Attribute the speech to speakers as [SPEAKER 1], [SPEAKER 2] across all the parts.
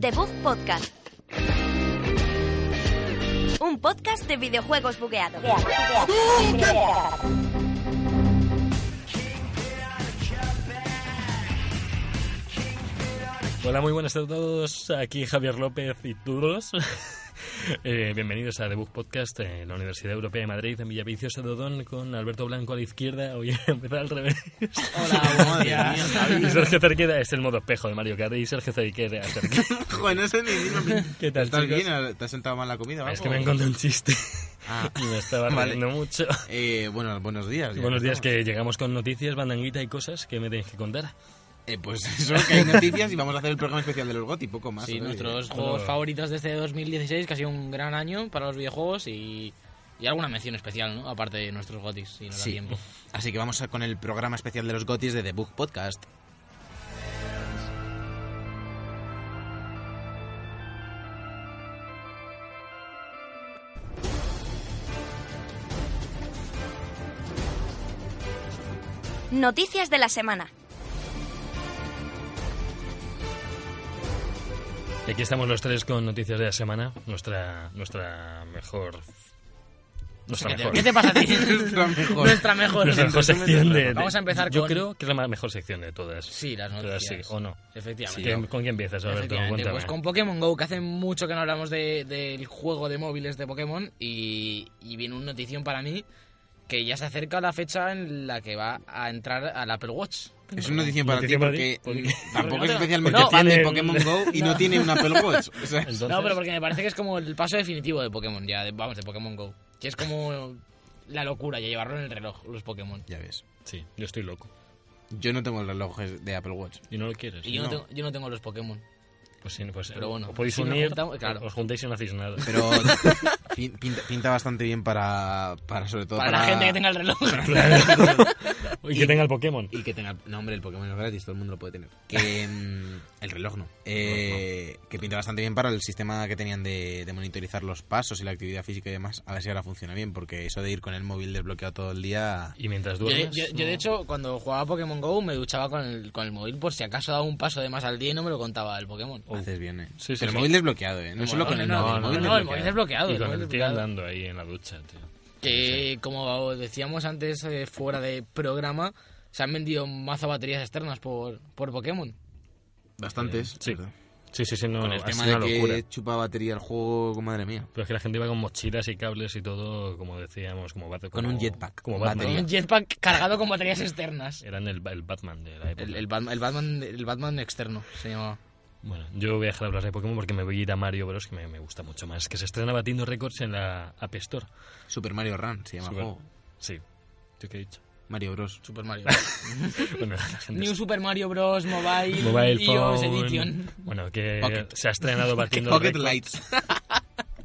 [SPEAKER 1] The Bug Podcast. Un podcast de videojuegos bugueados.
[SPEAKER 2] Hola, muy buenas a todos. Aquí Javier López y todos. Eh, bienvenidos a The Book Podcast eh, en la Universidad Europea de Madrid, en Villaviciosa de Odón, con Alberto Blanco a la izquierda. Hoy empezar al revés.
[SPEAKER 3] Hola, buenos días.
[SPEAKER 2] Y Sergio Cerqueda es el modo espejo de Mario Kart. Y Sergio Cerqueda. Cerqueda.
[SPEAKER 3] Joder, no sé ni dime.
[SPEAKER 2] ¿Qué tal,
[SPEAKER 3] ¿Estás
[SPEAKER 2] chicos?
[SPEAKER 3] bien? ¿Te has sentado mal la comida?
[SPEAKER 2] Es
[SPEAKER 3] guapo?
[SPEAKER 2] que me encontré un chiste
[SPEAKER 3] Ah,
[SPEAKER 2] y me estaba
[SPEAKER 3] Vale.
[SPEAKER 2] riendo mucho.
[SPEAKER 3] eh, bueno, buenos días. ya
[SPEAKER 2] Buenos días,
[SPEAKER 3] estamos.
[SPEAKER 2] que llegamos con noticias, bandanguita y cosas que me tenéis que contar.
[SPEAKER 3] Eh, pues eso, que hay noticias y vamos a hacer el programa especial de los GOTI, poco más. ¿eh?
[SPEAKER 4] Sí,
[SPEAKER 3] ¿no?
[SPEAKER 4] nuestros juegos favoritos de este 2016, que ha sido un gran año para los videojuegos y, y alguna mención especial, ¿no? Aparte de nuestros gotis, si nos da
[SPEAKER 3] Sí.
[SPEAKER 4] tiempo.
[SPEAKER 3] Así que vamos a- con el programa especial de los GOTIs de The Book Podcast.
[SPEAKER 1] Noticias de la semana.
[SPEAKER 2] Y aquí estamos los tres con noticias de la semana. Nuestra, nuestra mejor. Nuestra
[SPEAKER 4] ¿Qué te,
[SPEAKER 2] mejor.
[SPEAKER 4] qué te pasa a ti?
[SPEAKER 3] Nuestra mejor.
[SPEAKER 4] Nuestra mejor.
[SPEAKER 2] Nuestra mejor sección de, de-
[SPEAKER 4] Vamos a empezar
[SPEAKER 2] Yo
[SPEAKER 4] con-
[SPEAKER 2] creo que es la ma- mejor sección de todas.
[SPEAKER 4] Sí, las
[SPEAKER 2] Todas
[SPEAKER 4] noticias.
[SPEAKER 2] sí, o no.
[SPEAKER 4] Efectivamente.
[SPEAKER 2] ¿Quién- ¿Con quién empiezas, Alberto?
[SPEAKER 4] Efectivamente,
[SPEAKER 2] Cuéntame.
[SPEAKER 4] pues con Pokémon Go, que hace mucho que no hablamos de- del juego de móviles de Pokémon y, y viene una notición para mí que ya se acerca la fecha en la que va a entrar al Apple Watch.
[SPEAKER 3] Es una noticia para ti
[SPEAKER 2] Noticia para ti,
[SPEAKER 3] porque
[SPEAKER 2] porque-
[SPEAKER 3] tampoco es
[SPEAKER 4] No,
[SPEAKER 3] especialmente
[SPEAKER 4] no,
[SPEAKER 3] fan de
[SPEAKER 2] tienen-
[SPEAKER 3] Pokémon Go y no, tiene un Apple Watch. O sea,
[SPEAKER 2] Entonces,
[SPEAKER 4] No, pero porque me parece que es como el paso definitivo de Pokémon, ya, de- vamos, de Pokémon Go. Que es como la locura, ya llevarlo en el reloj, los Pokémon.
[SPEAKER 3] ya ves.
[SPEAKER 2] Sí, yo estoy loco.
[SPEAKER 3] Yo no tengo el reloj de Apple Watch.
[SPEAKER 2] ¿Y no lo quieres?
[SPEAKER 4] Y yo no,
[SPEAKER 3] No.
[SPEAKER 4] tengo, yo no tengo los Pokémon.
[SPEAKER 2] Pues sí, pues,
[SPEAKER 4] Pero
[SPEAKER 2] eh,
[SPEAKER 4] bueno,
[SPEAKER 2] os podéis
[SPEAKER 4] si nos
[SPEAKER 2] unir,
[SPEAKER 4] juntamos- claro.
[SPEAKER 2] os juntáis y no hacéis nada.
[SPEAKER 3] Pero pin- pinta, pinta bastante bien para, Pues para sobre todo
[SPEAKER 4] Para, la gente que tenga el reloj.
[SPEAKER 2] y que tenga el Pokémon.
[SPEAKER 3] Y que tenga. No, hombre, el Pokémon es gratis, todo el mundo lo puede tener. Que. mm, el reloj no. Eh, Que pinta bastante bien para el sistema que tenían de, de monitorizar los pasos y la actividad física y demás. A ver si ahora funciona bien, porque eso de ir con el móvil desbloqueado todo el día.
[SPEAKER 2] Y mientras
[SPEAKER 4] Yo,
[SPEAKER 2] duermes...
[SPEAKER 4] yo- yo, de hecho, cuando jugaba a Pokémon Go, me duchaba con el, con el móvil por si acaso daba un paso de más al día y no me lo contaba el Pokémon.
[SPEAKER 3] Haces bien, eh.
[SPEAKER 2] Sí, sí,
[SPEAKER 3] Pero
[SPEAKER 2] sí.
[SPEAKER 3] el móvil desbloqueado, eh. No, solo con el
[SPEAKER 4] no,
[SPEAKER 3] móvil.
[SPEAKER 4] no,
[SPEAKER 3] el
[SPEAKER 4] no,
[SPEAKER 3] móvil
[SPEAKER 4] no, el móvil desbloqueado.
[SPEAKER 2] Y
[SPEAKER 4] el
[SPEAKER 2] con
[SPEAKER 4] móvil
[SPEAKER 2] el tío
[SPEAKER 4] desbloqueado.
[SPEAKER 2] andando ahí en la ducha, tío.
[SPEAKER 4] Que, como decíamos antes, eh, fuera de programa, se han vendido mazo baterías externas por, por Pokémon.
[SPEAKER 3] Bastantes.
[SPEAKER 2] Sí.
[SPEAKER 3] ¿verdad?
[SPEAKER 2] Sí, sí, sí, no,
[SPEAKER 3] Con el
[SPEAKER 2] ha
[SPEAKER 3] tema
[SPEAKER 2] sido
[SPEAKER 3] de
[SPEAKER 2] una
[SPEAKER 3] que
[SPEAKER 2] locura.
[SPEAKER 3] chupa batería el juego, madre mía.
[SPEAKER 2] Pero es que la gente iba con mochilas y cables y todo, como decíamos, como Bat- como-
[SPEAKER 3] un jetpack.
[SPEAKER 2] Como Batman.
[SPEAKER 3] Batería.
[SPEAKER 4] Un jetpack cargado con baterías externas.
[SPEAKER 2] Eran el, el Batman de la época.
[SPEAKER 4] El, el Batman, el, Batman, el Batman externo se llamaba.
[SPEAKER 2] Bueno, yo voy a dejar de hablar de Pokémon porque me voy a ir a Mario Bros, que me, me gusta mucho más. Que se estrena batiendo récords en la App Store.
[SPEAKER 3] Super Mario Run se llama el
[SPEAKER 2] Super-
[SPEAKER 3] juego.
[SPEAKER 2] Sí. Ah, oh. ¿Yo qué he dicho?
[SPEAKER 3] Mario Bros.
[SPEAKER 4] Super Mario.
[SPEAKER 2] Bueno, la gente
[SPEAKER 4] New
[SPEAKER 2] es-
[SPEAKER 4] Super Mario Bros. Mobile,
[SPEAKER 2] Mobile
[SPEAKER 4] iOS
[SPEAKER 2] Phone.
[SPEAKER 4] Edition.
[SPEAKER 2] Bueno, que
[SPEAKER 3] Pocket.
[SPEAKER 2] se ha estrenado batiendo
[SPEAKER 3] Pocket
[SPEAKER 2] récords.
[SPEAKER 3] Lights.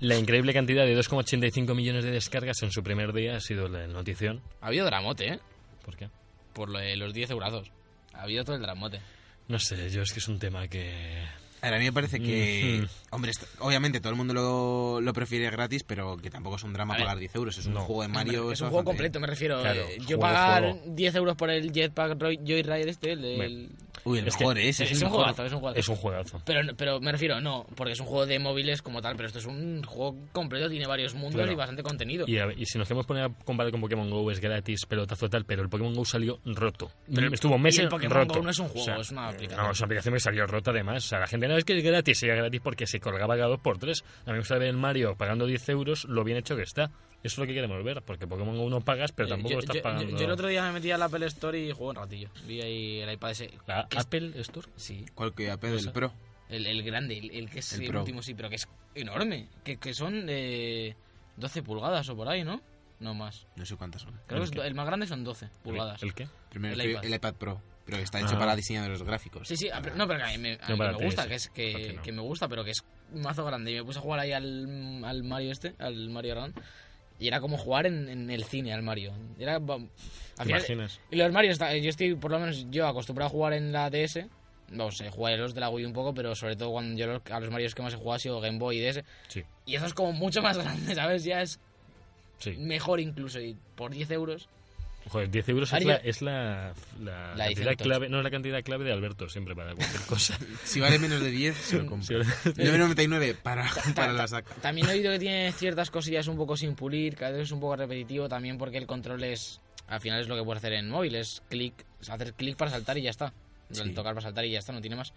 [SPEAKER 2] La increíble cantidad de 2,85 millones de descargas en su primer día ha sido la notición.
[SPEAKER 4] Ha habido dramote, ¿eh?
[SPEAKER 2] ¿Por qué?
[SPEAKER 4] Por lo de los 10 eurazos. Ha habido todo el dramote.
[SPEAKER 2] No sé, yo es que es un tema que...
[SPEAKER 3] A ver, a mí me parece que. Hombre, esto- obviamente todo el mundo lo, lo prefiere gratis, pero que tampoco es un drama
[SPEAKER 4] A ver,
[SPEAKER 3] pagar 10 euros. Es un
[SPEAKER 2] no.
[SPEAKER 3] juego de Mario.
[SPEAKER 4] es
[SPEAKER 3] eso
[SPEAKER 4] un juego
[SPEAKER 3] bastante-
[SPEAKER 4] completo, me refiero.
[SPEAKER 2] Claro,
[SPEAKER 4] Eh, yo
[SPEAKER 2] juego,
[SPEAKER 4] pagar
[SPEAKER 2] juego.
[SPEAKER 4] 10 euros por el Jetpack Roy- Joyride este, el,
[SPEAKER 2] Bueno,
[SPEAKER 4] el-
[SPEAKER 3] Uy, el
[SPEAKER 2] Es que
[SPEAKER 3] mejor ¿eh? ese.
[SPEAKER 4] es,
[SPEAKER 3] es el
[SPEAKER 4] un
[SPEAKER 3] mejor.
[SPEAKER 4] juegazo, es un juegazo.
[SPEAKER 2] Es un juegazo.
[SPEAKER 4] Pero, pero me refiero, no, porque es un juego de móviles como tal, pero esto es un juego completo, tiene varios mundos
[SPEAKER 2] Claro.
[SPEAKER 4] y bastante contenido.
[SPEAKER 2] Y, a- y si nos queremos poner a comparar con Pokémon GO, es gratis, pelotazo tal, pero el Pokémon GO salió roto.
[SPEAKER 4] Pero-
[SPEAKER 2] Estuvo
[SPEAKER 4] y
[SPEAKER 2] meses
[SPEAKER 4] el Pokémon
[SPEAKER 2] roto.
[SPEAKER 4] Go no es un juego,
[SPEAKER 2] O sea, eh,
[SPEAKER 4] es una aplicación.
[SPEAKER 2] No, es una aplicación que salió rota además. O sea, la gente no es que es gratis, era gratis porque se colgaba cada dos por tres. A mí me gusta ver el Mario pagando 10 euros, lo bien hecho que está. Eso es lo que queremos ver, porque Pokémon Go no pagas, pero
[SPEAKER 4] Eh,
[SPEAKER 2] tampoco
[SPEAKER 4] yo,
[SPEAKER 2] estás
[SPEAKER 4] yo-
[SPEAKER 2] pagando.
[SPEAKER 4] yo- yo el otro día me metí a la Apple Store y jugué un ratillo. Vi ahí el iPad ese.
[SPEAKER 2] La
[SPEAKER 4] que es-
[SPEAKER 2] Apple Store.
[SPEAKER 4] Sí,
[SPEAKER 3] ¿Cuál que apenas
[SPEAKER 2] Esa.
[SPEAKER 3] el Pro?
[SPEAKER 4] el, el grande, el, el que es
[SPEAKER 3] El
[SPEAKER 4] el,
[SPEAKER 3] Pro.
[SPEAKER 4] último, sí, pero que es enorme. Que, que son eh, 12 pulgadas o por ahí, ¿no? No más.
[SPEAKER 3] No sé cuántas son.
[SPEAKER 4] Creo
[SPEAKER 2] ¿El
[SPEAKER 4] que es
[SPEAKER 2] qué?
[SPEAKER 4] do- el más grande son 12 pulgadas.
[SPEAKER 2] ¿El, el qué?
[SPEAKER 3] Primero
[SPEAKER 4] El
[SPEAKER 3] el,
[SPEAKER 4] iPad.
[SPEAKER 3] el iPad Pro. Pero que está hecho
[SPEAKER 2] Ah.
[SPEAKER 3] para diseñadores gráficos.
[SPEAKER 4] Sí, sí, ah,
[SPEAKER 3] Para-
[SPEAKER 4] pero- no, pero que a mí me, a mí
[SPEAKER 2] para
[SPEAKER 4] me
[SPEAKER 2] ti,
[SPEAKER 4] gusta,
[SPEAKER 2] sí.
[SPEAKER 4] que es
[SPEAKER 2] Para
[SPEAKER 4] que,
[SPEAKER 2] ti no.
[SPEAKER 4] que me gusta, pero que es un mazo grande. Y me puse a jugar ahí al, al Mario este, al Mario Run. Y era como jugar en, en el cine al Mario. Era, va- al
[SPEAKER 2] ¿Te
[SPEAKER 4] final-
[SPEAKER 2] imaginas?
[SPEAKER 4] Y los Mario, está- eh, yo estoy, por lo menos yo, acostumbrado a jugar en la DS. Vamos, eh, jugué los de la Wii un poco, pero sobre todo cuando yo los- a los Marios que más he jugado ha sido Game Boy y DS.
[SPEAKER 2] Sí,
[SPEAKER 4] Y eso es como mucho más grande, ¿sabes? Ya es
[SPEAKER 2] sí.
[SPEAKER 4] mejor incluso. Y por 10 euros,
[SPEAKER 2] Joder, 10 euros es
[SPEAKER 4] Haría-
[SPEAKER 2] la, es la, la,
[SPEAKER 4] La
[SPEAKER 2] cantidad
[SPEAKER 4] edición tocha.
[SPEAKER 2] clave, no es la cantidad clave de Alberto siempre para cualquier cosa.
[SPEAKER 3] Si vale menos de 10, se lo compro.
[SPEAKER 2] Sí, ahora-
[SPEAKER 3] 9,99 para, para la saca.
[SPEAKER 4] También he oído que tiene ciertas cosillas un poco sin pulir, cada vez es un poco repetitivo también porque el control es, al final es lo que puedes hacer en móvil, es clic, es hacer clic para saltar y ya está. En plan,
[SPEAKER 3] Sí.
[SPEAKER 4] Tocar para saltar y ya está, no tiene más.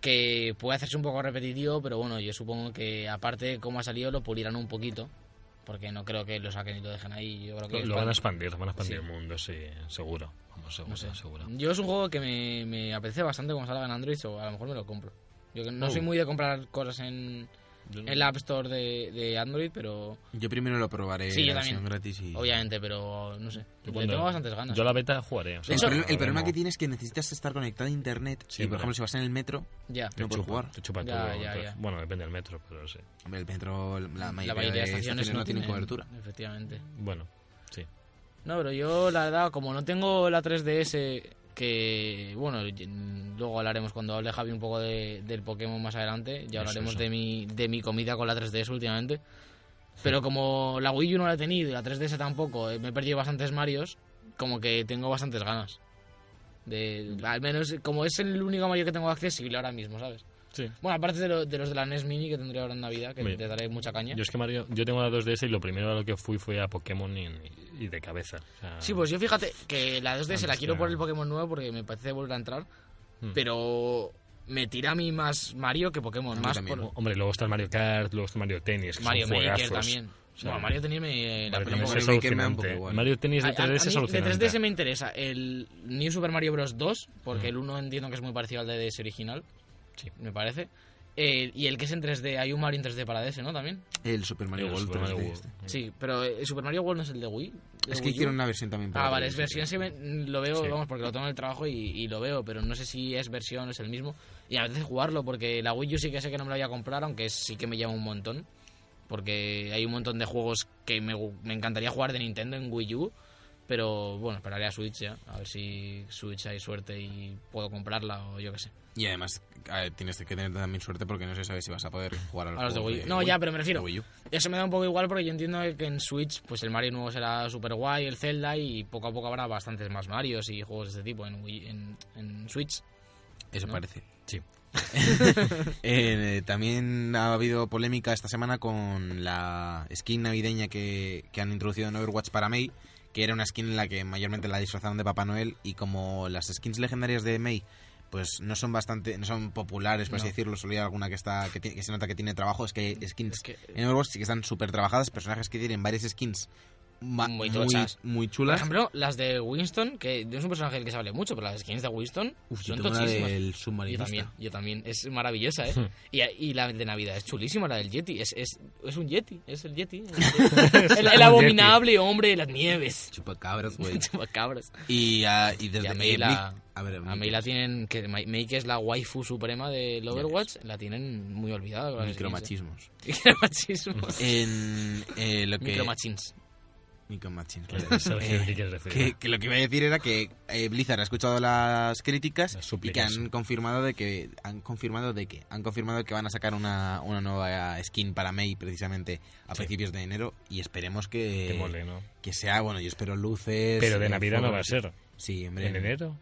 [SPEAKER 4] Que puede hacerse un poco repetitivo, pero bueno, yo supongo que aparte de cómo ha salido lo pulirán un poquito, porque no creo que lo saquen y lo dejen ahí. Yo creo que
[SPEAKER 2] lo, lo van a
[SPEAKER 4] cuando-
[SPEAKER 2] expandir, van a expandir
[SPEAKER 4] Sí.
[SPEAKER 2] el mundo, sí, seguro. Vamos, seguro,
[SPEAKER 4] no sé.
[SPEAKER 2] seguro.
[SPEAKER 4] Yo es un juego que me, me apetece bastante como salga en Android o a lo mejor me lo compro. Yo que no
[SPEAKER 2] Oh.
[SPEAKER 4] soy muy de comprar cosas en
[SPEAKER 2] Yo-
[SPEAKER 4] el App Store de, de Android, pero
[SPEAKER 3] Yo primero lo probaré
[SPEAKER 4] Sí, yo
[SPEAKER 3] la
[SPEAKER 4] también.
[SPEAKER 3] versión gratis y...
[SPEAKER 4] obviamente, pero no sé.
[SPEAKER 2] yo
[SPEAKER 4] Yo
[SPEAKER 2] cuando-
[SPEAKER 4] tengo bastantes ganas.
[SPEAKER 2] Yo la beta jugaré. o sea,
[SPEAKER 3] El,
[SPEAKER 4] Eso-
[SPEAKER 3] problema- el
[SPEAKER 2] la
[SPEAKER 3] problema
[SPEAKER 2] demo.
[SPEAKER 3] que tienes es que necesitas estar conectado a internet.
[SPEAKER 2] Sí,
[SPEAKER 3] y, por
[SPEAKER 2] verdad.
[SPEAKER 3] ejemplo, si vas en el metro,
[SPEAKER 4] Ya.
[SPEAKER 2] Te
[SPEAKER 3] no puedes
[SPEAKER 2] chupa,
[SPEAKER 3] jugar.
[SPEAKER 2] Te chupa
[SPEAKER 4] Ya,
[SPEAKER 2] todo.
[SPEAKER 4] ya,
[SPEAKER 2] entonces-
[SPEAKER 4] ya.
[SPEAKER 2] Bueno, depende del metro, pero sí.
[SPEAKER 3] Hombre, el metro, la mayoría,
[SPEAKER 4] la mayoría
[SPEAKER 3] de estaciones no, tienen
[SPEAKER 4] tienen-
[SPEAKER 3] cobertura.
[SPEAKER 4] Efectivamente.
[SPEAKER 2] Bueno, sí.
[SPEAKER 4] No, pero yo la verdad, como no tengo la 3DS, que bueno, y- luego hablaremos cuando hable Javi un poco de- del Pokémon más adelante,
[SPEAKER 2] Eso,
[SPEAKER 4] ya hablaremos
[SPEAKER 2] eso.
[SPEAKER 4] De, mi, de mi comida con la 3DS últimamente. Pero como la Wii U no la he tenido y la 3DS tampoco, eh, me he perdido bastantes Marios, como que tengo bastantes ganas. De, al menos como es el único Mario que tengo accesible ahora mismo, ¿sabes?
[SPEAKER 2] Sí.
[SPEAKER 4] Bueno, aparte de, lo- de los de la NES Mini que tendré ahora en Navidad, que
[SPEAKER 2] Hombre,
[SPEAKER 4] te daré mucha caña.
[SPEAKER 2] Yo es que Mario, yo tengo la 2DS y lo primero a lo que fui fue a Pokémon y, y de cabeza. o sea,
[SPEAKER 4] Sí, pues yo fíjate que la 2D se la
[SPEAKER 2] Antes
[SPEAKER 4] quiero
[SPEAKER 2] era-
[SPEAKER 4] por el Pokémon nuevo porque me parece volver a entrar,
[SPEAKER 2] Hmm.
[SPEAKER 4] pero me tira a mí más Mario que Pokémon,
[SPEAKER 3] A mí
[SPEAKER 4] más
[SPEAKER 3] también.
[SPEAKER 4] por
[SPEAKER 2] Hombre, luego está el Mario Kart, luego está Mario Tennis, que
[SPEAKER 4] Mario
[SPEAKER 2] son
[SPEAKER 4] Maker
[SPEAKER 2] juegazos.
[SPEAKER 4] también.
[SPEAKER 2] sea,
[SPEAKER 4] bueno, Mario Tennis me la
[SPEAKER 2] Mario
[SPEAKER 4] pela un
[SPEAKER 2] Tennis
[SPEAKER 4] poco.
[SPEAKER 3] Mario
[SPEAKER 2] es
[SPEAKER 3] Maker me da un
[SPEAKER 2] alucinante.
[SPEAKER 3] poco igual.
[SPEAKER 2] Mario Tennis
[SPEAKER 4] A-
[SPEAKER 2] de
[SPEAKER 4] a- a
[SPEAKER 2] 3DS es
[SPEAKER 4] mí de
[SPEAKER 2] alucinante.
[SPEAKER 4] 3DS me interesa el New Super Mario Bros. 2, porque el 1 entiendo que es muy parecido al de DS original,
[SPEAKER 2] Sí.
[SPEAKER 4] me parece. El- y el que es en 3D, hay un Mario en 3D para DS, ¿no? También.
[SPEAKER 3] El Super Mario
[SPEAKER 2] Digo,
[SPEAKER 3] World
[SPEAKER 2] Super Mario
[SPEAKER 3] 3D
[SPEAKER 2] World.
[SPEAKER 3] este.
[SPEAKER 4] Sí, pero eh, Super Mario World no es el de Wii. de
[SPEAKER 3] Es que
[SPEAKER 4] Wii U.
[SPEAKER 3] hicieron una versión también para
[SPEAKER 4] Ah, vale, es
[SPEAKER 3] otro, sí,
[SPEAKER 4] versión,
[SPEAKER 3] sí.
[SPEAKER 4] sí, me- lo veo,
[SPEAKER 2] Sí.
[SPEAKER 4] vamos, porque lo tengo en el trabajo y, y lo veo, pero no sé si es versión, es el mismo. Y a veces jugarlo, porque la Wii U sí que sé que no me la voy a comprar, aunque sí que me llama un montón. Porque hay un montón de juegos que me, gu- me encantaría jugar de Nintendo en Wii U, pero bueno, esperaré a Switch ya, a ver si Switch hay suerte y puedo comprarla o yo qué sé.
[SPEAKER 3] Y además eh, tienes que tener también suerte porque no se sabe si vas a poder jugar a los,
[SPEAKER 4] A los de
[SPEAKER 3] juegos
[SPEAKER 4] Wii U. No, ya, pero me refiero.
[SPEAKER 3] de Wii U.
[SPEAKER 4] Eso me da un poco igual porque yo entiendo que en Switch pues el Mario nuevo será super guay, el Zelda y poco a poco habrá bastantes más Marios y juegos de este tipo en, Wii- en, en Switch.
[SPEAKER 3] Eso
[SPEAKER 4] ¿no?
[SPEAKER 3] parece.
[SPEAKER 2] Sí.
[SPEAKER 3] Eh, también ha habido polémica esta semana con la skin navideña que, que han introducido en Overwatch para May, que era una skin en la que mayormente la disfrazaron de Papá Noel y como las skins legendarias de May pues no son bastante no son populares por así
[SPEAKER 4] No.
[SPEAKER 3] decirlo solo hay alguna que está que, tiene- que se nota que tiene trabajo es que hay skins
[SPEAKER 4] Es que-
[SPEAKER 3] en Overwatch sí que están súper trabajadas personajes que tienen varias skins ma-
[SPEAKER 4] Muy
[SPEAKER 3] muy,
[SPEAKER 4] tochas.
[SPEAKER 3] muy
[SPEAKER 4] Por
[SPEAKER 3] chulas
[SPEAKER 4] ejemplo, las de Winston, que es un personaje del que se hable mucho, pero las skins de Winston
[SPEAKER 3] Uf, yo
[SPEAKER 4] son
[SPEAKER 3] tengo una
[SPEAKER 4] tochísimas.
[SPEAKER 3] del
[SPEAKER 4] Yo
[SPEAKER 3] submarinista
[SPEAKER 4] también, yo también. Es maravillosa, ¿eh? y, y la de Navidad es chulísima, la del Yeti. Es, es, es un Yeti, es el Yeti. el, el abominable hombre de las nieves.
[SPEAKER 3] chupacabras güey
[SPEAKER 4] Chupacabras.
[SPEAKER 3] y, ah, y desde
[SPEAKER 4] Y a
[SPEAKER 3] May
[SPEAKER 4] May la-
[SPEAKER 3] Blick- a ver
[SPEAKER 4] A May la tienen, que Ma- May que es la waifu suprema del Overwatch, la tienen muy olvidada. con las skins,
[SPEAKER 3] micromachismos
[SPEAKER 4] ¿eh? Micromachismo.
[SPEAKER 3] en eh, lo que
[SPEAKER 4] Micromachins.
[SPEAKER 3] micromachismos
[SPEAKER 2] ¿Sabes
[SPEAKER 3] Eh,
[SPEAKER 2] qué quieres decir?
[SPEAKER 3] que, que lo que iba a decir era que eh, Blizzard ha escuchado las críticas
[SPEAKER 2] Las
[SPEAKER 3] y que
[SPEAKER 2] súplicas.
[SPEAKER 3] han confirmado de que han confirmado de que han confirmado que van a sacar una, una nueva skin para May precisamente a
[SPEAKER 2] Sí.
[SPEAKER 3] principios de enero y esperemos
[SPEAKER 2] Te
[SPEAKER 3] que
[SPEAKER 2] mole, ¿no?
[SPEAKER 3] que sea bueno yo espero luces
[SPEAKER 2] Pero de
[SPEAKER 3] eh,
[SPEAKER 2] Navidad no
[SPEAKER 3] fuegos.
[SPEAKER 2] va a ser.
[SPEAKER 3] sí hombre
[SPEAKER 2] ¿En enero?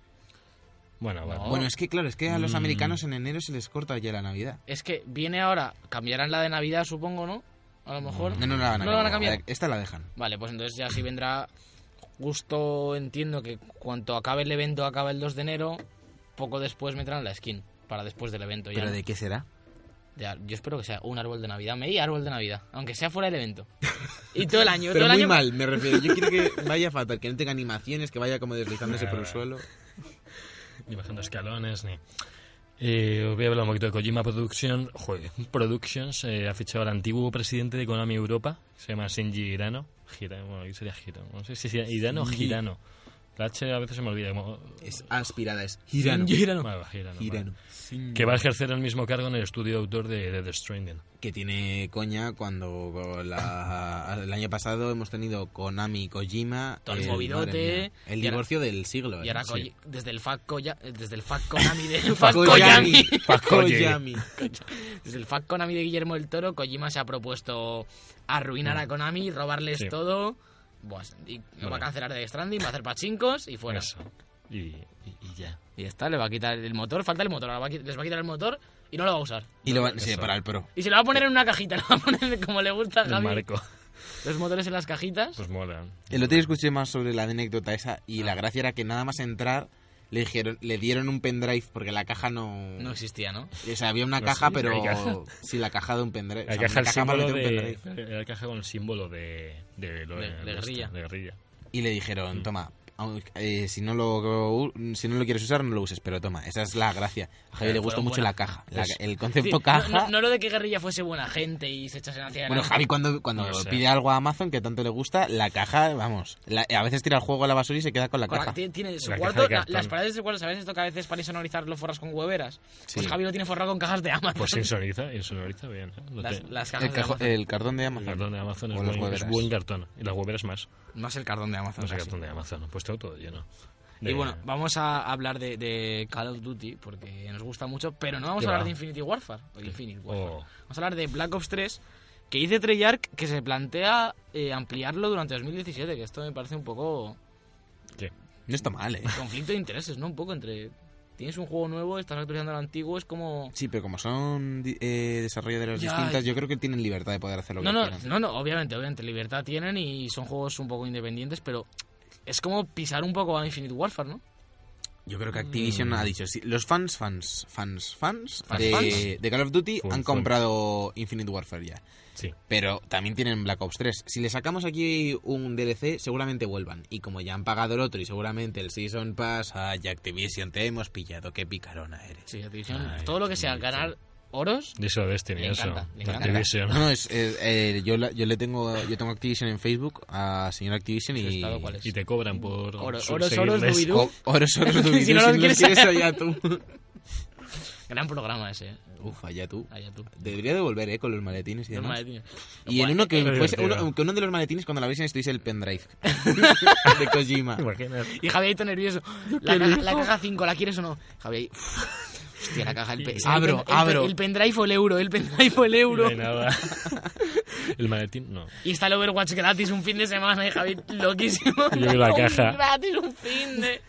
[SPEAKER 2] Bueno, vale.
[SPEAKER 4] No.
[SPEAKER 3] bueno es que claro es que a los
[SPEAKER 2] Mm.
[SPEAKER 3] americanos en enero se les corta ya la Navidad
[SPEAKER 4] Es que viene ahora, cambiarán la de Navidad, supongo, ¿no? A lo mejor.
[SPEAKER 3] no no la van a,
[SPEAKER 4] No la van a cambiar.
[SPEAKER 3] esta la dejan
[SPEAKER 4] Vale, pues entonces ya sí vendrá justo, entiendo que cuanto acabe el evento, acaba el 2 de enero, poco después meterán la skin para después del evento. Pues Ya,
[SPEAKER 3] pero
[SPEAKER 4] ¿no?
[SPEAKER 3] de qué será
[SPEAKER 4] De ar- yo espero que sea un árbol de Navidad, medio árbol de Navidad, aunque sea fuera del evento. Y todo el año, todo
[SPEAKER 3] pero
[SPEAKER 4] el
[SPEAKER 3] muy
[SPEAKER 4] año.
[SPEAKER 3] mal me refiero yo quiero que vaya fatal que no tenga animaciones que vaya como deslizándose por el
[SPEAKER 2] Nada.
[SPEAKER 3] suelo
[SPEAKER 2] Ni bajando escalones, ni... Eh, os voy a hablar un poquito de Kojima Production, joder, Productions. eh, ha fichado al antiguo presidente de Konami Europa, que se llama Shinji Hirano. Gira- bueno, aquí sería Hirano. No sé si es Hirano o
[SPEAKER 3] Shinji.
[SPEAKER 2] Girano. La H a veces se me olvida. como-
[SPEAKER 3] es aspirada es girano
[SPEAKER 2] Vale, Hirano, vale.
[SPEAKER 3] Girano.
[SPEAKER 2] Que va a ejercer el mismo cargo en el estudio autor de Death Stranding.
[SPEAKER 3] Que tiene coña cuando la- el año pasado hemos tenido Konami y Kojima.
[SPEAKER 4] Todo el
[SPEAKER 3] eh,
[SPEAKER 4] movidote.
[SPEAKER 3] madre mía, El
[SPEAKER 4] Y ahora-
[SPEAKER 3] divorcio del siglo.
[SPEAKER 4] Y
[SPEAKER 3] eh.
[SPEAKER 4] ahora
[SPEAKER 3] Sí.
[SPEAKER 4] Koji- desde el Fat Koya- eh, desde el Fat Konami de Fat
[SPEAKER 3] Koyami.
[SPEAKER 4] Koyami.
[SPEAKER 3] Koyami.
[SPEAKER 4] Desde el Fat
[SPEAKER 3] Mm.
[SPEAKER 4] Konami de Guillermo del Toro, Kojima se ha propuesto arruinar a Konami, robarles
[SPEAKER 2] Sí.
[SPEAKER 4] todo Buah, y lo va
[SPEAKER 2] Bueno.
[SPEAKER 4] a cancelar de Stranding, va a hacer pachincos y fuera.
[SPEAKER 2] Eso. Y, y- y ya.
[SPEAKER 4] Y ya está, le va a quitar el motor, falta el motor, ahora va a qui- les va a quitar el motor y no lo va a usar.
[SPEAKER 3] Y lo van- sí,
[SPEAKER 2] Eso.
[SPEAKER 3] para el pro.
[SPEAKER 4] Y se lo va a poner en una cajita, lo va a poner como le gusta a
[SPEAKER 2] El
[SPEAKER 4] Javi.
[SPEAKER 2] marco.
[SPEAKER 4] Los motores en las cajitas.
[SPEAKER 2] Pues mola.
[SPEAKER 3] El otro día escuché más sobre la anécdota esa y la gracia era que nada más entrar le dijeron, le dieron un pendrive porque la caja no...
[SPEAKER 4] No existía, ¿no?
[SPEAKER 3] O sea, había una
[SPEAKER 2] No,
[SPEAKER 3] caja,
[SPEAKER 2] sí, hay
[SPEAKER 3] pero...
[SPEAKER 2] caja.
[SPEAKER 3] Sí, la caja de un pendrive.
[SPEAKER 2] La
[SPEAKER 3] o sea,
[SPEAKER 2] caja, el
[SPEAKER 3] una para
[SPEAKER 2] símbolo
[SPEAKER 3] meter un
[SPEAKER 2] de,
[SPEAKER 3] pendrive.
[SPEAKER 2] la caja con el símbolo de, de, lo-
[SPEAKER 4] De- de
[SPEAKER 2] esto,
[SPEAKER 4] guerrilla.
[SPEAKER 2] de guerrilla.
[SPEAKER 3] Y le dijeron, toma, aunque- eh, si, no lo, si no lo quieres usar, no lo uses, pero toma, esa es la gracia. A Javi
[SPEAKER 4] Pero
[SPEAKER 3] le gustó
[SPEAKER 4] fueron
[SPEAKER 3] mucho
[SPEAKER 4] buenas.
[SPEAKER 3] la caja, la-
[SPEAKER 2] Eso.
[SPEAKER 3] el
[SPEAKER 4] Sí,
[SPEAKER 3] concepto
[SPEAKER 4] no-
[SPEAKER 3] caja.
[SPEAKER 4] No, no lo de que guerrilla fuese buena gente y se echasen hacia
[SPEAKER 3] Bueno,
[SPEAKER 4] adelante.
[SPEAKER 3] Javi cuando, cuando
[SPEAKER 2] No sé.
[SPEAKER 3] pide algo a Amazon que tanto le gusta, la caja, vamos, la- a veces tira el juego a la basura y se queda con la
[SPEAKER 4] Con la-
[SPEAKER 3] caja.
[SPEAKER 4] tiene, tiene su
[SPEAKER 2] La caja
[SPEAKER 4] cuarto,
[SPEAKER 2] de
[SPEAKER 4] la-
[SPEAKER 2] cartón.
[SPEAKER 4] las paredes de su cuarto, ¿sabes esto que a veces para insonorizar lo forras con hueveras?
[SPEAKER 3] Sí.
[SPEAKER 4] Pues Javi lo tiene forrado con cajas de Amazon.
[SPEAKER 2] Pues insonoriza, insonoriza bien. ¿eh? No
[SPEAKER 4] las,
[SPEAKER 2] te-
[SPEAKER 4] las cajas
[SPEAKER 3] El,
[SPEAKER 4] de
[SPEAKER 3] cajo- eh,
[SPEAKER 4] Amazon.
[SPEAKER 3] el cartón de
[SPEAKER 2] el
[SPEAKER 3] Amazon.
[SPEAKER 2] cartón de Amazon
[SPEAKER 3] O
[SPEAKER 2] es
[SPEAKER 3] las
[SPEAKER 2] buen, es
[SPEAKER 3] hueveras. Ah,
[SPEAKER 2] buen cartón. Y las hueveras más.
[SPEAKER 4] Más el cartón de Amazon.
[SPEAKER 2] No sé
[SPEAKER 4] casi.
[SPEAKER 2] cartón de Amazon. Pues todo, todo lleno.
[SPEAKER 4] Y
[SPEAKER 2] De-
[SPEAKER 4] bueno, vamos a hablar de, de Call of Duty porque nos gusta mucho, pero no vamos a
[SPEAKER 2] ¿Qué
[SPEAKER 4] hablar
[SPEAKER 2] va?
[SPEAKER 4] de Infinity Warfare. o Infinity Warfare.
[SPEAKER 2] Oh.
[SPEAKER 4] Vamos a hablar de Black Ops 3, que dice Treyarch que se plantea eh, ampliarlo durante 2017, que esto me parece un poco
[SPEAKER 2] ¿qué?
[SPEAKER 3] No está mal, eh.
[SPEAKER 4] conflicto de intereses, ¿no? Un poco entre... Tienes un juego nuevo, estás actualizando lo antiguo, es como...
[SPEAKER 3] Sí, pero como son di- eh, desarrolladoras
[SPEAKER 4] Ya,
[SPEAKER 3] distintas, yo creo que tienen libertad de poder hacer lo que
[SPEAKER 4] No, no,
[SPEAKER 3] quieran.
[SPEAKER 4] no, no, obviamente, obviamente, libertad tienen y son juegos un poco independientes, pero es como pisar un poco a Infinite Warfare, ¿no?
[SPEAKER 3] Yo creo que Activision ha dicho, sí, los fans, fans, fans, fans,
[SPEAKER 4] Mm. Fans,
[SPEAKER 3] de,
[SPEAKER 4] fans.
[SPEAKER 3] de Call of Duty
[SPEAKER 2] Fun,
[SPEAKER 3] han
[SPEAKER 2] fun.
[SPEAKER 3] comprado Infinite Warfare ya.
[SPEAKER 2] Sí.
[SPEAKER 3] Pero también tienen Black Ops 3. Si le sacamos aquí un DLC, seguramente vuelvan. Y como ya han pagado el otro y seguramente el Season Pass, ay, Activision, te hemos pillado, qué picarona eres.
[SPEAKER 4] Sí, Activision,
[SPEAKER 2] Ay,
[SPEAKER 4] todo lo que sea
[SPEAKER 2] sí,
[SPEAKER 4] ganar oros,
[SPEAKER 2] De eso a Destiny,
[SPEAKER 4] Le
[SPEAKER 2] eso.
[SPEAKER 4] encanta, le encanta.
[SPEAKER 2] Activision.
[SPEAKER 3] No, es, es- eh, yo, la- yo le tengo yo tengo Activision en Facebook a señor Activision
[SPEAKER 4] Su
[SPEAKER 3] y
[SPEAKER 4] estado, ¿cuál es?
[SPEAKER 2] Y te cobran por.
[SPEAKER 4] Oro-
[SPEAKER 2] su-
[SPEAKER 4] oros,
[SPEAKER 2] seguirles.
[SPEAKER 4] oros, dubidú.
[SPEAKER 3] O- oros, oros,
[SPEAKER 4] Si
[SPEAKER 3] dubidú,
[SPEAKER 4] no lo
[SPEAKER 3] si
[SPEAKER 4] quieres-
[SPEAKER 3] allá tú.
[SPEAKER 4] gran programa ese, ¿eh?
[SPEAKER 3] Uf, allá tú.
[SPEAKER 4] Allá tú.
[SPEAKER 3] Debería devolver, eh, con los maletines y
[SPEAKER 4] Los
[SPEAKER 3] demás.
[SPEAKER 4] maletines.
[SPEAKER 3] Y en uno que,
[SPEAKER 2] Qué
[SPEAKER 3] fuese-
[SPEAKER 2] divertido.
[SPEAKER 3] uno- que uno de los maletines cuando la ves estuviese el pendrive de Kojima.
[SPEAKER 2] ¿Te imaginas?
[SPEAKER 4] Y Javier está nervioso. La caja, la caja 5, ¿la quieres o no? Javier. uff, Hostia, la caja. El pe-
[SPEAKER 3] Abro,
[SPEAKER 4] el pen- el pe-
[SPEAKER 3] abro.
[SPEAKER 4] El pendrive o el euro, el pendrive o el euro.
[SPEAKER 2] No hay nada. El maletín, no.
[SPEAKER 4] Y está el Overwatch gratis un fin de semana y Javier loquísimo.
[SPEAKER 2] Y yo vi la
[SPEAKER 4] Un
[SPEAKER 2] caja.
[SPEAKER 4] Gratis un fin de.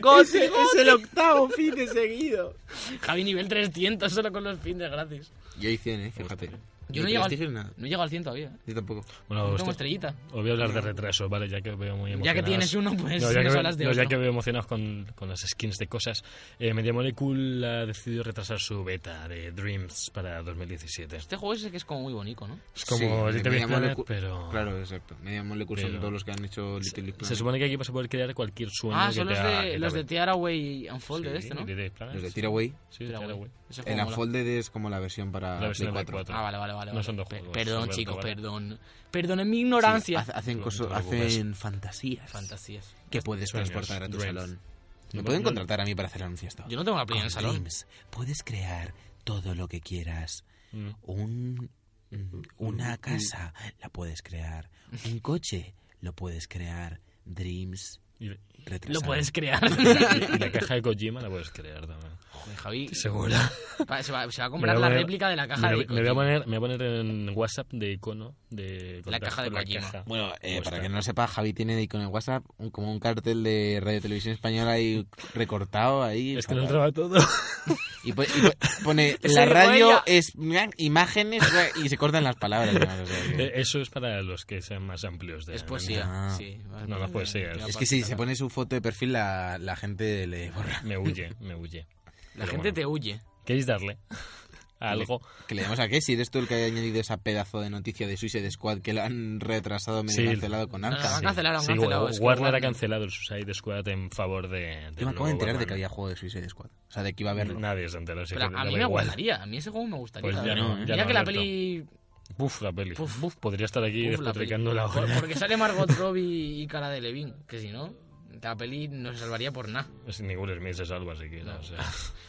[SPEAKER 4] Goce, goce.
[SPEAKER 3] el octavo fin de seguido.
[SPEAKER 4] Javier nivel 300 solo con los fines gratis.
[SPEAKER 3] Yo hice 100, eh, fíjate.
[SPEAKER 4] Yo no
[SPEAKER 3] Ni
[SPEAKER 4] llego, al,
[SPEAKER 3] prestigio ni nada.
[SPEAKER 4] no llego al 100 todavía.
[SPEAKER 3] Yo tampoco.
[SPEAKER 2] Bueno,
[SPEAKER 4] Como
[SPEAKER 2] hostia,
[SPEAKER 4] estrellita.
[SPEAKER 2] os voy a hablar de retrasos, ¿vale? Ya que veo muy emocionados.
[SPEAKER 4] Ya que tienes uno, pues
[SPEAKER 2] No, ya, que,
[SPEAKER 4] nos
[SPEAKER 2] veo-
[SPEAKER 4] hablas de
[SPEAKER 2] no, ya
[SPEAKER 4] otro.
[SPEAKER 2] que veo emocionados con, con las skins de cosas. Eh, Media Molecule ha decidido retrasar su beta de Dreams para 2017.
[SPEAKER 4] Este juego es el que es como muy bonito, ¿no?
[SPEAKER 2] Es como
[SPEAKER 3] Sí,
[SPEAKER 2] Little
[SPEAKER 3] Media
[SPEAKER 2] Big Planet,
[SPEAKER 3] Molecule-
[SPEAKER 2] pero...
[SPEAKER 3] Claro, exacto. Media Molecule son
[SPEAKER 2] Pero-
[SPEAKER 3] todos los que han hecho Little Big
[SPEAKER 2] Se
[SPEAKER 3] Planet.
[SPEAKER 2] supone que aquí vas a poder crear cualquier sueño
[SPEAKER 4] Ah,
[SPEAKER 2] que
[SPEAKER 4] son
[SPEAKER 2] te
[SPEAKER 4] los
[SPEAKER 2] haga-
[SPEAKER 4] de,
[SPEAKER 2] que
[SPEAKER 4] los
[SPEAKER 2] te
[SPEAKER 4] de Tearaway Unfolded
[SPEAKER 2] Sí,
[SPEAKER 4] este, ¿no?
[SPEAKER 2] Little Big Planet,
[SPEAKER 3] Los de
[SPEAKER 2] sí.
[SPEAKER 3] Tearaway.
[SPEAKER 2] Sí,
[SPEAKER 4] Tearaway.
[SPEAKER 2] Tearaway.
[SPEAKER 4] Ese juego
[SPEAKER 3] El
[SPEAKER 4] mola.
[SPEAKER 3] Unfolded es como la versión para
[SPEAKER 2] La versión de
[SPEAKER 3] Play
[SPEAKER 2] Play
[SPEAKER 3] 4.
[SPEAKER 2] cuatro.
[SPEAKER 4] Ah, vale, vale, vale.
[SPEAKER 2] No
[SPEAKER 4] vale.
[SPEAKER 2] son dos
[SPEAKER 4] Pe-
[SPEAKER 2] juegos,
[SPEAKER 4] Perdón,
[SPEAKER 2] Roberto,
[SPEAKER 4] chicos,
[SPEAKER 2] ¿vale?
[SPEAKER 4] perdón. Perdonen mi
[SPEAKER 3] Sí,
[SPEAKER 4] ignorancia.
[SPEAKER 3] hace- hacen
[SPEAKER 2] No
[SPEAKER 3] cosas,
[SPEAKER 2] te preocupes.
[SPEAKER 3] hacen fantasías
[SPEAKER 4] Fantasías.
[SPEAKER 3] que puedes
[SPEAKER 2] Sueños,
[SPEAKER 3] transportar a tu
[SPEAKER 2] dreams.
[SPEAKER 3] salón. Me
[SPEAKER 2] Yo-
[SPEAKER 3] pueden
[SPEAKER 2] yo-
[SPEAKER 3] contratar a mí para hacer anuncios. todo.
[SPEAKER 4] Yo no tengo una play en el
[SPEAKER 3] Con
[SPEAKER 4] salón.
[SPEAKER 3] Dreams puedes crear todo lo que quieras.
[SPEAKER 2] Mm.
[SPEAKER 3] Un, mm, una casa la puedes crear. Un coche lo puedes crear. Dreams
[SPEAKER 2] Y, y-
[SPEAKER 4] Lo
[SPEAKER 3] retrasado.
[SPEAKER 4] puedes crear.
[SPEAKER 2] y la caja de Kojima la puedes crear también.
[SPEAKER 4] Joder, Javi.
[SPEAKER 2] Seguro.
[SPEAKER 4] pa- Se va, se va a
[SPEAKER 2] Me
[SPEAKER 4] comprar
[SPEAKER 2] voy
[SPEAKER 4] la
[SPEAKER 2] a-
[SPEAKER 4] réplica de la caja
[SPEAKER 2] me,
[SPEAKER 4] de.
[SPEAKER 2] lo- me voy a
[SPEAKER 4] Kojima.
[SPEAKER 2] poner, me voy a poner en WhatsApp de icono de
[SPEAKER 4] La caja de Kojima.
[SPEAKER 3] Bueno, eh,
[SPEAKER 2] Pues
[SPEAKER 3] para
[SPEAKER 2] está.
[SPEAKER 3] que no lo sepa, Javi tiene de icono en WhatsApp un- como un cartel de Radio Televisión Española ahí recortado ahí.
[SPEAKER 2] Es que no
[SPEAKER 3] fatal.
[SPEAKER 2] entraba todo.
[SPEAKER 3] Y, po- y po- pone
[SPEAKER 4] Ese
[SPEAKER 3] la
[SPEAKER 4] dijo
[SPEAKER 3] radio
[SPEAKER 4] ella.
[SPEAKER 3] es imágenes y se cortan las palabras. ¿no? O sea que-
[SPEAKER 2] Eh, Eso es para los que sean más amplios. De,
[SPEAKER 4] Es poesía.
[SPEAKER 3] Ah.
[SPEAKER 4] Sí.
[SPEAKER 2] No, la poesía.
[SPEAKER 4] Ya
[SPEAKER 2] Es
[SPEAKER 3] es
[SPEAKER 4] pa-
[SPEAKER 3] que si se pone su foto de perfil la, la gente le borra.
[SPEAKER 2] Me huye, me huye. Pero
[SPEAKER 4] La gente
[SPEAKER 2] bueno.
[SPEAKER 4] te huye.
[SPEAKER 2] ¿Queréis darle a algo?
[SPEAKER 3] Que le damos a qué si eres tú el que ha añadido esa pedazo de noticia de Suicide Squad que la han retrasado medio
[SPEAKER 2] Sí.
[SPEAKER 3] cancelado con
[SPEAKER 4] No, no,
[SPEAKER 3] Arkham.
[SPEAKER 4] han cancelado, han
[SPEAKER 2] Sí,
[SPEAKER 4] cancelado.
[SPEAKER 2] Wa-
[SPEAKER 4] es que
[SPEAKER 2] Warner ha cancelado el Suicide Squad en favor de. del
[SPEAKER 3] Yo me acabo
[SPEAKER 2] nuevo
[SPEAKER 3] de enterar de que
[SPEAKER 2] Batman.
[SPEAKER 3] había juego de Suicide Squad. O sea, de que iba a verlo.
[SPEAKER 2] Nadie se enteró. así
[SPEAKER 4] Pero
[SPEAKER 2] que
[SPEAKER 4] a
[SPEAKER 2] le
[SPEAKER 4] mí
[SPEAKER 2] da
[SPEAKER 4] me
[SPEAKER 2] igual.
[SPEAKER 4] gustaría. A mí ese juego me gustaría.
[SPEAKER 2] Pues ya
[SPEAKER 4] la verdad.
[SPEAKER 2] no, ya
[SPEAKER 4] Mira
[SPEAKER 2] no,
[SPEAKER 4] que la
[SPEAKER 2] Alberto.
[SPEAKER 4] peli.
[SPEAKER 2] Buf, la peli.
[SPEAKER 4] Puf,
[SPEAKER 2] Buf, Podría estar aquí
[SPEAKER 4] Uf, la peli.
[SPEAKER 2] despotricando la
[SPEAKER 4] Por-
[SPEAKER 2] hora.
[SPEAKER 4] Porque sale Margot Robbie y cara de Levin. Que si no, la peli no se salvaría por nada.
[SPEAKER 2] Sin ningún Smith se salva siquiera. O sea,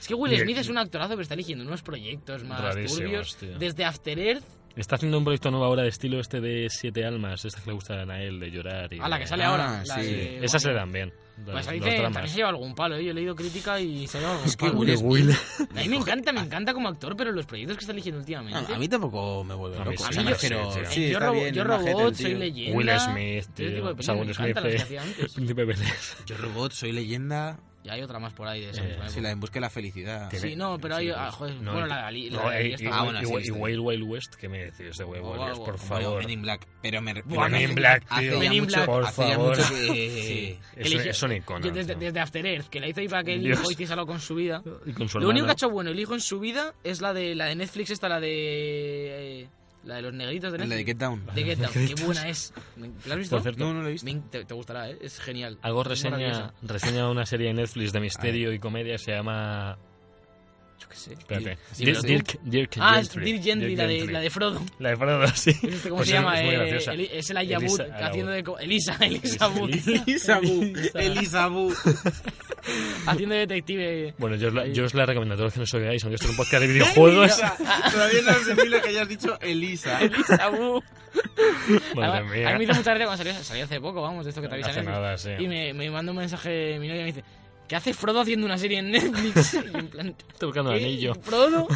[SPEAKER 4] Es que Will
[SPEAKER 2] Miguel-
[SPEAKER 4] Smith es un actorazo, pero está eligiendo unos proyectos más
[SPEAKER 2] Rarísimos,
[SPEAKER 4] turbios.
[SPEAKER 2] tío.
[SPEAKER 4] Desde After Earth
[SPEAKER 2] está haciendo un proyecto nuevo ahora de estilo este de Siete Almas. Esta que le gustan a él, de llorar. Y
[SPEAKER 4] a la
[SPEAKER 2] de-
[SPEAKER 4] que sale
[SPEAKER 3] Ah,
[SPEAKER 4] ahora. la
[SPEAKER 3] sí.
[SPEAKER 4] de-
[SPEAKER 2] Esas se dan bien. de
[SPEAKER 4] Pues
[SPEAKER 2] los-
[SPEAKER 4] ahí
[SPEAKER 2] los
[SPEAKER 4] te-
[SPEAKER 2] dramas.
[SPEAKER 4] también se lleva algún palo, ¿eh? Yo he leído crítica y se lleva algún
[SPEAKER 3] Es que
[SPEAKER 4] palo.
[SPEAKER 3] Will
[SPEAKER 4] A mí me encanta, me encanta como actor, pero los proyectos que está eligiendo últimamente.
[SPEAKER 3] A, a mí tampoco me vuelve
[SPEAKER 2] A mí
[SPEAKER 3] loco.
[SPEAKER 2] sí,
[SPEAKER 3] o sea, me
[SPEAKER 4] yo-
[SPEAKER 3] refiero-
[SPEAKER 2] sí, sí.
[SPEAKER 3] sí,
[SPEAKER 4] yo
[SPEAKER 3] está
[SPEAKER 4] robo-
[SPEAKER 3] bien,
[SPEAKER 4] yo
[SPEAKER 3] el majete,
[SPEAKER 4] robot,
[SPEAKER 3] el tío.
[SPEAKER 4] soy leyenda.
[SPEAKER 2] Will Smith,
[SPEAKER 4] Ese tipo de
[SPEAKER 2] tío,
[SPEAKER 4] películas,
[SPEAKER 2] Sam
[SPEAKER 4] me
[SPEAKER 2] Smith,
[SPEAKER 4] encantan las que
[SPEAKER 2] eh,
[SPEAKER 4] hacía antes.
[SPEAKER 2] Príncipe Belés.
[SPEAKER 3] Yo robot, soy leyenda.
[SPEAKER 4] Y hay otra más por ahí de esa
[SPEAKER 2] Eh,
[SPEAKER 4] misma
[SPEAKER 3] Si
[SPEAKER 4] época.
[SPEAKER 3] la en busca de la felicidad.
[SPEAKER 2] Tiene-
[SPEAKER 4] Sí, no, pero hay.
[SPEAKER 3] sí,
[SPEAKER 4] ah,
[SPEAKER 3] pues,
[SPEAKER 4] joder,
[SPEAKER 2] No,
[SPEAKER 4] bueno,
[SPEAKER 2] y-
[SPEAKER 4] la de Ali.
[SPEAKER 2] no,
[SPEAKER 4] la de Ali
[SPEAKER 2] y-
[SPEAKER 4] está-
[SPEAKER 2] y-
[SPEAKER 3] Ah, bueno,
[SPEAKER 2] y-
[SPEAKER 3] sí,
[SPEAKER 2] y
[SPEAKER 3] está bien.
[SPEAKER 2] Wild Wild West, ¿qué me decís de Wild
[SPEAKER 4] Oh,
[SPEAKER 2] Wild
[SPEAKER 4] wow,
[SPEAKER 2] West?
[SPEAKER 4] wow,
[SPEAKER 2] Por
[SPEAKER 4] wow,
[SPEAKER 3] Como
[SPEAKER 2] favor.
[SPEAKER 3] Men in Black. Pero me refiero.
[SPEAKER 2] Men in Black,
[SPEAKER 3] Hace
[SPEAKER 2] tío.
[SPEAKER 3] ya
[SPEAKER 4] Men in
[SPEAKER 3] mucho-
[SPEAKER 4] Black.
[SPEAKER 2] Por
[SPEAKER 3] hace ya
[SPEAKER 2] favor.
[SPEAKER 3] mucho que-
[SPEAKER 2] Es-
[SPEAKER 4] Eligió-
[SPEAKER 2] son iconos.
[SPEAKER 4] Yo desde,
[SPEAKER 2] ¿no?
[SPEAKER 4] desde After Earth, que la hizo Iba Kelly y
[SPEAKER 2] Dios.
[SPEAKER 4] luego hizo algo con su vida.
[SPEAKER 2] Y con su
[SPEAKER 4] Lo único que ha
[SPEAKER 2] hermana.
[SPEAKER 4] hecho bueno el hijo en su vida es la de la de Netflix, esta, la de. eh, la de los negritos de
[SPEAKER 3] La de
[SPEAKER 4] Netflix.
[SPEAKER 3] Get Down.
[SPEAKER 4] de Get Down. Qué buena es. Me- ¿La has visto?
[SPEAKER 2] Por cierto,
[SPEAKER 3] No, no lo he visto.
[SPEAKER 4] Me- te, te gustará, ¿eh? Es genial.
[SPEAKER 2] Hago
[SPEAKER 4] Es
[SPEAKER 2] reseña,
[SPEAKER 4] maravillosa.
[SPEAKER 2] reseña de una serie de Netflix de misterio y comedia, se llama...
[SPEAKER 4] Yo qué sé.
[SPEAKER 2] Espérate.
[SPEAKER 3] Sí,
[SPEAKER 2] Dirk,
[SPEAKER 3] sí.
[SPEAKER 2] Dirk, Dirk
[SPEAKER 4] Ah, es
[SPEAKER 2] Gentry.
[SPEAKER 4] Dirk Gentry, la de, la de Frodo.
[SPEAKER 2] La de Frodo, sí.
[SPEAKER 4] ¿Es este ¿Cómo
[SPEAKER 2] Pues
[SPEAKER 4] se
[SPEAKER 2] es-
[SPEAKER 4] llama?
[SPEAKER 2] Es muy
[SPEAKER 4] Eh,
[SPEAKER 2] graciosa.
[SPEAKER 4] Eli- es el Ayabut
[SPEAKER 2] Elisa Arau.
[SPEAKER 4] haciendo de. co- Elisa, Elisa Wood.
[SPEAKER 3] Elisabu. Elisabu.
[SPEAKER 4] haciendo de detective.
[SPEAKER 2] Bueno, yo os la, yo os la recomiendo a todos los que no os oigáis, aunque esto es un podcast de videojuegos.
[SPEAKER 3] Todavía no sé lo que hayas dicho Elisa.
[SPEAKER 4] Elisa Wood.
[SPEAKER 2] Madre
[SPEAKER 4] Además, A mí me
[SPEAKER 2] mía.
[SPEAKER 4] hizo mucha gracia cuando salió, salió hace poco, vamos, de esto que te
[SPEAKER 2] No
[SPEAKER 4] avisan.
[SPEAKER 2] hace nada, sí.
[SPEAKER 4] Y me, me manda un mensaje mi novia y me dice, ¿qué hace Frodo haciendo una serie en Netflix? Y en plan,
[SPEAKER 2] Estoy buscando el
[SPEAKER 4] ¿qué?
[SPEAKER 2] anillo.
[SPEAKER 4] ¿Frodo?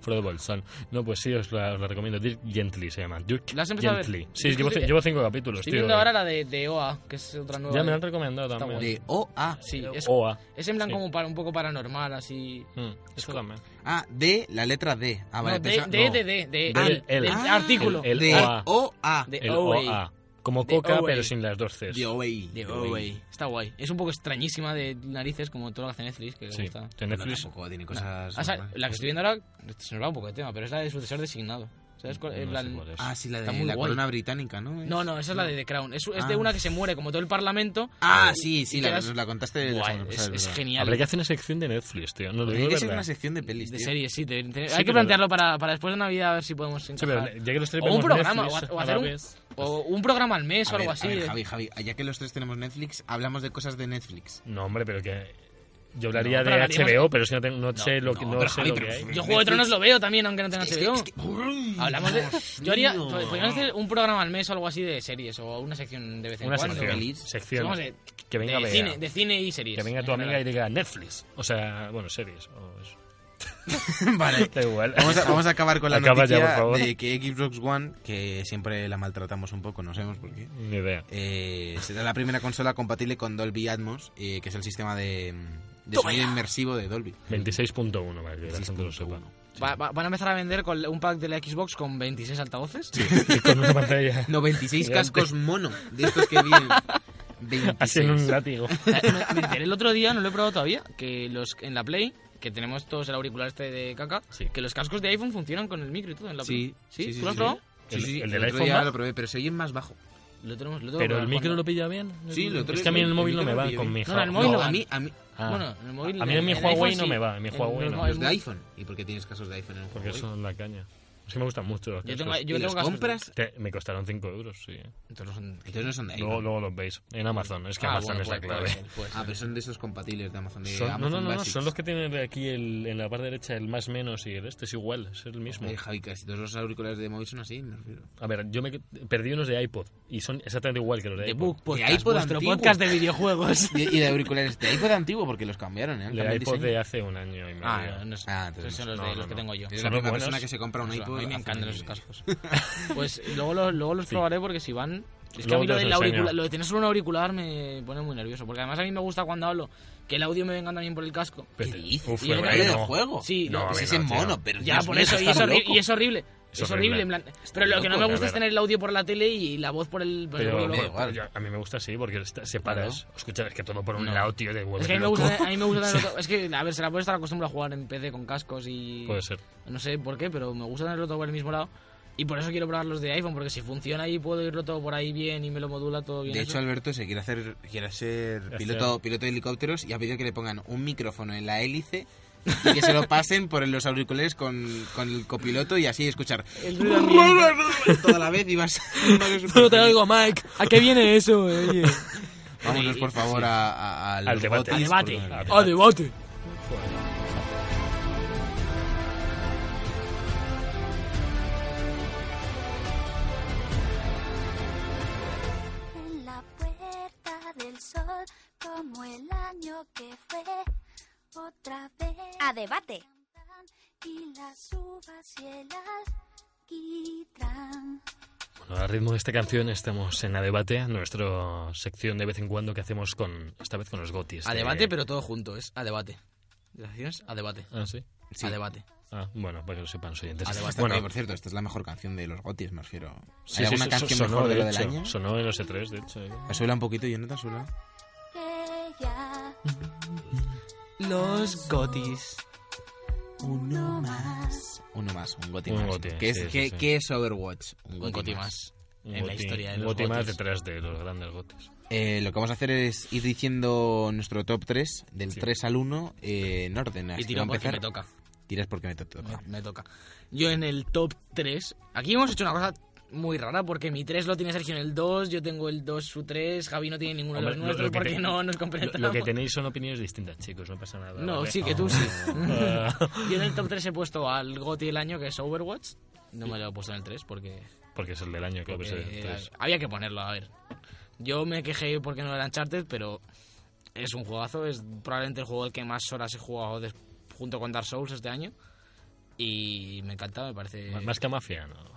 [SPEAKER 2] Frodo Bolsón. No, pues sí, os la, os la recomiendo. Dirk Gently se llama. Dirk
[SPEAKER 4] ¿La has empezado a ver?
[SPEAKER 2] Gently. Sí,
[SPEAKER 4] Yo
[SPEAKER 2] llevo,
[SPEAKER 4] estoy-
[SPEAKER 2] ci- llevo cinco capítulos,
[SPEAKER 4] Estoy
[SPEAKER 2] tío.
[SPEAKER 4] viendo ahora la de, de OA, que es otra nueva.
[SPEAKER 2] eh. Ya me la han recomendado
[SPEAKER 4] Está
[SPEAKER 2] también.
[SPEAKER 3] De O-A.
[SPEAKER 4] Sí, es,
[SPEAKER 2] OA.
[SPEAKER 4] es en plan
[SPEAKER 2] sí.
[SPEAKER 4] como para, un poco paranormal, así...
[SPEAKER 2] Mm, eso
[SPEAKER 4] como-
[SPEAKER 2] también.
[SPEAKER 3] Ah, de la letra D. Ah, vale.
[SPEAKER 4] no, de,
[SPEAKER 3] pensaba-
[SPEAKER 4] de,
[SPEAKER 3] no.
[SPEAKER 4] de, de, de-
[SPEAKER 2] Del-
[SPEAKER 4] al-
[SPEAKER 2] el-
[SPEAKER 4] del
[SPEAKER 3] Ah.
[SPEAKER 4] artículo.
[SPEAKER 2] El-
[SPEAKER 3] De
[SPEAKER 2] OA.
[SPEAKER 3] O-A.
[SPEAKER 4] de
[SPEAKER 2] El
[SPEAKER 4] OA.
[SPEAKER 2] OA. Como
[SPEAKER 4] De
[SPEAKER 2] coca,
[SPEAKER 4] OA.
[SPEAKER 2] pero sin las dos Cs.
[SPEAKER 3] De OA.
[SPEAKER 4] De OA. Está guay. Es un poco extrañísima de narices, como todo lo que hace Netflix, que le
[SPEAKER 2] Sí,
[SPEAKER 4] gusta.
[SPEAKER 2] de
[SPEAKER 3] Netflix.
[SPEAKER 2] Netflix.
[SPEAKER 3] tampoco tiene cosas.
[SPEAKER 4] Ah, o sea,
[SPEAKER 3] normales.
[SPEAKER 4] la que estoy viendo ahora, se nos va un poco de tema, pero es la de sucesor designado. ¿Sabes cuál? En
[SPEAKER 2] No
[SPEAKER 4] plan-
[SPEAKER 2] sé cuál es.
[SPEAKER 3] Ah, sí, la de
[SPEAKER 4] está muy
[SPEAKER 3] la
[SPEAKER 4] guay.
[SPEAKER 3] corona británica, ¿no?
[SPEAKER 4] No, no, esa es la de The Crown. Es, es de
[SPEAKER 3] Ah.
[SPEAKER 4] una que se muere, como todo el parlamento.
[SPEAKER 3] Ah, sí, sí,
[SPEAKER 4] Y
[SPEAKER 3] la,
[SPEAKER 4] te das-
[SPEAKER 3] nos la contaste la
[SPEAKER 4] Guay,
[SPEAKER 3] semana
[SPEAKER 4] es,
[SPEAKER 3] pasada,
[SPEAKER 4] es
[SPEAKER 3] verdad.
[SPEAKER 4] genial.
[SPEAKER 2] Habría que hacer una sección de Netflix, tío. No lo digo,
[SPEAKER 3] Debería ser
[SPEAKER 2] ¿verdad?
[SPEAKER 3] una sección de pelis,
[SPEAKER 4] De
[SPEAKER 3] tío.
[SPEAKER 4] series, sí. te- te-
[SPEAKER 2] Sí,
[SPEAKER 4] hay que
[SPEAKER 2] pero-
[SPEAKER 4] plantearlo para, para después de Navidad, a ver si podemos
[SPEAKER 2] Sí, pero
[SPEAKER 4] encajar.
[SPEAKER 2] ya que los tres
[SPEAKER 4] O un
[SPEAKER 2] vemos
[SPEAKER 4] programa,
[SPEAKER 2] Netflix
[SPEAKER 4] o- o
[SPEAKER 2] a la
[SPEAKER 4] hacer un-
[SPEAKER 2] vez.
[SPEAKER 4] O un programa al mes
[SPEAKER 3] A
[SPEAKER 4] o algo
[SPEAKER 3] ver,
[SPEAKER 4] así. eh.
[SPEAKER 3] a ver,
[SPEAKER 4] de-
[SPEAKER 3] Javi, Javi, ya que los tres tenemos Netflix, hablamos de cosas de Netflix.
[SPEAKER 2] No, hombre, pero que... Yo hablaría
[SPEAKER 4] No,
[SPEAKER 2] de
[SPEAKER 4] pero hablaríamos-
[SPEAKER 2] HBO, pero es que no, tengo- no sé lo que,
[SPEAKER 3] no,
[SPEAKER 2] no
[SPEAKER 3] pero
[SPEAKER 2] sé
[SPEAKER 3] Javi,
[SPEAKER 2] lo
[SPEAKER 3] pero-
[SPEAKER 2] que hay.
[SPEAKER 4] Yo Juego de Tronos lo veo también, aunque no tenga
[SPEAKER 3] Es que-
[SPEAKER 4] HBO.
[SPEAKER 3] es que- Uy,
[SPEAKER 4] Hablamos de.
[SPEAKER 3] Dios
[SPEAKER 4] Yo haría.
[SPEAKER 3] mío.
[SPEAKER 4] pod- Podríamos hacer un programa al mes o algo así de series o una sección de vez en
[SPEAKER 2] Una
[SPEAKER 4] cuando.
[SPEAKER 2] sección.
[SPEAKER 3] Feliz.
[SPEAKER 4] Sí,
[SPEAKER 2] sección
[SPEAKER 4] vamos, de,
[SPEAKER 2] que venga
[SPEAKER 4] de
[SPEAKER 2] a ver.
[SPEAKER 4] cine, de cine y series.
[SPEAKER 2] Que venga
[SPEAKER 4] en
[SPEAKER 2] tu amiga y
[SPEAKER 4] general.
[SPEAKER 2] diga Netflix. O sea, bueno, series. o eso.
[SPEAKER 3] Vale.
[SPEAKER 2] Da igual.
[SPEAKER 3] Vamos a, vamos a acabar con la
[SPEAKER 2] Acaba ya,
[SPEAKER 3] noticia
[SPEAKER 2] por favor.
[SPEAKER 3] de que Xbox One, que siempre la maltratamos un poco, no sabemos por qué,
[SPEAKER 2] Ni idea.
[SPEAKER 3] eh, será la primera consola compatible con Dolby Atmos, eh, que es el sistema de, de
[SPEAKER 4] Toma
[SPEAKER 3] sonido
[SPEAKER 4] ya.
[SPEAKER 3] inmersivo de Dolby.
[SPEAKER 2] 26.1, para que la gente lo sepa.
[SPEAKER 3] 6.1.
[SPEAKER 4] Va- va- van a empezar a vender con un pack de la Xbox con 26 altavoces.
[SPEAKER 2] Y con una pantalla.
[SPEAKER 3] 96
[SPEAKER 2] Gigante.
[SPEAKER 3] cascos mono de estos que vienen.
[SPEAKER 2] Así en un
[SPEAKER 3] 26.
[SPEAKER 2] látigo.
[SPEAKER 4] me, me enteré el otro día, no lo he probado todavía, que los en la Play, que tenemos todos el auricular este de caca,
[SPEAKER 2] Sí.
[SPEAKER 4] que los cascos de iPhone funcionan con el micro y todo en la
[SPEAKER 3] Sí,
[SPEAKER 4] Play. ¿Sí?
[SPEAKER 3] sí, sí,
[SPEAKER 4] ¿Tú lo has
[SPEAKER 3] sí.
[SPEAKER 4] probado?
[SPEAKER 3] Sí,
[SPEAKER 2] El-
[SPEAKER 3] sí,
[SPEAKER 2] el
[SPEAKER 3] el,
[SPEAKER 2] del
[SPEAKER 3] otro
[SPEAKER 2] iPhone
[SPEAKER 3] día
[SPEAKER 2] bajo.
[SPEAKER 3] lo probé, pero se oyen más bajo.
[SPEAKER 4] Lo tenemos, lo tengo
[SPEAKER 2] Pero el
[SPEAKER 4] probado,
[SPEAKER 2] micro
[SPEAKER 4] Juan.
[SPEAKER 2] lo pilla bien.
[SPEAKER 3] Sí, lo otro-
[SPEAKER 2] Es que a mí en el
[SPEAKER 3] el
[SPEAKER 2] móvil no
[SPEAKER 3] micro
[SPEAKER 2] me
[SPEAKER 3] lo
[SPEAKER 2] va
[SPEAKER 3] pillo
[SPEAKER 2] con
[SPEAKER 3] bien.
[SPEAKER 2] mi
[SPEAKER 4] No, en el
[SPEAKER 2] Huawei.
[SPEAKER 4] móvil
[SPEAKER 3] No,
[SPEAKER 4] lo
[SPEAKER 3] a
[SPEAKER 4] van.
[SPEAKER 3] mí, a mí,
[SPEAKER 2] Ah,
[SPEAKER 4] Bueno, en el móvil.
[SPEAKER 2] a mí en mi
[SPEAKER 4] el
[SPEAKER 2] Huawei
[SPEAKER 4] iPhone
[SPEAKER 2] no
[SPEAKER 4] sí.
[SPEAKER 2] me va, en mi
[SPEAKER 4] En
[SPEAKER 2] Huawei
[SPEAKER 4] los
[SPEAKER 2] no.
[SPEAKER 4] móviles
[SPEAKER 3] los de iPhone. ¿Y por qué tienes casos de iPhone en el
[SPEAKER 2] porque
[SPEAKER 3] Huawei?
[SPEAKER 2] son la caña. Es que me gustan mucho los cascos.
[SPEAKER 4] Yo tengo, yo
[SPEAKER 3] ¿Y
[SPEAKER 4] tengo
[SPEAKER 3] los
[SPEAKER 4] cascos de-
[SPEAKER 3] compras?
[SPEAKER 2] Te- me costaron 5 euros, sí.
[SPEAKER 4] Entonces son-
[SPEAKER 3] Entonces no son de
[SPEAKER 2] Luego,
[SPEAKER 3] iPhone.
[SPEAKER 2] luego los veis en Amazon. Es que
[SPEAKER 4] Ah,
[SPEAKER 2] Amazon
[SPEAKER 4] bueno,
[SPEAKER 2] es la
[SPEAKER 4] puede- puede
[SPEAKER 2] clave.
[SPEAKER 4] ser, puede ser.
[SPEAKER 3] Ah, pero son de esos compatibles de Amazon. De
[SPEAKER 2] Son- no,
[SPEAKER 3] Amazon
[SPEAKER 2] no, no, no,
[SPEAKER 3] Basics.
[SPEAKER 2] son los que tienen aquí el- en la parte derecha el más menos y el este es igual, es el mismo.
[SPEAKER 3] Oye, Javi, casi todos los auriculares de móvil son así, me refiero.
[SPEAKER 2] A ver, yo me perdí unos de iPod y son exactamente igual que los de
[SPEAKER 4] The
[SPEAKER 2] iPod.
[SPEAKER 4] Book Podcast,
[SPEAKER 3] iPod
[SPEAKER 4] vuestro
[SPEAKER 3] antiguo.
[SPEAKER 4] podcast de videojuegos.
[SPEAKER 3] Y, y de auriculares de iPod antiguo, porque los cambiaron, ¿eh?
[SPEAKER 2] El
[SPEAKER 3] Cambió
[SPEAKER 2] de
[SPEAKER 3] el
[SPEAKER 2] iPod
[SPEAKER 3] diseño.
[SPEAKER 2] de hace un año y medio.
[SPEAKER 4] Ah, no, no sé.
[SPEAKER 3] Ah, entonces
[SPEAKER 4] Esos son los,
[SPEAKER 2] no,
[SPEAKER 4] de,
[SPEAKER 2] no,
[SPEAKER 4] los que
[SPEAKER 2] no.
[SPEAKER 4] tengo yo.
[SPEAKER 3] Eres
[SPEAKER 2] Son
[SPEAKER 3] la
[SPEAKER 2] muy
[SPEAKER 3] primera
[SPEAKER 2] buenos.
[SPEAKER 3] persona que se compra un
[SPEAKER 4] Pues,
[SPEAKER 3] iPod.
[SPEAKER 4] a mí me
[SPEAKER 3] hace
[SPEAKER 4] encantan
[SPEAKER 3] un
[SPEAKER 4] esos
[SPEAKER 3] año.
[SPEAKER 4] cascos. Pues luego los, luego los probaré porque si van... Es que
[SPEAKER 2] Luego
[SPEAKER 4] a mí lo,
[SPEAKER 2] te los
[SPEAKER 4] del auricula-
[SPEAKER 2] enseño.
[SPEAKER 4] lo de tener solo un auricular me pone muy nervioso. Porque además a mí me gusta cuando hablo que el audio me venga también por el casco.
[SPEAKER 2] Pero
[SPEAKER 3] ¿Qué
[SPEAKER 2] te-
[SPEAKER 3] dices?
[SPEAKER 2] Uf,
[SPEAKER 3] ¿Y el
[SPEAKER 2] pero
[SPEAKER 3] audio
[SPEAKER 2] no.
[SPEAKER 3] del juego?
[SPEAKER 4] Sí,
[SPEAKER 2] No,
[SPEAKER 4] lo-
[SPEAKER 2] a
[SPEAKER 3] Ese
[SPEAKER 2] ver,
[SPEAKER 3] es en
[SPEAKER 2] tío.
[SPEAKER 3] mono, pero
[SPEAKER 4] ya
[SPEAKER 3] Dios
[SPEAKER 4] por
[SPEAKER 3] mío,
[SPEAKER 4] eso, y
[SPEAKER 3] estás
[SPEAKER 4] es, horri-
[SPEAKER 3] loco.
[SPEAKER 4] y es horrible.
[SPEAKER 2] Es
[SPEAKER 4] Es,
[SPEAKER 2] horrible.
[SPEAKER 4] horrible. en plan- pero lo que no
[SPEAKER 2] loco,
[SPEAKER 4] me
[SPEAKER 2] la
[SPEAKER 4] gusta es
[SPEAKER 2] verdad.
[SPEAKER 4] tener el audio por la tele y la voz por el... por el
[SPEAKER 2] Pero,
[SPEAKER 4] móvil.
[SPEAKER 3] da igual.
[SPEAKER 2] yo- a mí me gusta así porque está- separas. Escucha, es que todo por un lado, tío, de huevo.
[SPEAKER 4] es que a mí me gusta, a mí me gusta tenerlo todo- Es que, a ver, se la puede estar acostumbrado a jugar en PC con cascos y...
[SPEAKER 2] Puede ser.
[SPEAKER 4] No sé por qué, pero me gusta tenerlo todo por el mismo lado. Y por eso quiero probar los de iPhone, porque si funciona y puedo irlo todo por ahí bien y me lo modula todo bien.
[SPEAKER 3] De
[SPEAKER 4] eso.
[SPEAKER 3] hecho, Alberto se quiere hacer quiere ser piloto, piloto de helicópteros y ha pedido que le pongan un micrófono en la hélice y que se lo pasen por los auriculares con, con el copiloto y así escuchar
[SPEAKER 4] El ruido ambiente.
[SPEAKER 3] toda la vez y vas...
[SPEAKER 4] Solo te oigo, Mike. ¿A qué viene eso, eh? oye?
[SPEAKER 3] Vámonos, por favor, a- a-
[SPEAKER 2] Al debate.
[SPEAKER 3] botis,
[SPEAKER 2] Al debate.
[SPEAKER 3] porque-
[SPEAKER 4] ¡A debate!
[SPEAKER 5] en la puerta del sol como el año que fue otra vez.
[SPEAKER 1] A debate.
[SPEAKER 5] Y las uvas y el alquitrán.
[SPEAKER 2] Bueno, al ritmo de esta canción estamos en A Debate, nuestra sección de vez en cuando que hacemos con, esta vez con los gotis.
[SPEAKER 4] A
[SPEAKER 2] Eh,
[SPEAKER 4] debate, pero todo junto, es a debate. Gracias, a debate.
[SPEAKER 2] Ah, sí.
[SPEAKER 3] Sí.
[SPEAKER 4] A debate.
[SPEAKER 2] Ah, bueno, para que lo sepan los oyentes.
[SPEAKER 4] A debate.
[SPEAKER 3] Bastante,
[SPEAKER 2] Bueno,
[SPEAKER 3] por cierto, esta es la mejor canción de los Gotis, me refiero. ¿Hay
[SPEAKER 2] sí, sí,
[SPEAKER 3] alguna
[SPEAKER 2] so-
[SPEAKER 3] canción
[SPEAKER 2] sonó,
[SPEAKER 3] mejor de,
[SPEAKER 2] de
[SPEAKER 3] lo del
[SPEAKER 2] hecho,
[SPEAKER 3] año?
[SPEAKER 2] Sonó en los E3, de hecho. eh.
[SPEAKER 3] Suela un poquito, Jonathan, suela.
[SPEAKER 5] Que ya
[SPEAKER 4] Los gotis.
[SPEAKER 3] Uno más. Uno más, un Goti
[SPEAKER 2] Un
[SPEAKER 3] más.
[SPEAKER 2] goti,
[SPEAKER 3] ¿Qué, es,
[SPEAKER 2] sí, sí,
[SPEAKER 3] qué-
[SPEAKER 2] sí.
[SPEAKER 3] qué es Overwatch?
[SPEAKER 4] Un goti más.
[SPEAKER 2] Un
[SPEAKER 4] En la
[SPEAKER 2] goti-
[SPEAKER 4] historia de
[SPEAKER 2] un
[SPEAKER 4] los
[SPEAKER 2] goti más
[SPEAKER 4] gotis.
[SPEAKER 2] detrás de los grandes gotis.
[SPEAKER 3] Eh, lo que vamos a hacer es ir diciendo nuestro top 3, del
[SPEAKER 2] Sí.
[SPEAKER 3] 3 al 1, eh, en orden. Así
[SPEAKER 4] Y
[SPEAKER 3] que
[SPEAKER 4] tiro
[SPEAKER 3] va a
[SPEAKER 4] porque me
[SPEAKER 3] empezar-
[SPEAKER 4] toca.
[SPEAKER 3] Tiras porque me to- toca.
[SPEAKER 4] Me, me toca. Yo en el top 3. Aquí hemos hecho una cosa muy rara porque mi 3 lo tiene Sergio en el 2, yo tengo el 2, su 3, Javi no tiene ninguno de
[SPEAKER 2] Hombre,
[SPEAKER 4] los
[SPEAKER 2] lo-
[SPEAKER 4] nuestros
[SPEAKER 2] lo que
[SPEAKER 4] porque
[SPEAKER 2] te-
[SPEAKER 4] no nos
[SPEAKER 2] Lo,
[SPEAKER 4] completamos.
[SPEAKER 2] lo que tenéis son opiniones distintas, chicos, no pasa nada.
[SPEAKER 4] No,
[SPEAKER 2] ¿vale?
[SPEAKER 4] sí, que tú sí.
[SPEAKER 2] Ah,
[SPEAKER 4] Yo en el top 3 he puesto al GOTY del año que es Overwatch. No me lo he puesto en el 3 porque,
[SPEAKER 2] porque es el del año, creo que pues, eh, es el
[SPEAKER 4] porque
[SPEAKER 2] E3.
[SPEAKER 4] había que ponerlo, a ver. Yo me quejé porque no era Uncharted, pero es un juegazo, es probablemente el juego al que más horas he jugado des- junto con Dark Souls este año. Y me encanta, me parece...
[SPEAKER 2] Más- Más que a Mafia, ¿no?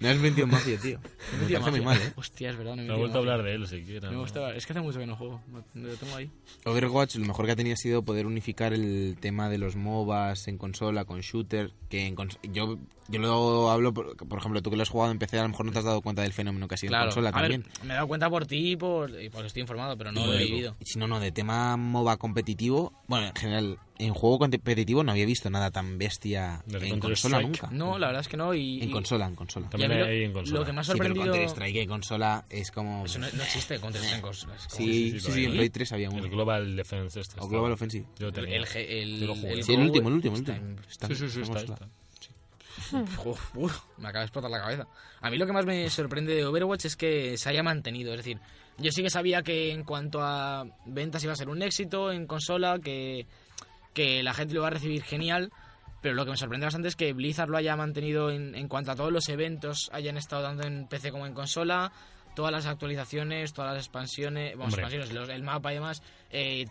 [SPEAKER 3] No has metido mafia, tío. Me
[SPEAKER 4] Tío,
[SPEAKER 3] parece muy mal,
[SPEAKER 4] macho.
[SPEAKER 3] ¿eh?
[SPEAKER 4] Hostia, es verdad. No, he
[SPEAKER 2] No he
[SPEAKER 4] metido
[SPEAKER 2] vuelto a
[SPEAKER 4] más.
[SPEAKER 2] hablar de él siquiera.
[SPEAKER 4] Me
[SPEAKER 2] ¿no?
[SPEAKER 4] gusta- Es que hace mucho que no juego. Lo- Lo tengo ahí.
[SPEAKER 3] Overwatch lo mejor que ha tenido ha sido poder unificar el tema de los MOBAs en consola con shooter, que en cons- yo yo lo hablo por, por ejemplo, tú que lo has jugado en PC a lo mejor no te has dado cuenta del fenómeno que ha sido en consola
[SPEAKER 4] a
[SPEAKER 3] también.
[SPEAKER 4] ver, me he dado cuenta por ti y, por, y porque estoy informado, pero no lo he
[SPEAKER 3] Y-
[SPEAKER 4] vivido.
[SPEAKER 3] y Si no, no, de tema MOBA competitivo, bueno, en general, en juego competitivo no había visto nada tan bestia
[SPEAKER 2] Desde
[SPEAKER 3] en
[SPEAKER 2] Counter
[SPEAKER 3] consola
[SPEAKER 2] Strike.
[SPEAKER 3] nunca.
[SPEAKER 4] No, la verdad es que no. Y,
[SPEAKER 3] En
[SPEAKER 4] y-
[SPEAKER 3] consola, en consola.
[SPEAKER 4] y a
[SPEAKER 2] También
[SPEAKER 4] mí lo-
[SPEAKER 2] hay en
[SPEAKER 4] Lo
[SPEAKER 2] consola.
[SPEAKER 4] que me ha
[SPEAKER 3] Sí, pero
[SPEAKER 4] sorprendido.
[SPEAKER 3] Counter Strike en consola es como
[SPEAKER 4] Eso no, no existe Counter Strike en consolas. como-
[SPEAKER 3] Sí,
[SPEAKER 2] sí,
[SPEAKER 3] sí,
[SPEAKER 2] sí,
[SPEAKER 3] sí,
[SPEAKER 2] lo hay.
[SPEAKER 3] en Play 3 había
[SPEAKER 2] El
[SPEAKER 3] uno.
[SPEAKER 2] Global Defense este.
[SPEAKER 3] O
[SPEAKER 2] está-
[SPEAKER 3] Global Offensive.
[SPEAKER 2] Yo lo tenía.
[SPEAKER 4] El, G- el,
[SPEAKER 2] Yo lo jugué.
[SPEAKER 4] el
[SPEAKER 3] Sí, el
[SPEAKER 4] Go-
[SPEAKER 3] último, el último, el
[SPEAKER 4] está
[SPEAKER 3] último.
[SPEAKER 4] en-
[SPEAKER 3] Está-
[SPEAKER 2] Sí, sí, sí, está,
[SPEAKER 3] consola.
[SPEAKER 2] está.
[SPEAKER 4] Uf, uf, me acaba de explotar la cabeza. A mí lo que más me sorprende de Overwatch es que se haya mantenido. Es decir, yo sí que sabía que en cuanto a ventas iba a ser un éxito en consola, que, que la gente lo va a recibir genial. Pero lo que me sorprende bastante es que Blizzard lo haya mantenido en, en cuanto a todos los eventos hayan estado dando en PC como en consola. Todas las actualizaciones, todas las expansiones, vamos,
[SPEAKER 2] Hombre.
[SPEAKER 4] expansiones, los- el mapa y demás. eh,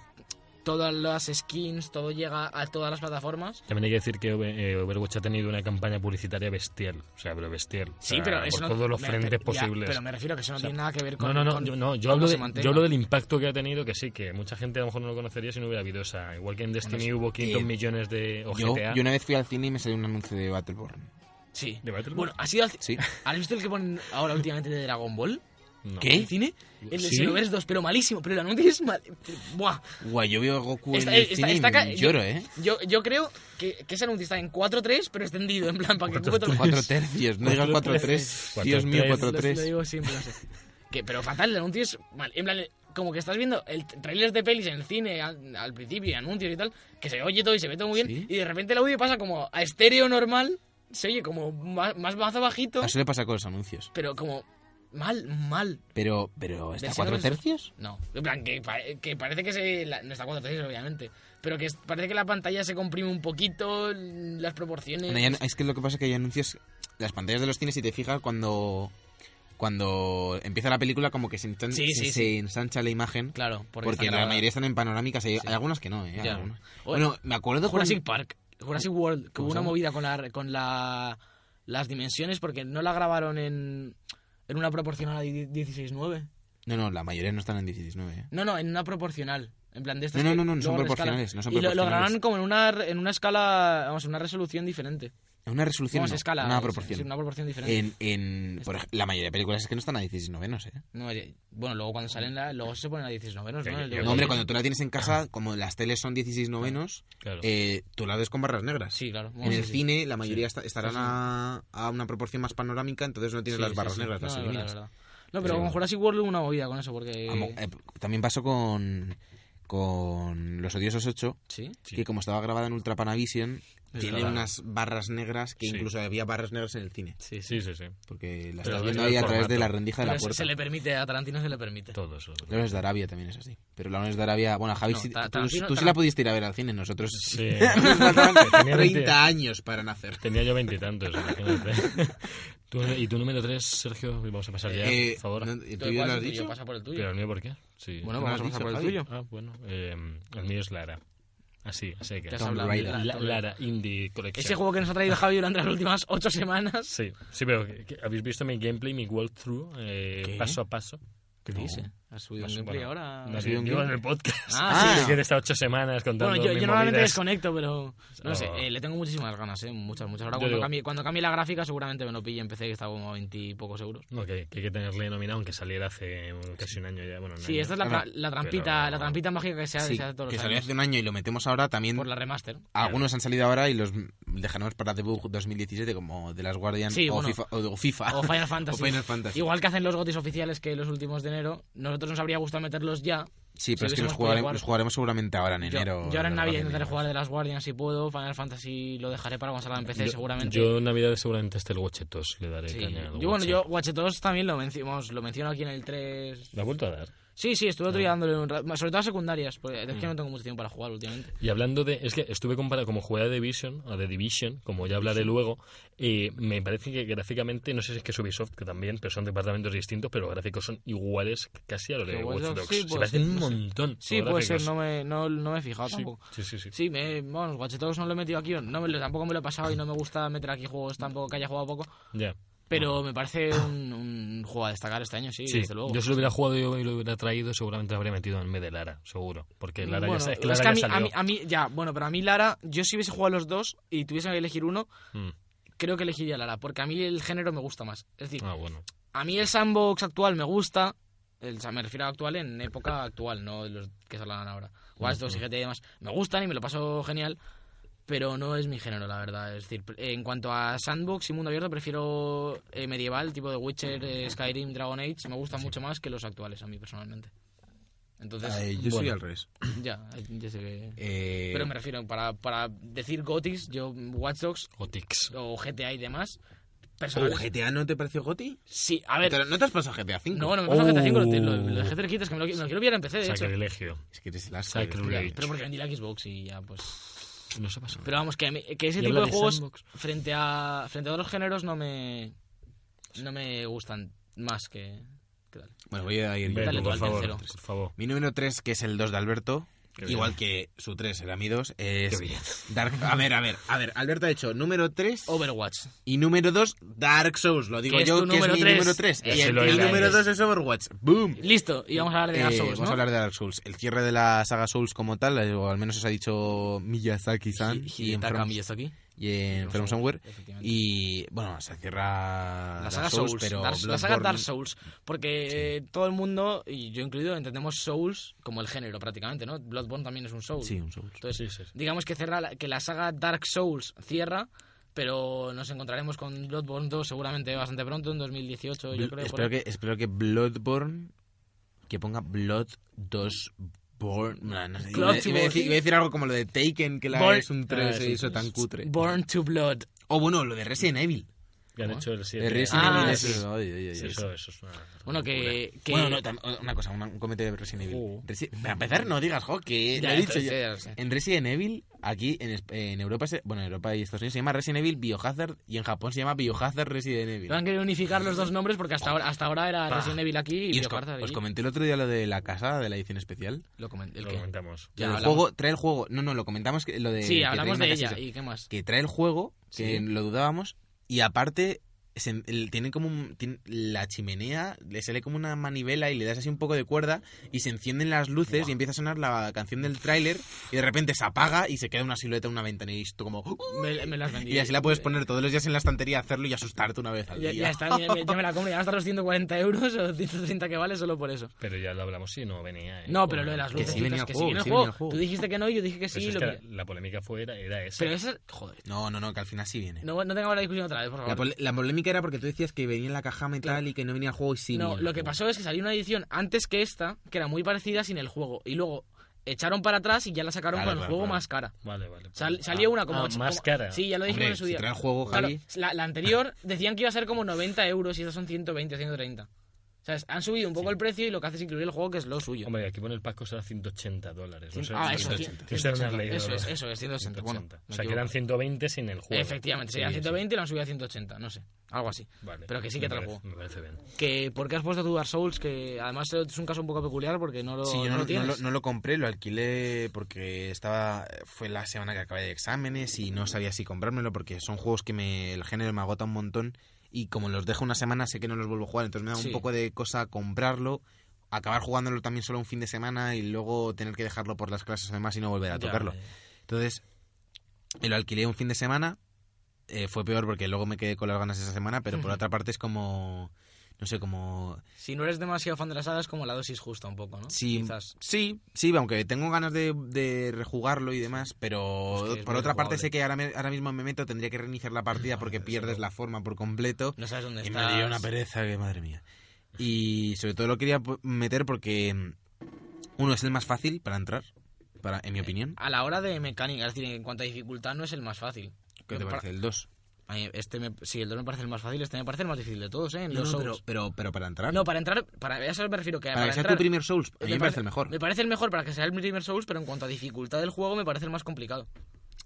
[SPEAKER 4] todas las skins, todo llega a todas las plataformas.
[SPEAKER 2] También hay que decir que Over- eh, Overwatch ha tenido una campaña publicitaria bestial. O sea, pero bestial. O
[SPEAKER 4] Sí,
[SPEAKER 2] sea,
[SPEAKER 4] pero eso
[SPEAKER 2] por
[SPEAKER 4] no-
[SPEAKER 2] todos los
[SPEAKER 4] me-
[SPEAKER 2] frentes
[SPEAKER 4] pero- ya,
[SPEAKER 2] posibles.
[SPEAKER 4] pero me refiero a que eso no
[SPEAKER 2] O sea,
[SPEAKER 4] tiene nada que ver con.
[SPEAKER 2] no, no, no,
[SPEAKER 4] con
[SPEAKER 2] yo, no, yo
[SPEAKER 4] cómo
[SPEAKER 2] hablo
[SPEAKER 4] se
[SPEAKER 2] de,
[SPEAKER 4] mantenga.
[SPEAKER 2] yo hablo del impacto que ha tenido, que sí, que mucha gente a lo mejor no lo conocería si no hubiera habido esa. Igual que en Destiny
[SPEAKER 4] es-
[SPEAKER 2] hubo 500
[SPEAKER 3] eh,
[SPEAKER 2] millones de o
[SPEAKER 3] Yo,
[SPEAKER 2] GTA.
[SPEAKER 3] yo una vez fui al cine y me salió un anuncio de Battleborn.
[SPEAKER 4] Sí.
[SPEAKER 2] ¿De Battlefield?
[SPEAKER 4] Bueno, ha sido. al-
[SPEAKER 3] Sí.
[SPEAKER 4] ¿Has visto el que ponen ahora últimamente de Dragon Ball?
[SPEAKER 2] No.
[SPEAKER 3] ¿Qué?
[SPEAKER 4] ¿En cine? El de
[SPEAKER 2] ¿Sí?
[SPEAKER 4] Xenoverse 2, pero malísimo. Pero el anuncio es mal. Buah.
[SPEAKER 3] Guay, yo veo a Goku
[SPEAKER 4] Está-
[SPEAKER 3] en
[SPEAKER 4] eh,
[SPEAKER 3] el
[SPEAKER 4] está-
[SPEAKER 3] cine
[SPEAKER 4] está
[SPEAKER 3] y
[SPEAKER 4] ca-
[SPEAKER 3] me
[SPEAKER 4] yo-
[SPEAKER 3] lloro, ¿eh?
[SPEAKER 4] Yo, yo creo que, que ese anuncio está en 4-3, pero extendido. En plan, para que tú
[SPEAKER 2] Cuatro,
[SPEAKER 4] puedas-
[SPEAKER 2] tres.
[SPEAKER 3] Cuatro tercios, no digas
[SPEAKER 2] Cuatro
[SPEAKER 3] cuatro
[SPEAKER 2] tres.
[SPEAKER 3] tres. Dios mío,
[SPEAKER 2] Cuatro
[SPEAKER 3] cuatro
[SPEAKER 4] Lo- Lo
[SPEAKER 3] tres.
[SPEAKER 4] digo siempre, no sé. Que, pero fatal, el anuncio es mal. En plan, como que estás viendo el trailers de pelis en el cine al, al principio y anuncios y tal, que se oye todo y se ve todo muy bien,
[SPEAKER 3] Sí.
[SPEAKER 4] y de repente el audio pasa como a estéreo normal, se oye como más, más bajo bajito,
[SPEAKER 3] Eso le pasa con los anuncios.
[SPEAKER 4] pero como mal, mal.
[SPEAKER 3] Pero, pero ¿está
[SPEAKER 4] Del
[SPEAKER 3] cuatro
[SPEAKER 4] Xenoverse-
[SPEAKER 3] tercios?
[SPEAKER 4] No, en plan, que, pa- que parece que se... la- no está cuatro tercios, obviamente, pero que es- parece que la pantalla se comprime un poquito, las proporciones...
[SPEAKER 3] No, ya no- es que lo que pasa es que hay anuncios. Las pantallas de los cines, si te fijas, cuando, cuando empieza la película, como que se, enchan-
[SPEAKER 4] Sí,
[SPEAKER 3] se-
[SPEAKER 4] sí,
[SPEAKER 3] se ensancha la imagen.
[SPEAKER 4] Claro, porque,
[SPEAKER 3] Porque,
[SPEAKER 4] está
[SPEAKER 3] la
[SPEAKER 4] grabada.
[SPEAKER 3] mayoría están en panorámicas. Hay,
[SPEAKER 4] Sí.
[SPEAKER 3] hay algunas que no, ¿eh? hay
[SPEAKER 4] Ya.
[SPEAKER 3] algunas.
[SPEAKER 4] O-
[SPEAKER 3] Bueno, me acuerdo con-
[SPEAKER 4] Jurassic Park, Jurassic World, que
[SPEAKER 3] ¿Cómo
[SPEAKER 4] hubo
[SPEAKER 3] se
[SPEAKER 4] una
[SPEAKER 3] llama?
[SPEAKER 4] movida con la, con la las dimensiones porque no la grabaron en en una proporcional a 16:9.
[SPEAKER 3] No, no, la mayoría no están en 19. ¿eh?
[SPEAKER 4] No, no, en una proporcional. En plan de estas
[SPEAKER 3] No, no,
[SPEAKER 4] que
[SPEAKER 3] no, no, no
[SPEAKER 4] luego
[SPEAKER 3] son
[SPEAKER 4] rescalan.
[SPEAKER 3] proporcionales, no son
[SPEAKER 4] Y lo- lo,
[SPEAKER 3] proporcionales.
[SPEAKER 4] grabaron como en una, re- en una escala, vamos, en una resolución diferente.
[SPEAKER 3] Es una resolución,
[SPEAKER 4] Vamos,
[SPEAKER 3] no,
[SPEAKER 4] escala.
[SPEAKER 3] una
[SPEAKER 4] es-
[SPEAKER 3] proporción.
[SPEAKER 4] es una proporción diferente.
[SPEAKER 3] En, en, por ej- la mayoría de películas es que no están a 16 novenos, ¿eh?
[SPEAKER 4] No, oye, bueno, luego cuando salen, la- luego se ponen a 19, ¿no?
[SPEAKER 2] Que-
[SPEAKER 4] El de-
[SPEAKER 2] que-
[SPEAKER 3] No, hombre, cuando tú la tienes en casa, como las teles son 16 novenos,
[SPEAKER 2] Claro.
[SPEAKER 3] eh, tú la ves con barras negras.
[SPEAKER 4] Sí, claro. bueno,
[SPEAKER 3] En el
[SPEAKER 4] sí, sí.
[SPEAKER 3] cine la mayoría
[SPEAKER 4] Sí.
[SPEAKER 3] esta- estarán
[SPEAKER 4] Sí, sí.
[SPEAKER 3] a, a una proporción más panorámica, entonces no tienes
[SPEAKER 4] Sí,
[SPEAKER 3] las
[SPEAKER 4] sí,
[SPEAKER 3] barras
[SPEAKER 4] sí.
[SPEAKER 3] negras,
[SPEAKER 4] No,
[SPEAKER 3] las
[SPEAKER 4] es verdad,
[SPEAKER 3] eliminas.
[SPEAKER 4] es verdad. No, pero
[SPEAKER 3] Sí.
[SPEAKER 4] con Jurassic World hubo una movida con eso porque...
[SPEAKER 3] Amo- eh, también pasó con, con Los Odiosos 8,
[SPEAKER 4] Sí.
[SPEAKER 2] Sí.
[SPEAKER 3] que como estaba grabada en Ultra Panavision,
[SPEAKER 2] Es
[SPEAKER 3] tiene
[SPEAKER 2] verdad.
[SPEAKER 3] unas barras negras que
[SPEAKER 2] Sí.
[SPEAKER 3] incluso había barras negras en el cine.
[SPEAKER 4] Sí,
[SPEAKER 2] Sí, sí, sí.
[SPEAKER 3] Porque la
[SPEAKER 2] Pero
[SPEAKER 3] estás
[SPEAKER 2] es
[SPEAKER 3] viendo
[SPEAKER 2] del
[SPEAKER 3] ahí a través
[SPEAKER 2] formato.
[SPEAKER 3] de la rendija de la
[SPEAKER 4] Pero se-
[SPEAKER 3] puerta.
[SPEAKER 4] se le permite, a Tarantino se le permite.
[SPEAKER 2] Todo eso.
[SPEAKER 3] La Lones de Arabia también es así. Pero la Lones de Arabia, bueno, Javi,
[SPEAKER 4] No,
[SPEAKER 3] sí-
[SPEAKER 4] Ta-
[SPEAKER 3] tú- tú,
[SPEAKER 4] Tarantino-
[SPEAKER 3] sí la pudiste ir a ver al cine, nosotros
[SPEAKER 2] Sí.
[SPEAKER 3] nos faltaban
[SPEAKER 2] Tenía
[SPEAKER 3] 30 años para nacer.
[SPEAKER 2] Tenía yo veintitantos, imagínate. Tú- y tu número tres, Sergio, vamos a pasar ya,
[SPEAKER 3] Eh,
[SPEAKER 2] por favor.
[SPEAKER 3] ¿no- ¿Tú
[SPEAKER 4] Entonces,
[SPEAKER 3] ya
[SPEAKER 4] ¿cuál
[SPEAKER 3] lo
[SPEAKER 4] es
[SPEAKER 3] has
[SPEAKER 4] el tuyo?
[SPEAKER 3] dicho?
[SPEAKER 4] Pasa por el tuyo.
[SPEAKER 2] Pero el mío, ¿por qué? Sí.
[SPEAKER 4] bueno,
[SPEAKER 3] ¿no has
[SPEAKER 4] vamos a
[SPEAKER 3] dicho,
[SPEAKER 4] pasar por el
[SPEAKER 3] Javi?
[SPEAKER 4] tuyo.
[SPEAKER 2] Ah, bueno. eh, el mío es Lara. Así, así que.
[SPEAKER 4] Ya has
[SPEAKER 3] Tomb
[SPEAKER 4] hablado.
[SPEAKER 3] Raider.
[SPEAKER 4] La-
[SPEAKER 2] La-
[SPEAKER 4] Tomb Raider.
[SPEAKER 2] Lara Indie Collection.
[SPEAKER 4] Ese juego que nos ha traído Javi durante las últimas ocho semanas.
[SPEAKER 2] Sí, sí, pero que- que ¿habéis visto mi gameplay, mi walkthrough, eh,
[SPEAKER 3] ¿Qué?
[SPEAKER 2] paso a paso?
[SPEAKER 3] ¿Qué
[SPEAKER 4] dice? ¿Has subido
[SPEAKER 2] Paso-
[SPEAKER 4] un gameplay
[SPEAKER 2] bueno,
[SPEAKER 4] ahora?
[SPEAKER 2] No,
[SPEAKER 3] subido un
[SPEAKER 2] digo en
[SPEAKER 3] gameplay?
[SPEAKER 2] el podcast.
[SPEAKER 4] Ah,
[SPEAKER 3] Ah.
[SPEAKER 2] sí. Que he estado ocho semanas contando
[SPEAKER 4] Bueno, yo,
[SPEAKER 2] mis
[SPEAKER 4] yo normalmente
[SPEAKER 2] movidas.
[SPEAKER 4] desconecto, pero no
[SPEAKER 2] Oh.
[SPEAKER 4] sé, eh, le tengo muchísimas ganas, eh, muchas, muchas. Ahora
[SPEAKER 2] Yo
[SPEAKER 4] cuando,
[SPEAKER 2] digo-
[SPEAKER 4] cambie, cuando cambie la gráfica seguramente me lo pille en PC, que está como a 20 y pocos euros.
[SPEAKER 2] No, que, que hay que tenerle nominado, aunque saliera hace un- casi un año ya. Bueno, un
[SPEAKER 4] Sí,
[SPEAKER 2] año.
[SPEAKER 4] esta es la,
[SPEAKER 3] Claro,
[SPEAKER 4] tra- la trampita,
[SPEAKER 2] pero-
[SPEAKER 4] la trampita mágica que se hace,
[SPEAKER 3] Sí,
[SPEAKER 4] se hace todos
[SPEAKER 3] que
[SPEAKER 4] los
[SPEAKER 3] salió
[SPEAKER 4] años.
[SPEAKER 3] hace un año y lo metemos ahora también.
[SPEAKER 4] Por la remaster.
[SPEAKER 3] Algunos han salido ahora y los dejaremos para The Book 2017 como The Last Guardian
[SPEAKER 4] Sí,
[SPEAKER 3] o,
[SPEAKER 4] bueno.
[SPEAKER 3] FIFA, o- o FIFA.
[SPEAKER 4] O Final Fantasy.
[SPEAKER 3] O Final Fantasy.
[SPEAKER 4] Igual que hacen los gotis oficiales que los últimos de enero, nosotros nos habría gustado meterlos ya.
[SPEAKER 3] Sí, pero es
[SPEAKER 4] Si
[SPEAKER 3] que los
[SPEAKER 4] hubiésemos podido
[SPEAKER 3] jugaremos,
[SPEAKER 4] jugar-
[SPEAKER 3] los jugaremos seguramente ahora en
[SPEAKER 4] Yo-
[SPEAKER 3] enero.
[SPEAKER 4] yo, ahora en
[SPEAKER 3] la
[SPEAKER 4] Navidad
[SPEAKER 3] verdad,
[SPEAKER 4] intentaré
[SPEAKER 3] enero.
[SPEAKER 4] jugar de las Guardians si puedo, Final Fantasy lo dejaré para cuando salga en PC
[SPEAKER 2] Yo-
[SPEAKER 4] seguramente.
[SPEAKER 2] Yo en Navidad seguramente este el Watchetos le daré
[SPEAKER 4] Sí.
[SPEAKER 2] caña. al
[SPEAKER 4] Yo, bueno,
[SPEAKER 2] Watch
[SPEAKER 4] yo
[SPEAKER 2] It.
[SPEAKER 4] Watch 2 también lo, mencionamos, lo menciono aquí en el 3.
[SPEAKER 2] ¿Lo ha vuelto a dar?
[SPEAKER 4] Sí, sí, estuve
[SPEAKER 2] Ah.
[SPEAKER 4] otro día dándole un rato. Sobre todo a secundarias, porque es
[SPEAKER 2] Mm.
[SPEAKER 4] que no tengo mucho tiempo para jugar últimamente.
[SPEAKER 2] Y hablando de. Es que estuve comparando. Como jugué a Division, a The Division, como ya hablaré luego, eh, me parece que gráficamente, no sé si es que es Ubisoft, que también, pero son departamentos distintos, pero los gráficos son iguales casi a los de
[SPEAKER 4] Que
[SPEAKER 2] Watch
[SPEAKER 4] Watch Dogs,
[SPEAKER 2] Dogs.
[SPEAKER 4] sí,
[SPEAKER 2] Se
[SPEAKER 4] pues,
[SPEAKER 2] parecen un
[SPEAKER 4] no sé.
[SPEAKER 2] montón. los
[SPEAKER 4] Sí, puede ser,
[SPEAKER 2] gráficos.
[SPEAKER 4] no me, no, no me he fijado tampoco.
[SPEAKER 2] Sí, sí, sí.
[SPEAKER 4] Sí, me, vamos, Watch Dogs no lo he metido aquí, no me, lo- tampoco me lo he pasado y no me gusta meter aquí juegos tampoco que haya jugado poco,
[SPEAKER 2] Ya.
[SPEAKER 4] pero me parece un, un juego a destacar este año, sí,
[SPEAKER 2] Ah. Sí,
[SPEAKER 4] desde luego.
[SPEAKER 2] yo si lo hubiera jugado y lo hubiera traído, seguramente lo habría metido en vez de Lara, seguro. Porque Lara
[SPEAKER 4] Bueno,
[SPEAKER 2] ya sabes que
[SPEAKER 4] es
[SPEAKER 2] Lara
[SPEAKER 4] que a
[SPEAKER 2] ya
[SPEAKER 4] mí, a,
[SPEAKER 2] salió.
[SPEAKER 4] mí, a mí- ya, bueno, pero a mí Lara, yo si hubiese jugado los dos y tuviese que elegir uno,
[SPEAKER 2] Mm.
[SPEAKER 4] creo que elegiría Lara, porque a mí el género me gusta más. Es decir,
[SPEAKER 2] Ah, bueno.
[SPEAKER 4] a mí el sandbox actual me gusta, el, o sea, me refiero a actual en época actual, no de los que salgan ahora. Watch Dogs y GTA y demás, me gustan y me lo paso genial, pero no es mi género, la verdad. Es decir, pre- en cuanto a sandbox y mundo abierto, prefiero eh, medieval, tipo de Witcher, eh, Skyrim, Dragon Age, me gustan mucho más que los actuales a mí personalmente. Entonces,
[SPEAKER 3] Ah, eh, yo soy
[SPEAKER 4] bueno,
[SPEAKER 3] al revés.
[SPEAKER 4] ya, ya sé que...
[SPEAKER 3] Eh,
[SPEAKER 4] Pero me refiero, para, para decir Gotis, yo Watch Dogs
[SPEAKER 2] O Tix.
[SPEAKER 4] o GTA y demás,
[SPEAKER 3] ¿o
[SPEAKER 4] personalmente...
[SPEAKER 3] GTA no te pareció Goti?
[SPEAKER 4] Sí, a ver,
[SPEAKER 3] Pero ¿No te has pasado GTA 5?
[SPEAKER 4] No, no me pasa GTA V, lo, lo, lo
[SPEAKER 2] Oh.
[SPEAKER 4] dejé cerquita, es que me lo, me lo quiero pillar en PC, de hecho.
[SPEAKER 2] Sacrilegio.
[SPEAKER 3] Es que eres el asco.
[SPEAKER 2] Sacrilege.
[SPEAKER 3] tío.
[SPEAKER 4] Pero porque vendí la Xbox y ya, pues...
[SPEAKER 2] No se pasó.
[SPEAKER 4] Pero vamos, que, a mí- que ese
[SPEAKER 2] Y
[SPEAKER 4] tipo
[SPEAKER 2] habla
[SPEAKER 4] de
[SPEAKER 2] de
[SPEAKER 4] juegos
[SPEAKER 2] sandbox.
[SPEAKER 4] frente a frente a otros géneros no me no me gustan más que... que tal.
[SPEAKER 3] Bueno, voy a ir yo.
[SPEAKER 4] Dale
[SPEAKER 2] Ven,
[SPEAKER 4] tú
[SPEAKER 2] por
[SPEAKER 4] al
[SPEAKER 2] favor,
[SPEAKER 4] tercero.
[SPEAKER 2] por favor.
[SPEAKER 3] Mi número 3, que es el 2 de Alberto,
[SPEAKER 2] Qué
[SPEAKER 3] igual que su 3 era mi 2, es
[SPEAKER 2] Qué bien.
[SPEAKER 3] Dark... A ver, a ver, a ver, Alberto ha hecho número 3
[SPEAKER 4] Overwatch.
[SPEAKER 3] y número 2 Dark Souls, lo digo
[SPEAKER 4] Que Oh. es
[SPEAKER 3] yo
[SPEAKER 4] tu
[SPEAKER 3] que es
[SPEAKER 4] número
[SPEAKER 3] mi
[SPEAKER 4] tres.
[SPEAKER 3] número 3. Y
[SPEAKER 2] Ese
[SPEAKER 3] el,
[SPEAKER 2] lo
[SPEAKER 3] el
[SPEAKER 2] era
[SPEAKER 3] número
[SPEAKER 2] antes.
[SPEAKER 3] 2 es Overwatch. ¡Boom!
[SPEAKER 4] Listo, y vamos a hablar de Dark
[SPEAKER 3] Eh,
[SPEAKER 4] Souls,
[SPEAKER 3] Vamos
[SPEAKER 4] ¿no?
[SPEAKER 3] a hablar de Dark Souls. El cierre de la saga Souls como tal, eh, o al menos eso ha dicho Miyazaki-san
[SPEAKER 4] Hi-
[SPEAKER 3] y en
[SPEAKER 4] Hidetaka
[SPEAKER 3] From-
[SPEAKER 4] Miyazaki.
[SPEAKER 3] y en From Somewhere.
[SPEAKER 4] Efectivamente.
[SPEAKER 3] Y bueno, se cierra
[SPEAKER 4] la saga
[SPEAKER 3] Dark
[SPEAKER 4] Souls,
[SPEAKER 3] pero
[SPEAKER 4] Dark- la saga
[SPEAKER 3] Bloodborne-
[SPEAKER 4] Dark Souls, porque eh, todo el mundo, y yo incluido, entendemos Souls como el género prácticamente, ¿no? Bloodborne también es un Soul.
[SPEAKER 3] Sí, un Souls.
[SPEAKER 4] Entonces,
[SPEAKER 2] Sí, sí, sí.
[SPEAKER 4] digamos que cierra la- que la saga Dark Souls cierra, pero nos encontraremos con Bloodborne 2 seguramente bastante pronto, en 2018,
[SPEAKER 3] Bl-
[SPEAKER 4] yo creo. por
[SPEAKER 3] espero,
[SPEAKER 4] ahí.
[SPEAKER 3] que, espero que Bloodborne. Que ponga Blood 2 Born. No, no sé, iba, a-
[SPEAKER 4] Bloodborne.
[SPEAKER 3] iba a decir, iba a decir algo como lo de Taken, que la
[SPEAKER 4] Born-
[SPEAKER 3] es un 3
[SPEAKER 2] Ah,
[SPEAKER 3] se
[SPEAKER 2] sí.
[SPEAKER 3] hizo tan cutre.
[SPEAKER 4] Born to Blood.
[SPEAKER 3] O bueno, lo de Resident Evil.
[SPEAKER 2] Ya han hecho el 7.
[SPEAKER 3] De Resident
[SPEAKER 4] Ah,
[SPEAKER 3] Evil.
[SPEAKER 4] sí.
[SPEAKER 3] es- ay, ay, ay,
[SPEAKER 2] Sí,
[SPEAKER 3] ay.
[SPEAKER 2] eso, eso es una...
[SPEAKER 4] Bueno, que... que- Uh.
[SPEAKER 3] Bueno, no, tam- una cosa, una- un comentario de Resident Evil.
[SPEAKER 2] Jo.
[SPEAKER 3] Resi- para empezar, no digas, jo, que
[SPEAKER 4] Ya,
[SPEAKER 3] lo he dicho
[SPEAKER 4] sí,
[SPEAKER 3] yo.
[SPEAKER 4] ya lo sé.
[SPEAKER 3] En Resident Evil, aquí en, es- en Europa, se- bueno, en Europa y Estados Unidos se llama Resident Evil Biohazard y en Japón se llama Biohazard Resident Evil.
[SPEAKER 4] Lo han querido unificar los dos nombres porque hasta ahora, hasta ahora era
[SPEAKER 2] Pa.
[SPEAKER 4] Resident Evil aquí y,
[SPEAKER 3] Y os, co-
[SPEAKER 4] Biohazard
[SPEAKER 3] os
[SPEAKER 4] allí.
[SPEAKER 3] comenté el otro día lo de la casa de la edición especial.
[SPEAKER 4] Lo comen- ¿el
[SPEAKER 2] Lo
[SPEAKER 4] qué?
[SPEAKER 2] comentamos.
[SPEAKER 4] Ya
[SPEAKER 3] el
[SPEAKER 4] hablamos.
[SPEAKER 3] juego, trae el juego. No, no, lo comentamos que, lo de.
[SPEAKER 4] Sí,
[SPEAKER 3] Eh, que
[SPEAKER 4] hablamos
[SPEAKER 3] trae
[SPEAKER 4] de
[SPEAKER 3] una casa
[SPEAKER 4] ella.
[SPEAKER 3] y eso.
[SPEAKER 4] ¿Y qué más?
[SPEAKER 3] Que trae el juego, que
[SPEAKER 4] Sí.
[SPEAKER 3] lo dudábamos. Y aparte, se- el- tiene como un- tiene- la chimenea, le sale como una manivela y le das así un poco de cuerda y se encienden las luces y empieza a sonar la canción del tráiler y de repente se apaga y se queda una silueta en una ventana y esto como... "Uh",
[SPEAKER 4] Me, me las vendí.
[SPEAKER 3] Y así la puedes poner todos los días en la estantería, hacerlo y asustarte una vez al
[SPEAKER 4] Ya,
[SPEAKER 3] día.
[SPEAKER 4] ya está, ya, ya me la compro, ya van a estar los 140 euros o 130 que vale solo por eso.
[SPEAKER 2] Pero ya lo hablamos y no venía. eh,
[SPEAKER 4] No,
[SPEAKER 2] por-
[SPEAKER 4] pero lo de las
[SPEAKER 3] Eh, pues Que sí
[SPEAKER 4] luces,
[SPEAKER 3] venía el
[SPEAKER 4] que sí
[SPEAKER 3] juego,
[SPEAKER 4] viene el
[SPEAKER 3] sí
[SPEAKER 4] juego.
[SPEAKER 3] venía el juego. Pues
[SPEAKER 4] Tú dijiste que no y yo dije que
[SPEAKER 2] Eso
[SPEAKER 4] sí.
[SPEAKER 2] es
[SPEAKER 4] lo
[SPEAKER 2] que
[SPEAKER 4] pillé.
[SPEAKER 2] la, la polémica fue, era, era esa.
[SPEAKER 4] Pero esa... Joder.
[SPEAKER 3] No, no, no, que al final sí viene.
[SPEAKER 4] No, no tengamos la discusión otra vez, por favor.
[SPEAKER 3] La, pol- la polémica era porque tú decías que venía en la caja metal y que no venía el juego y sí.
[SPEAKER 4] no,
[SPEAKER 3] venía el
[SPEAKER 4] lo que
[SPEAKER 3] juego.
[SPEAKER 4] pasó es que salió una edición antes que esta, que era muy parecida sin el juego. Y luego echaron para atrás y ya la sacaron
[SPEAKER 3] Claro,
[SPEAKER 4] con el
[SPEAKER 3] claro,
[SPEAKER 4] juego
[SPEAKER 3] claro.
[SPEAKER 4] más cara.
[SPEAKER 2] Vale, vale.
[SPEAKER 4] Sal- salió una como...
[SPEAKER 2] ah,
[SPEAKER 4] och-
[SPEAKER 2] más
[SPEAKER 4] como-
[SPEAKER 2] cara.
[SPEAKER 4] Sí, ya lo dijimos
[SPEAKER 3] Hombre,
[SPEAKER 4] en su
[SPEAKER 3] si
[SPEAKER 4] día.
[SPEAKER 3] trae el juego,
[SPEAKER 4] Claro,
[SPEAKER 3] Javi.
[SPEAKER 4] la, la anterior decían que iba a ser como 90 euros y estas son 120, 130. O sea, es- han subido un poco el precio y lo que hace es incluir el juego que es lo suyo.
[SPEAKER 2] Hombre, aquí pone el Pasco será 180 dólares.
[SPEAKER 3] Pues
[SPEAKER 2] no sé,
[SPEAKER 4] ah,
[SPEAKER 2] no
[SPEAKER 4] eso,
[SPEAKER 2] sé.
[SPEAKER 3] 180.
[SPEAKER 2] Tú serás más
[SPEAKER 4] 180.
[SPEAKER 2] leído,
[SPEAKER 4] Eso es,
[SPEAKER 2] ¿verdad?
[SPEAKER 4] eso es, 180. Bueno,
[SPEAKER 2] o sea,
[SPEAKER 4] me
[SPEAKER 2] quedan
[SPEAKER 4] equivoco.
[SPEAKER 2] 120 sin el juego.
[SPEAKER 4] Efectivamente,
[SPEAKER 2] Sí,
[SPEAKER 4] serían
[SPEAKER 2] sí.
[SPEAKER 4] 120 y lo han subido a 180, no sé, algo así.
[SPEAKER 2] Vale,
[SPEAKER 4] Pero que sí
[SPEAKER 2] me
[SPEAKER 4] que trae el
[SPEAKER 2] parece-
[SPEAKER 4] juego.
[SPEAKER 2] Me parece bien.
[SPEAKER 4] Que, ¿Por qué has puesto tu Dark Souls? Que además es un caso un poco peculiar porque no lo,
[SPEAKER 3] Sí, yo
[SPEAKER 4] no
[SPEAKER 3] no,
[SPEAKER 4] lo
[SPEAKER 3] no
[SPEAKER 4] tienes.
[SPEAKER 3] lo, no lo compré, lo alquilé porque estaba fue la semana que acabé de exámenes y no sabía si comprármelo porque son juegos que me, el género me agota un montón y como los dejo una semana sé que no los vuelvo a jugar, entonces me da
[SPEAKER 4] Sí.
[SPEAKER 3] un poco de cosa comprarlo, acabar jugándolo también solo un fin de semana y luego tener que dejarlo por las clases además y no volver a
[SPEAKER 4] Ya,
[SPEAKER 3] tocarlo.
[SPEAKER 4] eh,
[SPEAKER 3] Entonces, eh, lo alquilé un fin de semana. eh, fue peor porque luego me quedé con las ganas esa semana, pero por
[SPEAKER 4] Ujú.
[SPEAKER 3] otra parte es como. No sé, como.
[SPEAKER 4] Si no eres demasiado fan de las sagas, como la dosis justa un poco, ¿no?
[SPEAKER 3] Sí,
[SPEAKER 4] Quizás.
[SPEAKER 3] sí, sí, aunque tengo ganas de, de rejugarlo y demás, pero
[SPEAKER 4] Es que es
[SPEAKER 3] por
[SPEAKER 4] muy
[SPEAKER 3] otra parte
[SPEAKER 4] rejugable.
[SPEAKER 3] sé que ahora, me- ahora mismo me meto, tendría que reiniciar la partida porque pierdes la forma por completo.
[SPEAKER 4] No sabes dónde
[SPEAKER 3] Y
[SPEAKER 4] está.
[SPEAKER 3] me dio una pereza que madre mía. Y sobre todo lo quería po- meter porque. mm, Uno es el más fácil para entrar, para,
[SPEAKER 4] Eh,
[SPEAKER 3] en mi opinión.
[SPEAKER 4] A la hora de mecánica, es decir, en cuanto a dificultad, no es el más fácil.
[SPEAKER 3] ¿Qué
[SPEAKER 4] Me
[SPEAKER 3] te
[SPEAKER 4] par-
[SPEAKER 3] parece? El 2.
[SPEAKER 4] A mí Este me, sí, el 2 me parece el más fácil, este me parece el más difícil de todos, ¿eh? En
[SPEAKER 3] No,
[SPEAKER 4] los
[SPEAKER 3] no, pero,
[SPEAKER 4] Souls.
[SPEAKER 3] pero, pero para entrar.
[SPEAKER 4] No, para entrar, para a eso me refiero, que
[SPEAKER 3] Para,
[SPEAKER 4] para
[SPEAKER 3] que sea
[SPEAKER 4] entrar-
[SPEAKER 3] tu primer Souls, a mí me parece el mejor.
[SPEAKER 4] Me parece el mejor para que sea el primer Souls, pero en cuanto a dificultad del juego me parece el más complicado.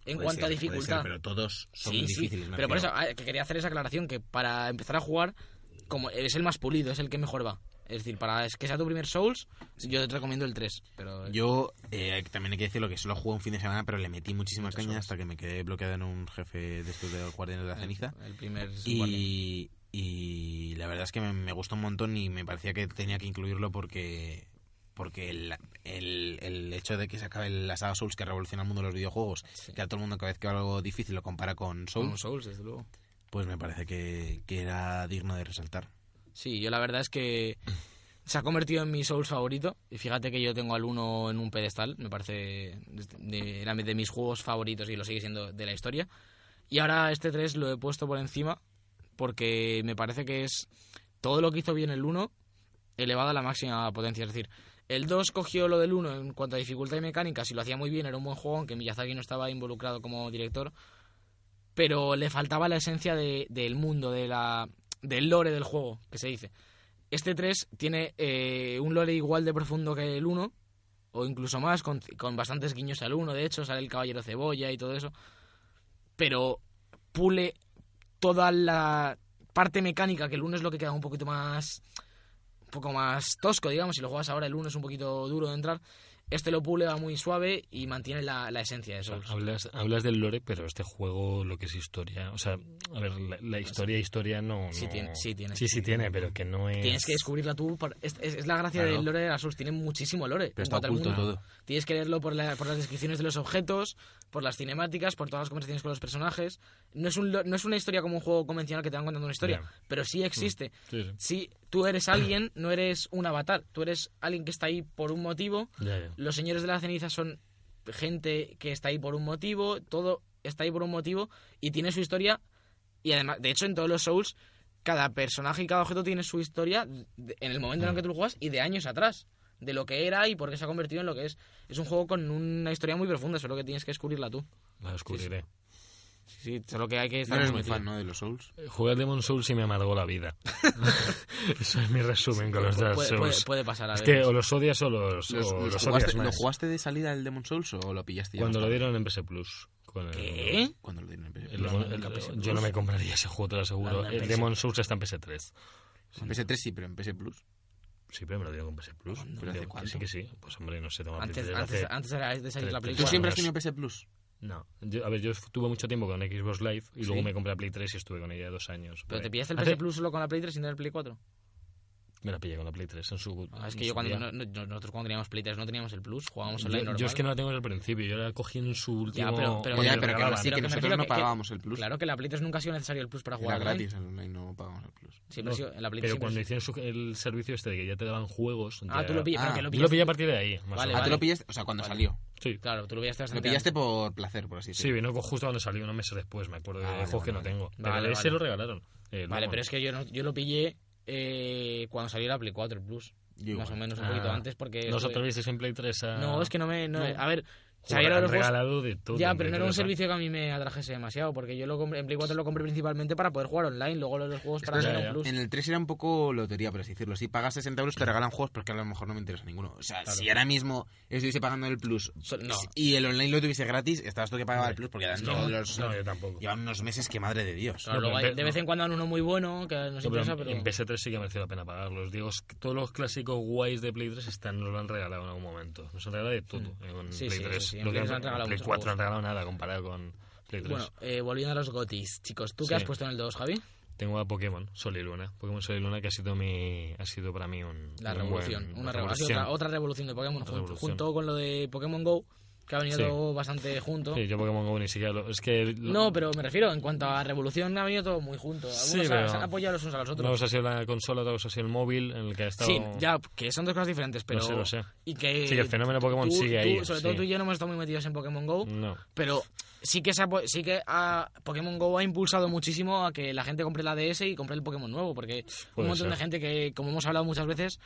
[SPEAKER 4] En
[SPEAKER 3] Puede
[SPEAKER 4] cuanto a
[SPEAKER 3] ser, puede
[SPEAKER 4] dificultad.
[SPEAKER 3] ser, pero todos son
[SPEAKER 4] sí, sí,
[SPEAKER 3] difíciles. me
[SPEAKER 4] pero por eso
[SPEAKER 3] refiero.
[SPEAKER 4] ah, que quería hacer esa aclaración, que para empezar a jugar, como es el más pulido, es el que mejor va. Es decir, para que sea tu primer Souls, yo te recomiendo el 3. Pero
[SPEAKER 3] Yo eh, hay- también hay que decirlo que solo jugué un fin de semana, pero le metí muchísima caña hasta que me quedé bloqueado en un jefe de estos de los Guardianes de la
[SPEAKER 4] el-
[SPEAKER 3] Ceniza.
[SPEAKER 4] El primer guardián.
[SPEAKER 3] Y, y la verdad es que me, me gustó un montón y me parecía que tenía que incluirlo porque porque el, el- el hecho de que se acabe la saga Souls que revoluciona el mundo de los videojuegos,
[SPEAKER 4] Sí.
[SPEAKER 3] que a todo el mundo cada vez que algo difícil lo compara con
[SPEAKER 4] Como
[SPEAKER 3] Souls,
[SPEAKER 4] Souls, desde luego.
[SPEAKER 3] pues me parece que, que era digno de resaltar.
[SPEAKER 4] Sí, yo la verdad es que se ha convertido en mi Souls favorito. Y fíjate que yo tengo al 1 en un pedestal, me parece. de- era de mis juegos favoritos y lo sigue siendo de la historia. Y ahora este 3 lo he puesto por encima porque me parece que es todo lo que hizo bien el 1 elevado a la máxima potencia. Es decir, el 2 cogió lo del 1 en cuanto a dificultad y mecánica, si lo hacía muy bien, era un buen juego, aunque Miyazaki no estaba involucrado como director. Pero le faltaba la esencia de- del mundo, de la, del lore del juego, que se dice. Este 3 tiene eh, un lore igual de profundo que el 1, o incluso más, con, con bastantes guiños al 1, de hecho, sale el Caballero Cebolla y todo eso. Pero pule toda la parte mecánica, que el 1 es lo que queda un poquito más. un poco más tosco, digamos. Si lo juegas ahora, el 1 es un poquito duro de entrar. Este lo pule, va muy suave y mantiene la, la esencia de Souls.
[SPEAKER 2] Hablas, hablas del lore, pero este juego lo que es historia, o sea, a ver, la, la historia, historia no...
[SPEAKER 4] Sí
[SPEAKER 2] no-
[SPEAKER 4] tiene- sí tiene.
[SPEAKER 2] Sí, sí tiene, pero que no es...
[SPEAKER 4] Tienes que descubrirla tú. por- es, es- es la gracia
[SPEAKER 3] Claro.
[SPEAKER 4] del lore de las Souls. Tiene muchísimo lore. en
[SPEAKER 3] Pero está
[SPEAKER 4] cuanto al
[SPEAKER 3] oculto
[SPEAKER 4] mundo.
[SPEAKER 3] todo.
[SPEAKER 4] Tienes que leerlo por, la- por las descripciones de los objetos, por las cinemáticas, por todas las conversaciones con los personajes. No es, un lo- no es una historia como un juego convencional que te van contando una historia,
[SPEAKER 2] Ya.
[SPEAKER 4] pero
[SPEAKER 3] Mm.
[SPEAKER 4] sí existe.
[SPEAKER 2] Sí, sí.
[SPEAKER 4] Si tú eres alguien, no eres un avatar. Tú eres alguien que está ahí por un motivo.
[SPEAKER 2] Ya, ya.
[SPEAKER 4] Los señores de la ceniza son gente que está ahí por un motivo. Todo está ahí por un motivo y tiene su historia. Y además, de hecho, en todos los Souls, cada personaje y cada objeto tiene su historia de- en el momento en el que tú lo juegas y de años atrás. De lo que era y por qué se ha convertido en lo que es. Es un juego con una historia muy profunda, solo que tienes que descubrirla tú.
[SPEAKER 2] La descubriré.
[SPEAKER 4] Sí, sí, solo que hay que
[SPEAKER 3] No
[SPEAKER 4] estar
[SPEAKER 3] eres muy
[SPEAKER 4] muy metido.
[SPEAKER 3] fan, ¿no? De los Souls.
[SPEAKER 2] Jugué al Demon Souls y me amargó la vida. Eso es mi resumen con los
[SPEAKER 4] Pu-
[SPEAKER 2] Dark
[SPEAKER 4] puede, puede-
[SPEAKER 2] Souls.
[SPEAKER 4] puede pasar a
[SPEAKER 2] Es
[SPEAKER 4] veces.
[SPEAKER 2] que o los odias o los,
[SPEAKER 3] ¿Los-
[SPEAKER 2] o
[SPEAKER 3] los
[SPEAKER 2] los
[SPEAKER 3] jugaste-
[SPEAKER 2] odias más.
[SPEAKER 3] ¿Lo jugaste de salida el Demon Souls o lo pillaste ya
[SPEAKER 2] Cuando
[SPEAKER 3] más
[SPEAKER 2] lo
[SPEAKER 3] tarde?
[SPEAKER 2] dieron en PS Plus. Con el-
[SPEAKER 4] ¿Qué?
[SPEAKER 3] Cuando lo dieron en PS3.
[SPEAKER 2] el Demon- el- yo no me compraría ese juego, te lo aseguro.
[SPEAKER 4] Anda, en
[SPEAKER 2] El
[SPEAKER 4] PS3.
[SPEAKER 2] Demon Souls está en PS3.
[SPEAKER 3] En PS3 sí, pero en PS Plus.
[SPEAKER 2] Sí, pero me lo dieron con PS Plus.
[SPEAKER 3] ¿Pero
[SPEAKER 2] Creo
[SPEAKER 3] hace
[SPEAKER 2] que
[SPEAKER 3] cuánto?
[SPEAKER 2] sí que sí. Pues hombre, no sé, tengo
[SPEAKER 4] Antes,
[SPEAKER 2] desde
[SPEAKER 4] antes,
[SPEAKER 2] hace-
[SPEAKER 4] antes era de salir la
[SPEAKER 2] tres-
[SPEAKER 4] película.
[SPEAKER 3] ¿Tú siempre
[SPEAKER 2] Bueno,
[SPEAKER 3] has tenido PS Plus?
[SPEAKER 2] No. Yo- a ver, yo tuve mucho tiempo con Xbox Live y luego
[SPEAKER 4] Sí.
[SPEAKER 2] me compré la Play 3 y estuve con ella dos años.
[SPEAKER 4] Pero
[SPEAKER 2] Por
[SPEAKER 4] te
[SPEAKER 2] ahí.
[SPEAKER 4] pillaste el
[SPEAKER 2] Hace-
[SPEAKER 4] PS Plus solo con la Play 3 sin tener el Play 4.
[SPEAKER 2] Me la pillé con la Play 3 en su.
[SPEAKER 4] Ah, es
[SPEAKER 2] en
[SPEAKER 4] que yo
[SPEAKER 2] su
[SPEAKER 4] cuando
[SPEAKER 2] día.
[SPEAKER 4] no- no- nosotros cuando teníamos Play 3 no teníamos el Plus, jugábamos
[SPEAKER 2] Yo-
[SPEAKER 4] online
[SPEAKER 2] yo,
[SPEAKER 4] normal.
[SPEAKER 2] es que no la tengo desde el principio. Yo la cogí en su último.
[SPEAKER 4] pero- pero-
[SPEAKER 2] cuando
[SPEAKER 4] Ya,
[SPEAKER 2] lo
[SPEAKER 3] pero que
[SPEAKER 2] regalaban.
[SPEAKER 3] aún así que
[SPEAKER 4] Pero que me
[SPEAKER 3] nosotros
[SPEAKER 4] refiero
[SPEAKER 3] no
[SPEAKER 4] que- que-
[SPEAKER 3] pagábamos el Plus.
[SPEAKER 4] Claro ¿eh? que la Play 3 nunca ha sido necesario el Plus para jugar
[SPEAKER 3] Era
[SPEAKER 4] online.
[SPEAKER 3] gratis, online no pagábamos el Plus.
[SPEAKER 4] Siempre ha sido- en la Play
[SPEAKER 2] pero
[SPEAKER 4] 3
[SPEAKER 2] cuando
[SPEAKER 4] siempre
[SPEAKER 2] hicieron su- el servicio este de que ya te daban juegos.
[SPEAKER 4] ha sido- Ah,
[SPEAKER 2] ya-
[SPEAKER 4] tú lo pillas, pero
[SPEAKER 3] Ah,
[SPEAKER 4] que
[SPEAKER 2] Yo
[SPEAKER 4] lo
[SPEAKER 2] lo
[SPEAKER 4] pillas.
[SPEAKER 2] pillé a partir de ahí. más o
[SPEAKER 4] Vale,
[SPEAKER 2] menos.
[SPEAKER 3] Ah,
[SPEAKER 4] vale.
[SPEAKER 3] tú lo pillaste, o sea, cuando salió.
[SPEAKER 2] Sí.
[SPEAKER 4] Claro, tú lo pillaste
[SPEAKER 3] Lo
[SPEAKER 4] bastante
[SPEAKER 3] pillaste
[SPEAKER 4] antes.
[SPEAKER 3] por placer, por así
[SPEAKER 2] Sí,
[SPEAKER 3] decirlo.
[SPEAKER 2] vino justo cuando salió, unos meses después, me acuerdo de
[SPEAKER 3] Ah, vale,
[SPEAKER 2] juegos que
[SPEAKER 3] vale,
[SPEAKER 2] no tengo. Pero
[SPEAKER 4] Vale,
[SPEAKER 2] ese
[SPEAKER 4] vale.
[SPEAKER 2] lo regalaron. el
[SPEAKER 4] Vale,
[SPEAKER 2] Demon.
[SPEAKER 4] pero es que yo, no- yo lo pillé eh, cuando salió la Play 4 el Plus.
[SPEAKER 3] Yo
[SPEAKER 4] más o
[SPEAKER 3] igual.
[SPEAKER 4] menos un
[SPEAKER 2] Ah.
[SPEAKER 4] poquito antes porque...
[SPEAKER 2] ¿No os
[SPEAKER 4] estuve-
[SPEAKER 2] atrevisteis en Play 3 a...?
[SPEAKER 4] eh, No, es que no me... no-
[SPEAKER 2] No.
[SPEAKER 4] A ver,
[SPEAKER 2] Joder,
[SPEAKER 4] sabía
[SPEAKER 2] han
[SPEAKER 4] lo de los juegos-
[SPEAKER 2] regalado de todo.
[SPEAKER 4] Ya,
[SPEAKER 2] en
[SPEAKER 4] pero no era un
[SPEAKER 2] Play 3, ¿eh?
[SPEAKER 4] servicio que a mí me atrajese demasiado, porque yo lo compré, en Play 4 lo compré principalmente para poder jugar online, luego lo de los juegos para
[SPEAKER 2] Ya,
[SPEAKER 4] tener
[SPEAKER 2] ya.
[SPEAKER 4] un plus.
[SPEAKER 3] En el 3 era un poco lotería, por así decirlo. Si pagas 60 euros, te regalan juegos porque a lo mejor no me interesa ninguno. O sea,
[SPEAKER 2] Claro.
[SPEAKER 3] si ahora mismo estuviese pagando el Plus
[SPEAKER 4] So- no.
[SPEAKER 3] y el online lo tuviese gratis, estabas tú que pagaba el
[SPEAKER 2] Hombre,
[SPEAKER 3] Plus porque eran
[SPEAKER 2] No,
[SPEAKER 3] los-
[SPEAKER 2] no, yo tampoco.
[SPEAKER 3] llevan unos meses que madre de Dios.
[SPEAKER 4] Claro,
[SPEAKER 2] No,
[SPEAKER 4] luego
[SPEAKER 2] pero
[SPEAKER 4] hay-
[SPEAKER 2] en
[SPEAKER 4] de
[SPEAKER 2] P-
[SPEAKER 4] vez en cuando dan uno muy bueno que nos
[SPEAKER 2] No, pero
[SPEAKER 4] interesa,
[SPEAKER 2] en,
[SPEAKER 4] Pues pero...
[SPEAKER 2] en PS3 sí que ha merecido la pena pagarlos. Digo, es que todos los clásicos guays de Play 3 están, nos lo han regalado en algún momento. Nos han regalado de todo. eh, con
[SPEAKER 4] Mm. Sí,
[SPEAKER 2] Play
[SPEAKER 4] sí,
[SPEAKER 2] 3.
[SPEAKER 4] sí, sí, en
[SPEAKER 2] Lo
[SPEAKER 4] Play
[SPEAKER 2] que
[SPEAKER 4] nos han regalado
[SPEAKER 2] Play
[SPEAKER 4] muchos
[SPEAKER 2] 4 no han
[SPEAKER 4] juegos.
[SPEAKER 2] regalado nada comparado con Play 3.
[SPEAKER 4] Bueno, eh, volviendo a los gotis, chicos, ¿tú
[SPEAKER 2] Sí.
[SPEAKER 4] qué has puesto en el 2, Javi?
[SPEAKER 2] Tengo a Pokémon Sol y Luna. Pokémon Sol y Luna que ha sido, mi, ha sido para mí un.
[SPEAKER 4] La
[SPEAKER 2] un
[SPEAKER 4] revolución,
[SPEAKER 2] buen-
[SPEAKER 4] una revolución, otra, otra revolución de Pokémon,
[SPEAKER 2] Otra
[SPEAKER 4] junto,
[SPEAKER 2] revolución.
[SPEAKER 4] junto con lo de Pokémon GO, que ha venido
[SPEAKER 2] Sí.
[SPEAKER 4] todo bastante junto.
[SPEAKER 2] Sí, yo Pokémon Go ni siquiera lo. Es que. lo-
[SPEAKER 4] No, pero me refiero, en cuanto a revolución ha venido todo muy junto. Algunos
[SPEAKER 2] Sí,
[SPEAKER 4] ha-
[SPEAKER 2] pero-
[SPEAKER 4] se han apoyado los unos a los
[SPEAKER 2] Una
[SPEAKER 4] otros.
[SPEAKER 2] cosa ha sido la consola, otra cosa ha sido el móvil, en el que ha estado.
[SPEAKER 4] Sí, ya, que son dos cosas diferentes, pero...
[SPEAKER 2] Lo sé, lo sé.
[SPEAKER 4] Y que...
[SPEAKER 2] Sí, que el fenómeno Pokémon
[SPEAKER 4] tú-
[SPEAKER 2] sigue
[SPEAKER 4] tú-
[SPEAKER 2] ahí,
[SPEAKER 4] Sobre
[SPEAKER 2] sí.
[SPEAKER 4] todo tú y yo no hemos estado muy metidos en Pokémon GO,
[SPEAKER 2] No.
[SPEAKER 4] pero sí que, se ha po- sí que ha- Pokémon GO ha impulsado muchísimo a que la gente compre la DS y compre el Pokémon nuevo, porque un
[SPEAKER 2] Puede
[SPEAKER 4] montón
[SPEAKER 2] ser.
[SPEAKER 4] de gente que, como hemos hablado muchas veces,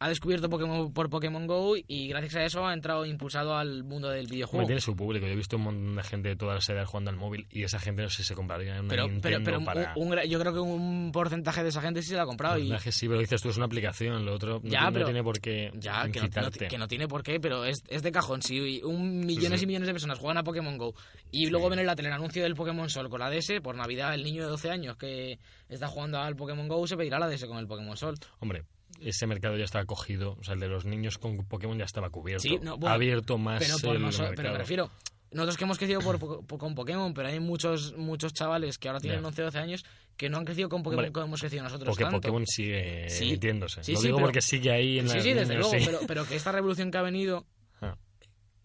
[SPEAKER 4] ha descubierto Pokémon por Pokémon GO y gracias a eso ha entrado impulsado al mundo del videojuego.
[SPEAKER 2] Hombre, tiene su público. Yo he visto un montón de gente de todas las edades jugando al móvil y esa gente no sé si se compraría una
[SPEAKER 4] Pero,
[SPEAKER 2] Nintendo
[SPEAKER 4] pero, pero un-
[SPEAKER 2] para... Pues
[SPEAKER 4] un gra- yo creo que un porcentaje de esa gente sí se la ha comprado. Y,
[SPEAKER 2] personaje, sí, pero dices tú, es una aplicación, lo otro no
[SPEAKER 4] Ya,
[SPEAKER 2] tiene- no,
[SPEAKER 4] pero-
[SPEAKER 2] tiene por qué
[SPEAKER 4] Ya, que no, no-
[SPEAKER 2] incitarte.
[SPEAKER 4] que no tiene por qué, pero es, es de cajón. Si un millones y millones de personas juegan a Pokémon Go y luego ven en la tele el anuncio del Pokémon Sol con la DS, por Navidad el niño de 12 años que está jugando al Pokémon Go se pedirá la DS con el Pokémon Sol.
[SPEAKER 2] Hombre, ese mercado ya estaba cogido, o sea, el de los niños con Pokémon ya estaba cubierto.
[SPEAKER 4] Sí, no, bueno,
[SPEAKER 2] ha abierto más
[SPEAKER 4] Pero, por
[SPEAKER 2] el
[SPEAKER 4] noso- pero
[SPEAKER 2] mercado.
[SPEAKER 4] me refiero, nosotros que hemos crecido por, po- po- con Pokémon, pero hay muchos muchos chavales que ahora tienen
[SPEAKER 2] Ya.
[SPEAKER 4] 11 12 años que no han crecido con Pokémon
[SPEAKER 2] Hombre,
[SPEAKER 4] como hemos crecido nosotros.
[SPEAKER 2] Porque
[SPEAKER 4] tanto.
[SPEAKER 2] Pokémon sigue
[SPEAKER 4] Sí.
[SPEAKER 2] emitiéndose.
[SPEAKER 4] Sí,
[SPEAKER 2] lo
[SPEAKER 4] sí,
[SPEAKER 2] digo
[SPEAKER 4] pero-
[SPEAKER 2] porque sigue ahí en
[SPEAKER 4] Sí,
[SPEAKER 2] la...
[SPEAKER 4] sí, desde
[SPEAKER 2] en-
[SPEAKER 4] luego,
[SPEAKER 2] sí.
[SPEAKER 4] Pero, pero que esta revolución que ha venido
[SPEAKER 2] Ah.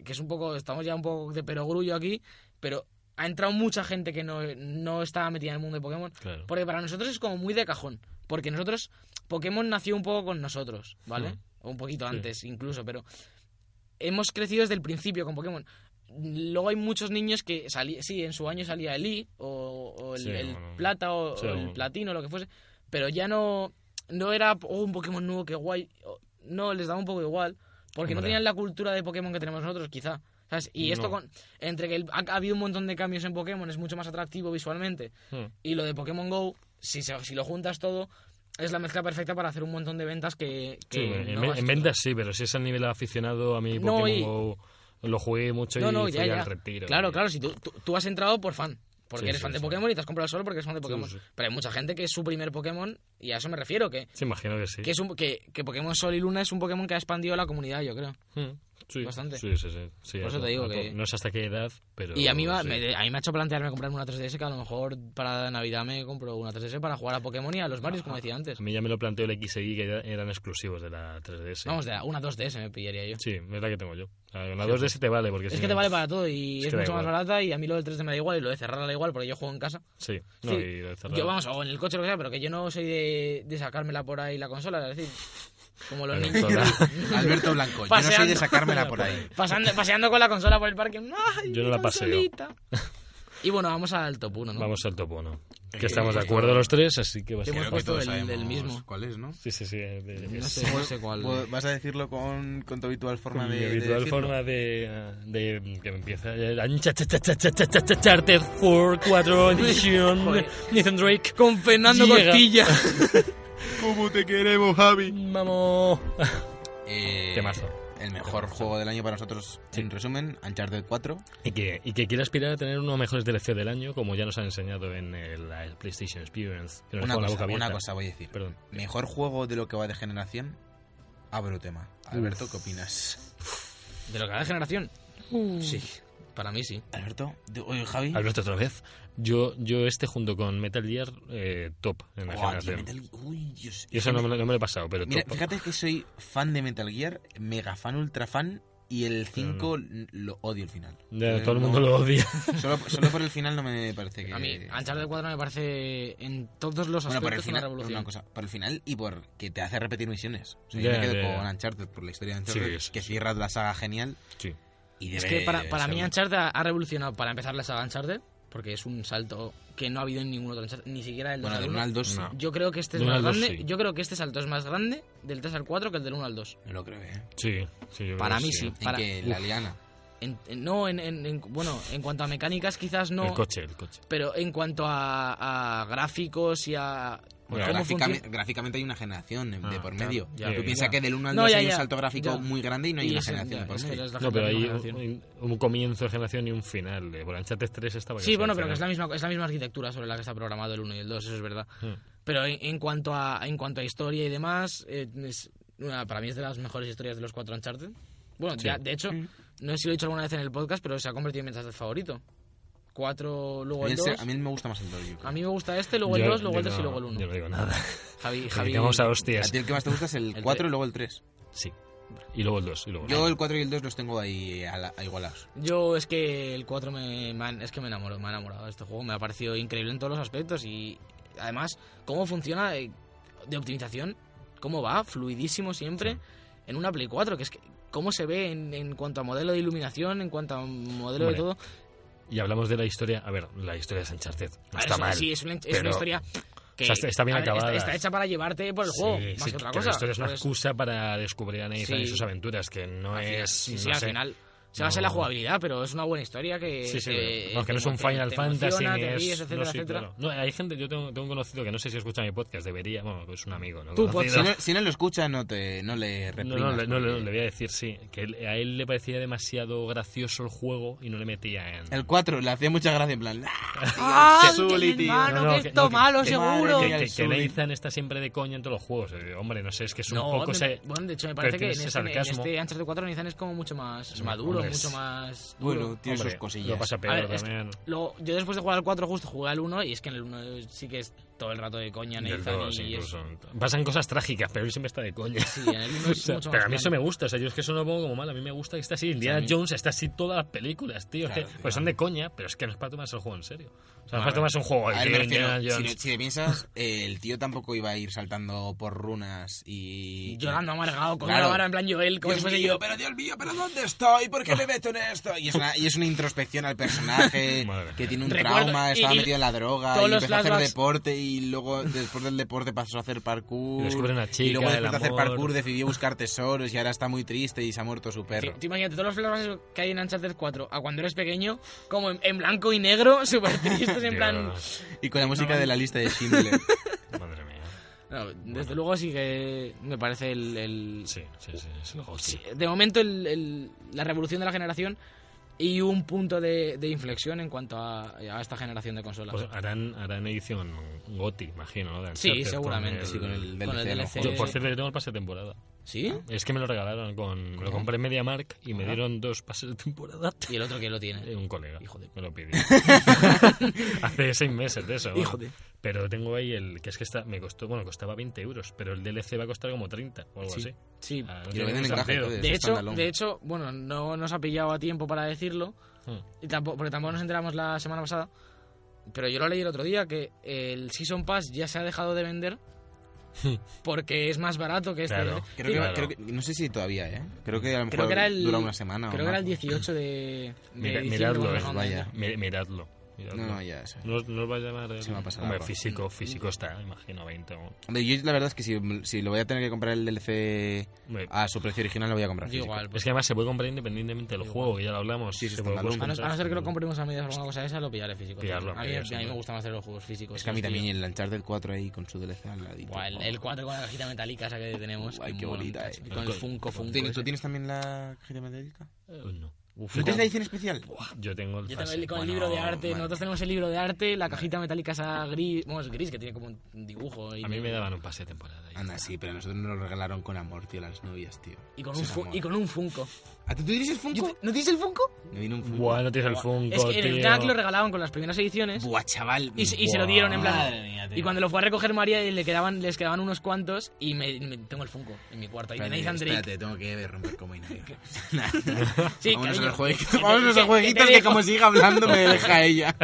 [SPEAKER 4] que es un poco, estamos ya un poco de perogrullo aquí, pero ha entrado mucha gente que no, no estaba metida en el mundo de Pokémon.
[SPEAKER 2] Claro.
[SPEAKER 4] Porque para nosotros es como muy de cajón. Porque nosotros, Pokémon nació un poco con nosotros, ¿vale?
[SPEAKER 2] Mm.
[SPEAKER 4] O un poquito
[SPEAKER 2] Sí.
[SPEAKER 4] antes incluso, pero hemos crecido desde el principio con Pokémon. Luego hay muchos niños que salí, sí, en su año salía el I o, o el,
[SPEAKER 2] Sí,
[SPEAKER 4] el
[SPEAKER 2] bueno.
[SPEAKER 4] plata o,
[SPEAKER 2] Sí,
[SPEAKER 4] o el
[SPEAKER 2] bueno.
[SPEAKER 4] platino, lo que fuese, pero ya no, no era "Oh, un Pokémon nuevo, que guay. O- No, les daba un poco igual, porque no
[SPEAKER 2] Hombre.
[SPEAKER 4] tenían la cultura de Pokémon que tenemos nosotros, quizá. ¿sabes? Y esto
[SPEAKER 2] No.
[SPEAKER 4] con, entre que el- ha, ha habido un montón de cambios en Pokémon, es mucho más atractivo visualmente,
[SPEAKER 2] Hmm.
[SPEAKER 4] y lo de Pokémon Go, si, se- si lo juntas todo, es la mezcla perfecta para hacer un montón de ventas que. que
[SPEAKER 2] Sí, en,
[SPEAKER 4] no
[SPEAKER 2] ve-
[SPEAKER 4] vas-
[SPEAKER 2] en ventas sí, pero si es al nivel aficionado, a mí
[SPEAKER 4] No,
[SPEAKER 2] Pokémon
[SPEAKER 4] y-
[SPEAKER 2] Go lo jugué mucho
[SPEAKER 4] No,
[SPEAKER 2] y
[SPEAKER 4] no,
[SPEAKER 2] fui
[SPEAKER 4] ya,
[SPEAKER 2] al
[SPEAKER 4] ya.
[SPEAKER 2] retiro.
[SPEAKER 4] Claro,
[SPEAKER 2] y-
[SPEAKER 4] claro, si tú, tú, tú has entrado por fan. Porque
[SPEAKER 2] Sí,
[SPEAKER 4] eres
[SPEAKER 2] sí,
[SPEAKER 4] fan de
[SPEAKER 2] sí.
[SPEAKER 4] Pokémon y te has comprado solo porque eres fan de Pokémon.
[SPEAKER 2] sí.
[SPEAKER 4] Pero hay mucha gente que es su primer Pokémon, y a eso me refiero, que,
[SPEAKER 2] Sí, imagino que sí.
[SPEAKER 4] que, es un, que, que Pokémon Sol y Luna es un Pokémon que ha expandido la comunidad, yo creo.
[SPEAKER 2] Hmm, Sí,
[SPEAKER 4] Bastante.
[SPEAKER 2] Sí, sí, sí. Sí,
[SPEAKER 4] Por
[SPEAKER 2] a
[SPEAKER 4] eso te
[SPEAKER 2] to-
[SPEAKER 4] digo
[SPEAKER 2] a to-
[SPEAKER 4] que-
[SPEAKER 2] No sé hasta qué edad, pero...
[SPEAKER 4] Y a mí, me-
[SPEAKER 2] sí.
[SPEAKER 4] me, a mí me ha hecho plantearme comprarme una 3DS, que a lo mejor para Navidad me compro una 3DS para jugar a Pokémon y
[SPEAKER 2] Ah,
[SPEAKER 4] a los Marios, como decía antes.
[SPEAKER 2] A mí ya me lo planteó el XY que ya eran exclusivos de la 3DS.
[SPEAKER 4] Vamos, de la- una 2DS me pillaría yo.
[SPEAKER 2] Sí, es la que tengo yo. La la 2DS te vale porque
[SPEAKER 4] Es
[SPEAKER 2] si
[SPEAKER 4] que
[SPEAKER 2] no-
[SPEAKER 4] te vale para todo y
[SPEAKER 2] Es
[SPEAKER 4] es,
[SPEAKER 2] que da
[SPEAKER 4] mucho más
[SPEAKER 2] igual.
[SPEAKER 4] barata y a mí lo del 3D me da igual y lo de cerrarla da igual porque yo juego en casa.
[SPEAKER 2] Sí, no,
[SPEAKER 4] Sí.
[SPEAKER 2] y de cerrar-
[SPEAKER 4] Yo vamos, o en el coche o lo que sea, pero que yo no soy de, de sacármela por ahí la consola, es decir, como los
[SPEAKER 2] La
[SPEAKER 4] niños.
[SPEAKER 2] consola.
[SPEAKER 3] Alberto Blanco, yo no soy de
[SPEAKER 4] Paseando.
[SPEAKER 3] sacármela por ahí.
[SPEAKER 4] Pasando, paseando con la consola por el parque. ¡Ay,
[SPEAKER 2] Yo no
[SPEAKER 4] mi
[SPEAKER 2] la paseo.
[SPEAKER 4] consolita! Y bueno, vamos al top 1, ¿no?
[SPEAKER 2] Vamos al top 1.
[SPEAKER 3] Eh,
[SPEAKER 2] Que estamos de acuerdo los tres, así que va a
[SPEAKER 4] Qué
[SPEAKER 2] ser-
[SPEAKER 4] hemos
[SPEAKER 3] Creo que
[SPEAKER 4] puesto
[SPEAKER 3] todos
[SPEAKER 4] el- el
[SPEAKER 3] sabemos
[SPEAKER 4] mismo.
[SPEAKER 3] cuál es, ¿no?
[SPEAKER 2] Sí, sí, sí. de- de-
[SPEAKER 4] No
[SPEAKER 2] es-
[SPEAKER 4] sé, no sé cuál.
[SPEAKER 3] ¿Pu- Pues, ¿Vas a decirlo con, con tu habitual forma
[SPEAKER 2] Con mi
[SPEAKER 3] de, de
[SPEAKER 2] habitual
[SPEAKER 3] decirlo?
[SPEAKER 2] forma de, ah, de que empieza ya- Cha- cha- cha- cha- cha- cha- cha- cha- Charter 4 4 Edition
[SPEAKER 4] Joder.
[SPEAKER 2] Nathan Drake
[SPEAKER 4] Con Fernando
[SPEAKER 2] Llega.
[SPEAKER 4] Costilla.
[SPEAKER 3] ¿Cómo te queremos, Javi?
[SPEAKER 2] vamos
[SPEAKER 3] Eh,
[SPEAKER 2] Temazo.
[SPEAKER 3] El mejor juego del año para nosotros, en resumen, Uncharted 4.
[SPEAKER 2] y que, y que quiere aspirar a tener uno de los mejores DLC del año como ya nos han enseñado en el, la PlayStation Experience que nos
[SPEAKER 3] Una
[SPEAKER 2] dejó la
[SPEAKER 3] cosa,
[SPEAKER 2] boca abierta.
[SPEAKER 3] una cosa voy a decir.
[SPEAKER 2] perdón
[SPEAKER 3] Mejor juego de lo que va de generación, abro tema. Alberto, ¿qué opinas?
[SPEAKER 4] De lo que da generación. Sí, para mí sí.
[SPEAKER 3] Alberto, de- oye, Javi.
[SPEAKER 2] Alberto otra vez. Yo, yo este junto con Metal Gear eh, top en la
[SPEAKER 3] Guau, tío,
[SPEAKER 2] generación.
[SPEAKER 3] Metal Gear- Uy, Dios.
[SPEAKER 2] Y eso no me, lo- no me lo he pasado, pero
[SPEAKER 3] Mira,
[SPEAKER 2] top.
[SPEAKER 3] fíjate que soy fan de Metal Gear, mega fan, ultra fan, y el 5 lo odio el final.
[SPEAKER 2] Ya,
[SPEAKER 3] Eh,
[SPEAKER 2] todo el
[SPEAKER 3] no-
[SPEAKER 2] mundo lo odia.
[SPEAKER 3] Solo, solo por el final no me parece que.
[SPEAKER 4] A
[SPEAKER 2] Eh.
[SPEAKER 4] mí, Uncharted 4 me parece en todos los
[SPEAKER 3] Bueno,
[SPEAKER 4] aspectos
[SPEAKER 3] por el
[SPEAKER 4] una
[SPEAKER 3] final,
[SPEAKER 4] revolución.
[SPEAKER 3] una cosa, por el final y porque te hace repetir misiones. O sea,
[SPEAKER 2] Ya,
[SPEAKER 3] yo me quedo
[SPEAKER 2] ya, ya.
[SPEAKER 3] con Uncharted por la historia de Uncharted,
[SPEAKER 2] Sí, sí,
[SPEAKER 3] que
[SPEAKER 2] sí.
[SPEAKER 3] cierra la saga genial
[SPEAKER 2] Sí.
[SPEAKER 3] y
[SPEAKER 4] Es
[SPEAKER 3] debe-
[SPEAKER 4] que para,
[SPEAKER 3] debe
[SPEAKER 4] para mí
[SPEAKER 3] serlo.
[SPEAKER 4] Uncharted ha revolucionado, para empezar la saga Uncharted, porque es un salto que no ha habido en ningún otro Uncharted, ni siquiera el
[SPEAKER 3] Bueno,
[SPEAKER 4] de
[SPEAKER 3] del 1 al 2
[SPEAKER 2] No.
[SPEAKER 4] Yo creo que este es
[SPEAKER 2] Del
[SPEAKER 4] más
[SPEAKER 2] uno al dos,
[SPEAKER 4] grande,
[SPEAKER 2] sí.
[SPEAKER 4] yo creo que este salto es más grande del 3 al 4 que el del 1 al 2.
[SPEAKER 3] no lo creo, ¿eh?
[SPEAKER 2] Sí, sí, yo
[SPEAKER 4] Para
[SPEAKER 2] creo que
[SPEAKER 4] mí sí.
[SPEAKER 3] En
[SPEAKER 4] Para-
[SPEAKER 3] que la
[SPEAKER 4] Uf.
[SPEAKER 3] liana.
[SPEAKER 4] En- en- no, en, en- en- bueno, en cuanto a mecánicas quizás no,
[SPEAKER 2] El coche, el coche.
[SPEAKER 4] pero en cuanto a, a gráficos y a
[SPEAKER 2] Bueno,
[SPEAKER 4] cómo
[SPEAKER 3] Gráficame-
[SPEAKER 4] funciona-
[SPEAKER 3] gráficamente hay una generación en- de
[SPEAKER 2] Ah,
[SPEAKER 3] por
[SPEAKER 2] claro,
[SPEAKER 3] medio.
[SPEAKER 2] ya,
[SPEAKER 3] Tú
[SPEAKER 2] ya,
[SPEAKER 3] piensas
[SPEAKER 2] ya.
[SPEAKER 3] que del 1 al
[SPEAKER 4] No,
[SPEAKER 3] 2
[SPEAKER 4] ya,
[SPEAKER 3] hay un
[SPEAKER 4] ya,
[SPEAKER 3] salto gráfico
[SPEAKER 4] ya.
[SPEAKER 3] muy grande y no hay
[SPEAKER 4] y
[SPEAKER 3] una
[SPEAKER 4] eso-
[SPEAKER 3] generación
[SPEAKER 4] ya,
[SPEAKER 3] por
[SPEAKER 4] es que
[SPEAKER 3] medio.
[SPEAKER 4] es la
[SPEAKER 2] No, pero hay
[SPEAKER 4] generación.
[SPEAKER 2] un, un comienzo de generación y un final. Eh, Por Uncharted 3 estaba
[SPEAKER 4] Sí,
[SPEAKER 2] ya
[SPEAKER 4] bueno,
[SPEAKER 2] el
[SPEAKER 4] pero que es la,
[SPEAKER 2] final.
[SPEAKER 4] misma, es la misma arquitectura sobre la que está programado el 1 y el 2, eso es verdad.
[SPEAKER 2] Hmm.
[SPEAKER 4] Pero en, en cuanto a en cuanto a historia y demás, eh, es una- para mí es de las mejores historias de los cuatro Uncharted. Bueno,
[SPEAKER 2] Sí.
[SPEAKER 4] ya, de hecho,
[SPEAKER 2] Mm.
[SPEAKER 4] no sé si lo he dicho alguna vez en el podcast, pero se ha convertido en mi Uncharted favorito. Cuatro,
[SPEAKER 3] A
[SPEAKER 4] luego
[SPEAKER 3] mí,
[SPEAKER 4] el
[SPEAKER 3] el
[SPEAKER 4] 2.
[SPEAKER 3] se- a mí me gusta más el 2. yo creo.
[SPEAKER 4] A mí me gusta este, luego el
[SPEAKER 2] Yo-
[SPEAKER 4] 2, luego
[SPEAKER 2] yo
[SPEAKER 4] el 3 y
[SPEAKER 2] no-
[SPEAKER 4] luego el 1.
[SPEAKER 2] Yo no digo nada.
[SPEAKER 4] Javi,
[SPEAKER 2] Javi...
[SPEAKER 4] Javi.
[SPEAKER 2] Vamos a
[SPEAKER 3] A
[SPEAKER 2] hostias.
[SPEAKER 3] ti el que más te gusta es el
[SPEAKER 4] tre-
[SPEAKER 3] 4 y luego el 3.
[SPEAKER 2] Sí. Y luego el 2. Y luego el
[SPEAKER 3] Yo el 4 y el 2 los tengo ahí a la- a igualados.
[SPEAKER 4] Yo es que el 4 me, me han- es que me enamoro, me ha enamorado de este juego, me ha parecido increíble en todos los aspectos y además cómo funciona de, de optimización, cómo va, fluidísimo siempre
[SPEAKER 2] Sí.
[SPEAKER 4] en una Play 4, que es que cómo se ve en, en cuanto a modelo de iluminación, en cuanto a modelo
[SPEAKER 2] Hombre,
[SPEAKER 4] de todo.
[SPEAKER 2] Y hablamos de la historia. A ver, la historia de Uncharted. No
[SPEAKER 4] A ver,
[SPEAKER 2] está
[SPEAKER 4] es-
[SPEAKER 2] mal.
[SPEAKER 4] Ah, Sí, es una, es una
[SPEAKER 2] pero-
[SPEAKER 4] historia que
[SPEAKER 2] sea, está- está bien
[SPEAKER 4] a ver, está-
[SPEAKER 2] acabada.
[SPEAKER 4] Está, hecha para llevarte por el
[SPEAKER 2] Sí,
[SPEAKER 4] juego,
[SPEAKER 2] sí,
[SPEAKER 4] más que otra
[SPEAKER 2] pero
[SPEAKER 4] cosa.
[SPEAKER 2] La historia es una
[SPEAKER 4] Pues,
[SPEAKER 2] excusa para descubrir a Nathan y
[SPEAKER 4] Sí.
[SPEAKER 2] sus aventuras, que no
[SPEAKER 4] al final-
[SPEAKER 2] es.
[SPEAKER 4] sí,
[SPEAKER 2] no
[SPEAKER 4] sí, al
[SPEAKER 2] sé.
[SPEAKER 4] final. Se basa en la
[SPEAKER 2] No.
[SPEAKER 4] jugabilidad, pero es una buena historia que.
[SPEAKER 2] Sí, sí,
[SPEAKER 4] que-
[SPEAKER 2] vamos, que no es
[SPEAKER 4] eh, te
[SPEAKER 2] un
[SPEAKER 4] emo-
[SPEAKER 2] Final
[SPEAKER 4] te
[SPEAKER 2] Fantasy
[SPEAKER 4] emociona,
[SPEAKER 2] ni
[SPEAKER 4] te
[SPEAKER 2] es-
[SPEAKER 4] ríes,
[SPEAKER 2] no,
[SPEAKER 4] etcétera,
[SPEAKER 2] sí,
[SPEAKER 4] etcétera.
[SPEAKER 2] claro. No, hay gente, yo tengo, tengo un conocido que no sé si escucha mi podcast, debería, bueno, es un amigo, ¿no?
[SPEAKER 4] Tú, pues,
[SPEAKER 2] Conocido.
[SPEAKER 3] Si no, si no lo escucha, no, te, no le
[SPEAKER 2] No,
[SPEAKER 3] reprimas.
[SPEAKER 2] no, le, no, le-
[SPEAKER 3] porque
[SPEAKER 2] le voy a decir, sí, que él- a él le parecía demasiado gracioso el juego y no le metía en...
[SPEAKER 3] El 4 le hacía mucha gracia en plan...
[SPEAKER 4] ¡Ah,
[SPEAKER 3] Jesús,
[SPEAKER 4] que mi
[SPEAKER 3] tío.
[SPEAKER 4] hermano,
[SPEAKER 2] No, no,
[SPEAKER 4] que
[SPEAKER 2] que-
[SPEAKER 4] esto
[SPEAKER 2] no, que-
[SPEAKER 4] malo,
[SPEAKER 3] que-
[SPEAKER 4] seguro!
[SPEAKER 2] que,
[SPEAKER 3] al
[SPEAKER 2] que- que
[SPEAKER 3] Sonic.
[SPEAKER 2] Nathan está siempre de coña en todos los juegos. Eh, Hombre, no sé, es que es un
[SPEAKER 4] No,
[SPEAKER 2] poco...
[SPEAKER 4] de-
[SPEAKER 2] se-
[SPEAKER 4] bueno, de hecho me parece que en
[SPEAKER 2] tienes
[SPEAKER 4] este,
[SPEAKER 2] ese
[SPEAKER 4] en
[SPEAKER 2] sarcasmo.
[SPEAKER 4] este Uncharted 4 Nizan es como mucho más
[SPEAKER 2] Hombre,
[SPEAKER 4] maduro,
[SPEAKER 2] hombre,
[SPEAKER 4] mucho
[SPEAKER 2] es-
[SPEAKER 4] más... duro.
[SPEAKER 3] Bueno, tiene
[SPEAKER 2] hombre,
[SPEAKER 3] sus
[SPEAKER 2] Lo
[SPEAKER 3] cosillas.
[SPEAKER 2] pasa
[SPEAKER 4] A
[SPEAKER 2] peor
[SPEAKER 4] ver, es que-
[SPEAKER 2] también.
[SPEAKER 4] Luego, yo después de jugar al 4 justo jugué al 1 y es que en el 1 sí que es todo el rato de coña
[SPEAKER 2] Del
[SPEAKER 4] Nathan
[SPEAKER 2] dos,
[SPEAKER 4] y es...
[SPEAKER 2] incluso. Pasan cosas trágicas, pero él siempre está de coña.
[SPEAKER 4] Sí, en el 1
[SPEAKER 2] O
[SPEAKER 4] es
[SPEAKER 2] sea,
[SPEAKER 4] mucho más...
[SPEAKER 2] pero a mí eso me
[SPEAKER 4] plano.
[SPEAKER 2] gusta, o sea, yo es que eso no lo pongo como mal, a mí me gusta que está así. Indiana
[SPEAKER 3] O sea, a mí-
[SPEAKER 2] Jones está así todas las películas, tío. es
[SPEAKER 3] Claro,
[SPEAKER 2] que-
[SPEAKER 3] tío,
[SPEAKER 2] pues son
[SPEAKER 3] a mí-
[SPEAKER 2] de coña, pero es que no es para tomarse el juego en serio. O sea, no,
[SPEAKER 3] No,
[SPEAKER 2] es para
[SPEAKER 3] a ver.
[SPEAKER 2] tomarse un juego
[SPEAKER 3] A
[SPEAKER 2] de
[SPEAKER 3] ver, me refiero,
[SPEAKER 2] Indiana
[SPEAKER 3] si,
[SPEAKER 2] Jones.
[SPEAKER 3] si le piensas, eh, el tío tampoco iba a ir saltando por runas y...
[SPEAKER 4] Llorando amargado, con
[SPEAKER 3] Claro.
[SPEAKER 4] una vara en plan Joel, como si
[SPEAKER 3] Dios
[SPEAKER 4] fuese
[SPEAKER 3] mío,
[SPEAKER 4] yo...
[SPEAKER 3] pero Dios mío, pero ¿dónde estoy? ¿Por qué me meto en esto? Y es una, y es una introspección al personaje
[SPEAKER 2] Madre mía.
[SPEAKER 3] que tiene un
[SPEAKER 4] Recuerdo-
[SPEAKER 3] trauma, estaba
[SPEAKER 4] y- y-
[SPEAKER 3] metido en la droga,
[SPEAKER 4] todos
[SPEAKER 3] y
[SPEAKER 4] los
[SPEAKER 3] empezó a hacer
[SPEAKER 4] flashbacks-
[SPEAKER 3] deporte y luego después del deporte pasó a hacer parkour.
[SPEAKER 2] Y descubre una chica,
[SPEAKER 3] y luego
[SPEAKER 2] el
[SPEAKER 3] después de hacer
[SPEAKER 2] amor.
[SPEAKER 3] parkour decidió buscar tesoros y ahora está muy triste y se ha muerto su
[SPEAKER 4] Tú
[SPEAKER 3] perro.
[SPEAKER 4] tú imagínate todos los flashbacks que hay en Uncharted 4 a cuando eres pequeño, como en, en blanco y negro, súper tristes, en
[SPEAKER 2] Tío,
[SPEAKER 4] plan...
[SPEAKER 3] Y con la música
[SPEAKER 4] eh.
[SPEAKER 3] de la lista de Schindler.
[SPEAKER 2] Madre mía.
[SPEAKER 4] No, desde luego sí que me parece el... el-
[SPEAKER 2] Sí, sí, sí. es lo
[SPEAKER 4] sí, de momento el- el- la revolución de la generación y un punto de, de inflexión en cuanto a, a esta generación de consolas.
[SPEAKER 2] Pues harán, harán edición GOTI, imagino, ¿no? De
[SPEAKER 4] Sí,
[SPEAKER 2] Uncharted
[SPEAKER 4] seguramente,
[SPEAKER 3] sí, con el
[SPEAKER 4] Con el
[SPEAKER 3] DLC. a lo
[SPEAKER 4] DLC.
[SPEAKER 2] Yo,
[SPEAKER 3] mejor.
[SPEAKER 2] por cierto, yo tengo el pase de temporada.
[SPEAKER 4] ¿Sí?
[SPEAKER 2] Es que me lo regalaron con... Lo compré en MediaMark y me dieron dos pases de temporada.
[SPEAKER 4] ¿Y el otro que lo
[SPEAKER 2] Eh,
[SPEAKER 4] tiene?
[SPEAKER 2] Un colega.
[SPEAKER 4] Hijo de-
[SPEAKER 2] Me lo pidió. Hace seis meses de eso. vamos.
[SPEAKER 4] Hijo de-
[SPEAKER 2] Pero tengo ahí el que es que está, me costó, bueno, costaba 20 euros, pero el DLC va a costar como 30 o algo
[SPEAKER 4] Sí.
[SPEAKER 2] así.
[SPEAKER 4] Sí.
[SPEAKER 2] Ah, no
[SPEAKER 3] Y lo
[SPEAKER 2] tiene
[SPEAKER 3] venden en
[SPEAKER 2] ningún
[SPEAKER 3] caja y
[SPEAKER 2] sentido. Ah.
[SPEAKER 3] todo,
[SPEAKER 4] De
[SPEAKER 3] es
[SPEAKER 4] hecho,
[SPEAKER 3] standalone.
[SPEAKER 4] de hecho, bueno, no nos ha pillado a tiempo para decirlo,
[SPEAKER 2] Hmm.
[SPEAKER 4] y tampoco, porque tampoco nos enteramos la semana pasada, pero yo lo leí el otro día, que el Season Pass ya se ha dejado de vender porque es más barato que este.
[SPEAKER 2] Claro.
[SPEAKER 4] DLC.
[SPEAKER 3] Creo que,
[SPEAKER 2] Claro.
[SPEAKER 3] creo que- no sé si todavía, ¿eh? Creo que a lo mejor
[SPEAKER 4] Creo que era el,
[SPEAKER 3] dura una semana. o
[SPEAKER 4] creo que era el
[SPEAKER 3] más.
[SPEAKER 4] 18 de, de
[SPEAKER 2] Mira-
[SPEAKER 4] diciembre,
[SPEAKER 2] miradlo,
[SPEAKER 4] bueno,
[SPEAKER 2] eh,
[SPEAKER 4] no,
[SPEAKER 3] vaya.
[SPEAKER 2] Mi- miradlo. miradlo.
[SPEAKER 3] No, no, ya, eso.
[SPEAKER 2] No os- no os va a llamar. el-
[SPEAKER 3] Se me ha pasado
[SPEAKER 2] Hombre,
[SPEAKER 3] algo.
[SPEAKER 2] físico, físico está, imagino, 20. o-
[SPEAKER 3] Hombre, Yo la verdad es que si, si lo voy a tener que comprar el DLC
[SPEAKER 2] Hombre,
[SPEAKER 3] a su precio original, lo voy a comprar.
[SPEAKER 4] Yo
[SPEAKER 3] físico.
[SPEAKER 4] igual,
[SPEAKER 2] eh, Es que además se puede comprar independientemente del juego, que ya lo hablamos.
[SPEAKER 3] Sí, sí,
[SPEAKER 2] se
[SPEAKER 3] está
[SPEAKER 2] puede
[SPEAKER 3] mal.
[SPEAKER 4] A no,
[SPEAKER 2] comprar.
[SPEAKER 4] a no ser que lo compremos a medias o alguna cosa de esa, lo pillaré físico.
[SPEAKER 2] Pillarlo a
[SPEAKER 4] a, mí,
[SPEAKER 2] medias,
[SPEAKER 4] a mí
[SPEAKER 2] sí.
[SPEAKER 4] me gusta más hacer los juegos físicos.
[SPEAKER 3] Es que a mí
[SPEAKER 4] tío.
[SPEAKER 3] también el Uncharted 4 ahí con su DLC al ladito.
[SPEAKER 4] Buah, el, el 4 con la cajita metálica esa que tenemos.
[SPEAKER 3] Guay,
[SPEAKER 4] que
[SPEAKER 3] qué
[SPEAKER 4] mola
[SPEAKER 3] bonita,
[SPEAKER 4] mucho.
[SPEAKER 3] eh.
[SPEAKER 4] Y Con el Funko Funko.
[SPEAKER 3] ¿Tienes- ¿Tú
[SPEAKER 4] ese.
[SPEAKER 3] tienes también la cajita metálica?
[SPEAKER 2] Eh, No.
[SPEAKER 3] ¿No
[SPEAKER 4] Uf, con-
[SPEAKER 3] tienes la edición especial?
[SPEAKER 2] Yo tengo el.
[SPEAKER 4] Yo
[SPEAKER 2] pase.
[SPEAKER 4] también con el
[SPEAKER 3] Bueno,
[SPEAKER 4] libro de arte.
[SPEAKER 3] bueno.
[SPEAKER 4] Nosotros tenemos el libro de arte, la cajita metálica esa gris. Bueno, es gris, que tiene como un dibujo. Y,
[SPEAKER 2] A mí me daban un pase de temporada. y-
[SPEAKER 3] Anda, sí, pero a nosotros nos lo regalaron con amor, tío, las novias, tío.
[SPEAKER 4] y con,
[SPEAKER 3] Eso
[SPEAKER 4] un
[SPEAKER 3] es
[SPEAKER 4] fu-
[SPEAKER 3] amor.
[SPEAKER 4] y con un Funko.
[SPEAKER 3] ¿A ti tú tienes el Funko?
[SPEAKER 4] ¿No tienes el Funko?
[SPEAKER 3] Me vino un Funko.
[SPEAKER 2] Buah, no tienes el Funko.
[SPEAKER 4] es que en el
[SPEAKER 2] tío.
[SPEAKER 4] Jack lo regalaban con las primeras ediciones.
[SPEAKER 3] Buah, chaval.
[SPEAKER 4] Y, se- y se lo dieron en plan.
[SPEAKER 3] Madre mía, tío.
[SPEAKER 4] y cuando lo fue a recoger María y le quedaban, les quedaban unos cuantos y me, me- tengo el Funko en mi cuarto. Y me
[SPEAKER 3] Espérate,
[SPEAKER 4] Nathan Drake.
[SPEAKER 3] espérate, tengo que romper como inadvertido.
[SPEAKER 4] Sí,
[SPEAKER 3] Vámonos a
[SPEAKER 4] cariño.
[SPEAKER 3] los jueguitos,
[SPEAKER 4] Que te-
[SPEAKER 3] vámonos a los
[SPEAKER 4] que- que te
[SPEAKER 3] jueguitos que
[SPEAKER 4] dejo.
[SPEAKER 3] como siga hablando me deja ella.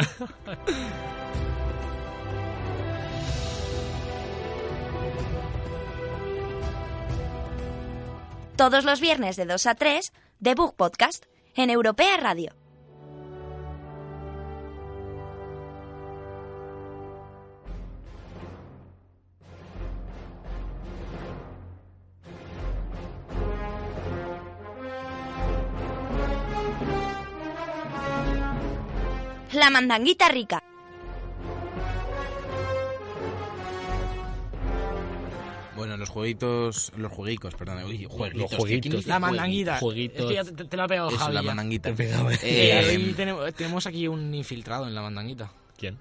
[SPEAKER 1] Todos los viernes de 2 a 3, The Book Podcast, en Europea Radio. La mandanguita rica.
[SPEAKER 3] Bueno, los jueguitos, los jueguicos, perdón, uy, jueguitos.
[SPEAKER 2] Los
[SPEAKER 3] tío, ¿quién
[SPEAKER 2] jueguitos.
[SPEAKER 3] dice
[SPEAKER 4] La
[SPEAKER 3] juegui-
[SPEAKER 4] mandanguita.
[SPEAKER 2] jueguitos.
[SPEAKER 4] Es que ya te, te la ha pegado,
[SPEAKER 3] Eso,
[SPEAKER 4] Javi.
[SPEAKER 3] la
[SPEAKER 4] ya.
[SPEAKER 3] mandanguita.
[SPEAKER 2] Te pegaba.
[SPEAKER 4] Eh,
[SPEAKER 3] Eh,
[SPEAKER 4] hoy tenemos, tenemos aquí un infiltrado en la mandanguita.
[SPEAKER 2] ¿Quién?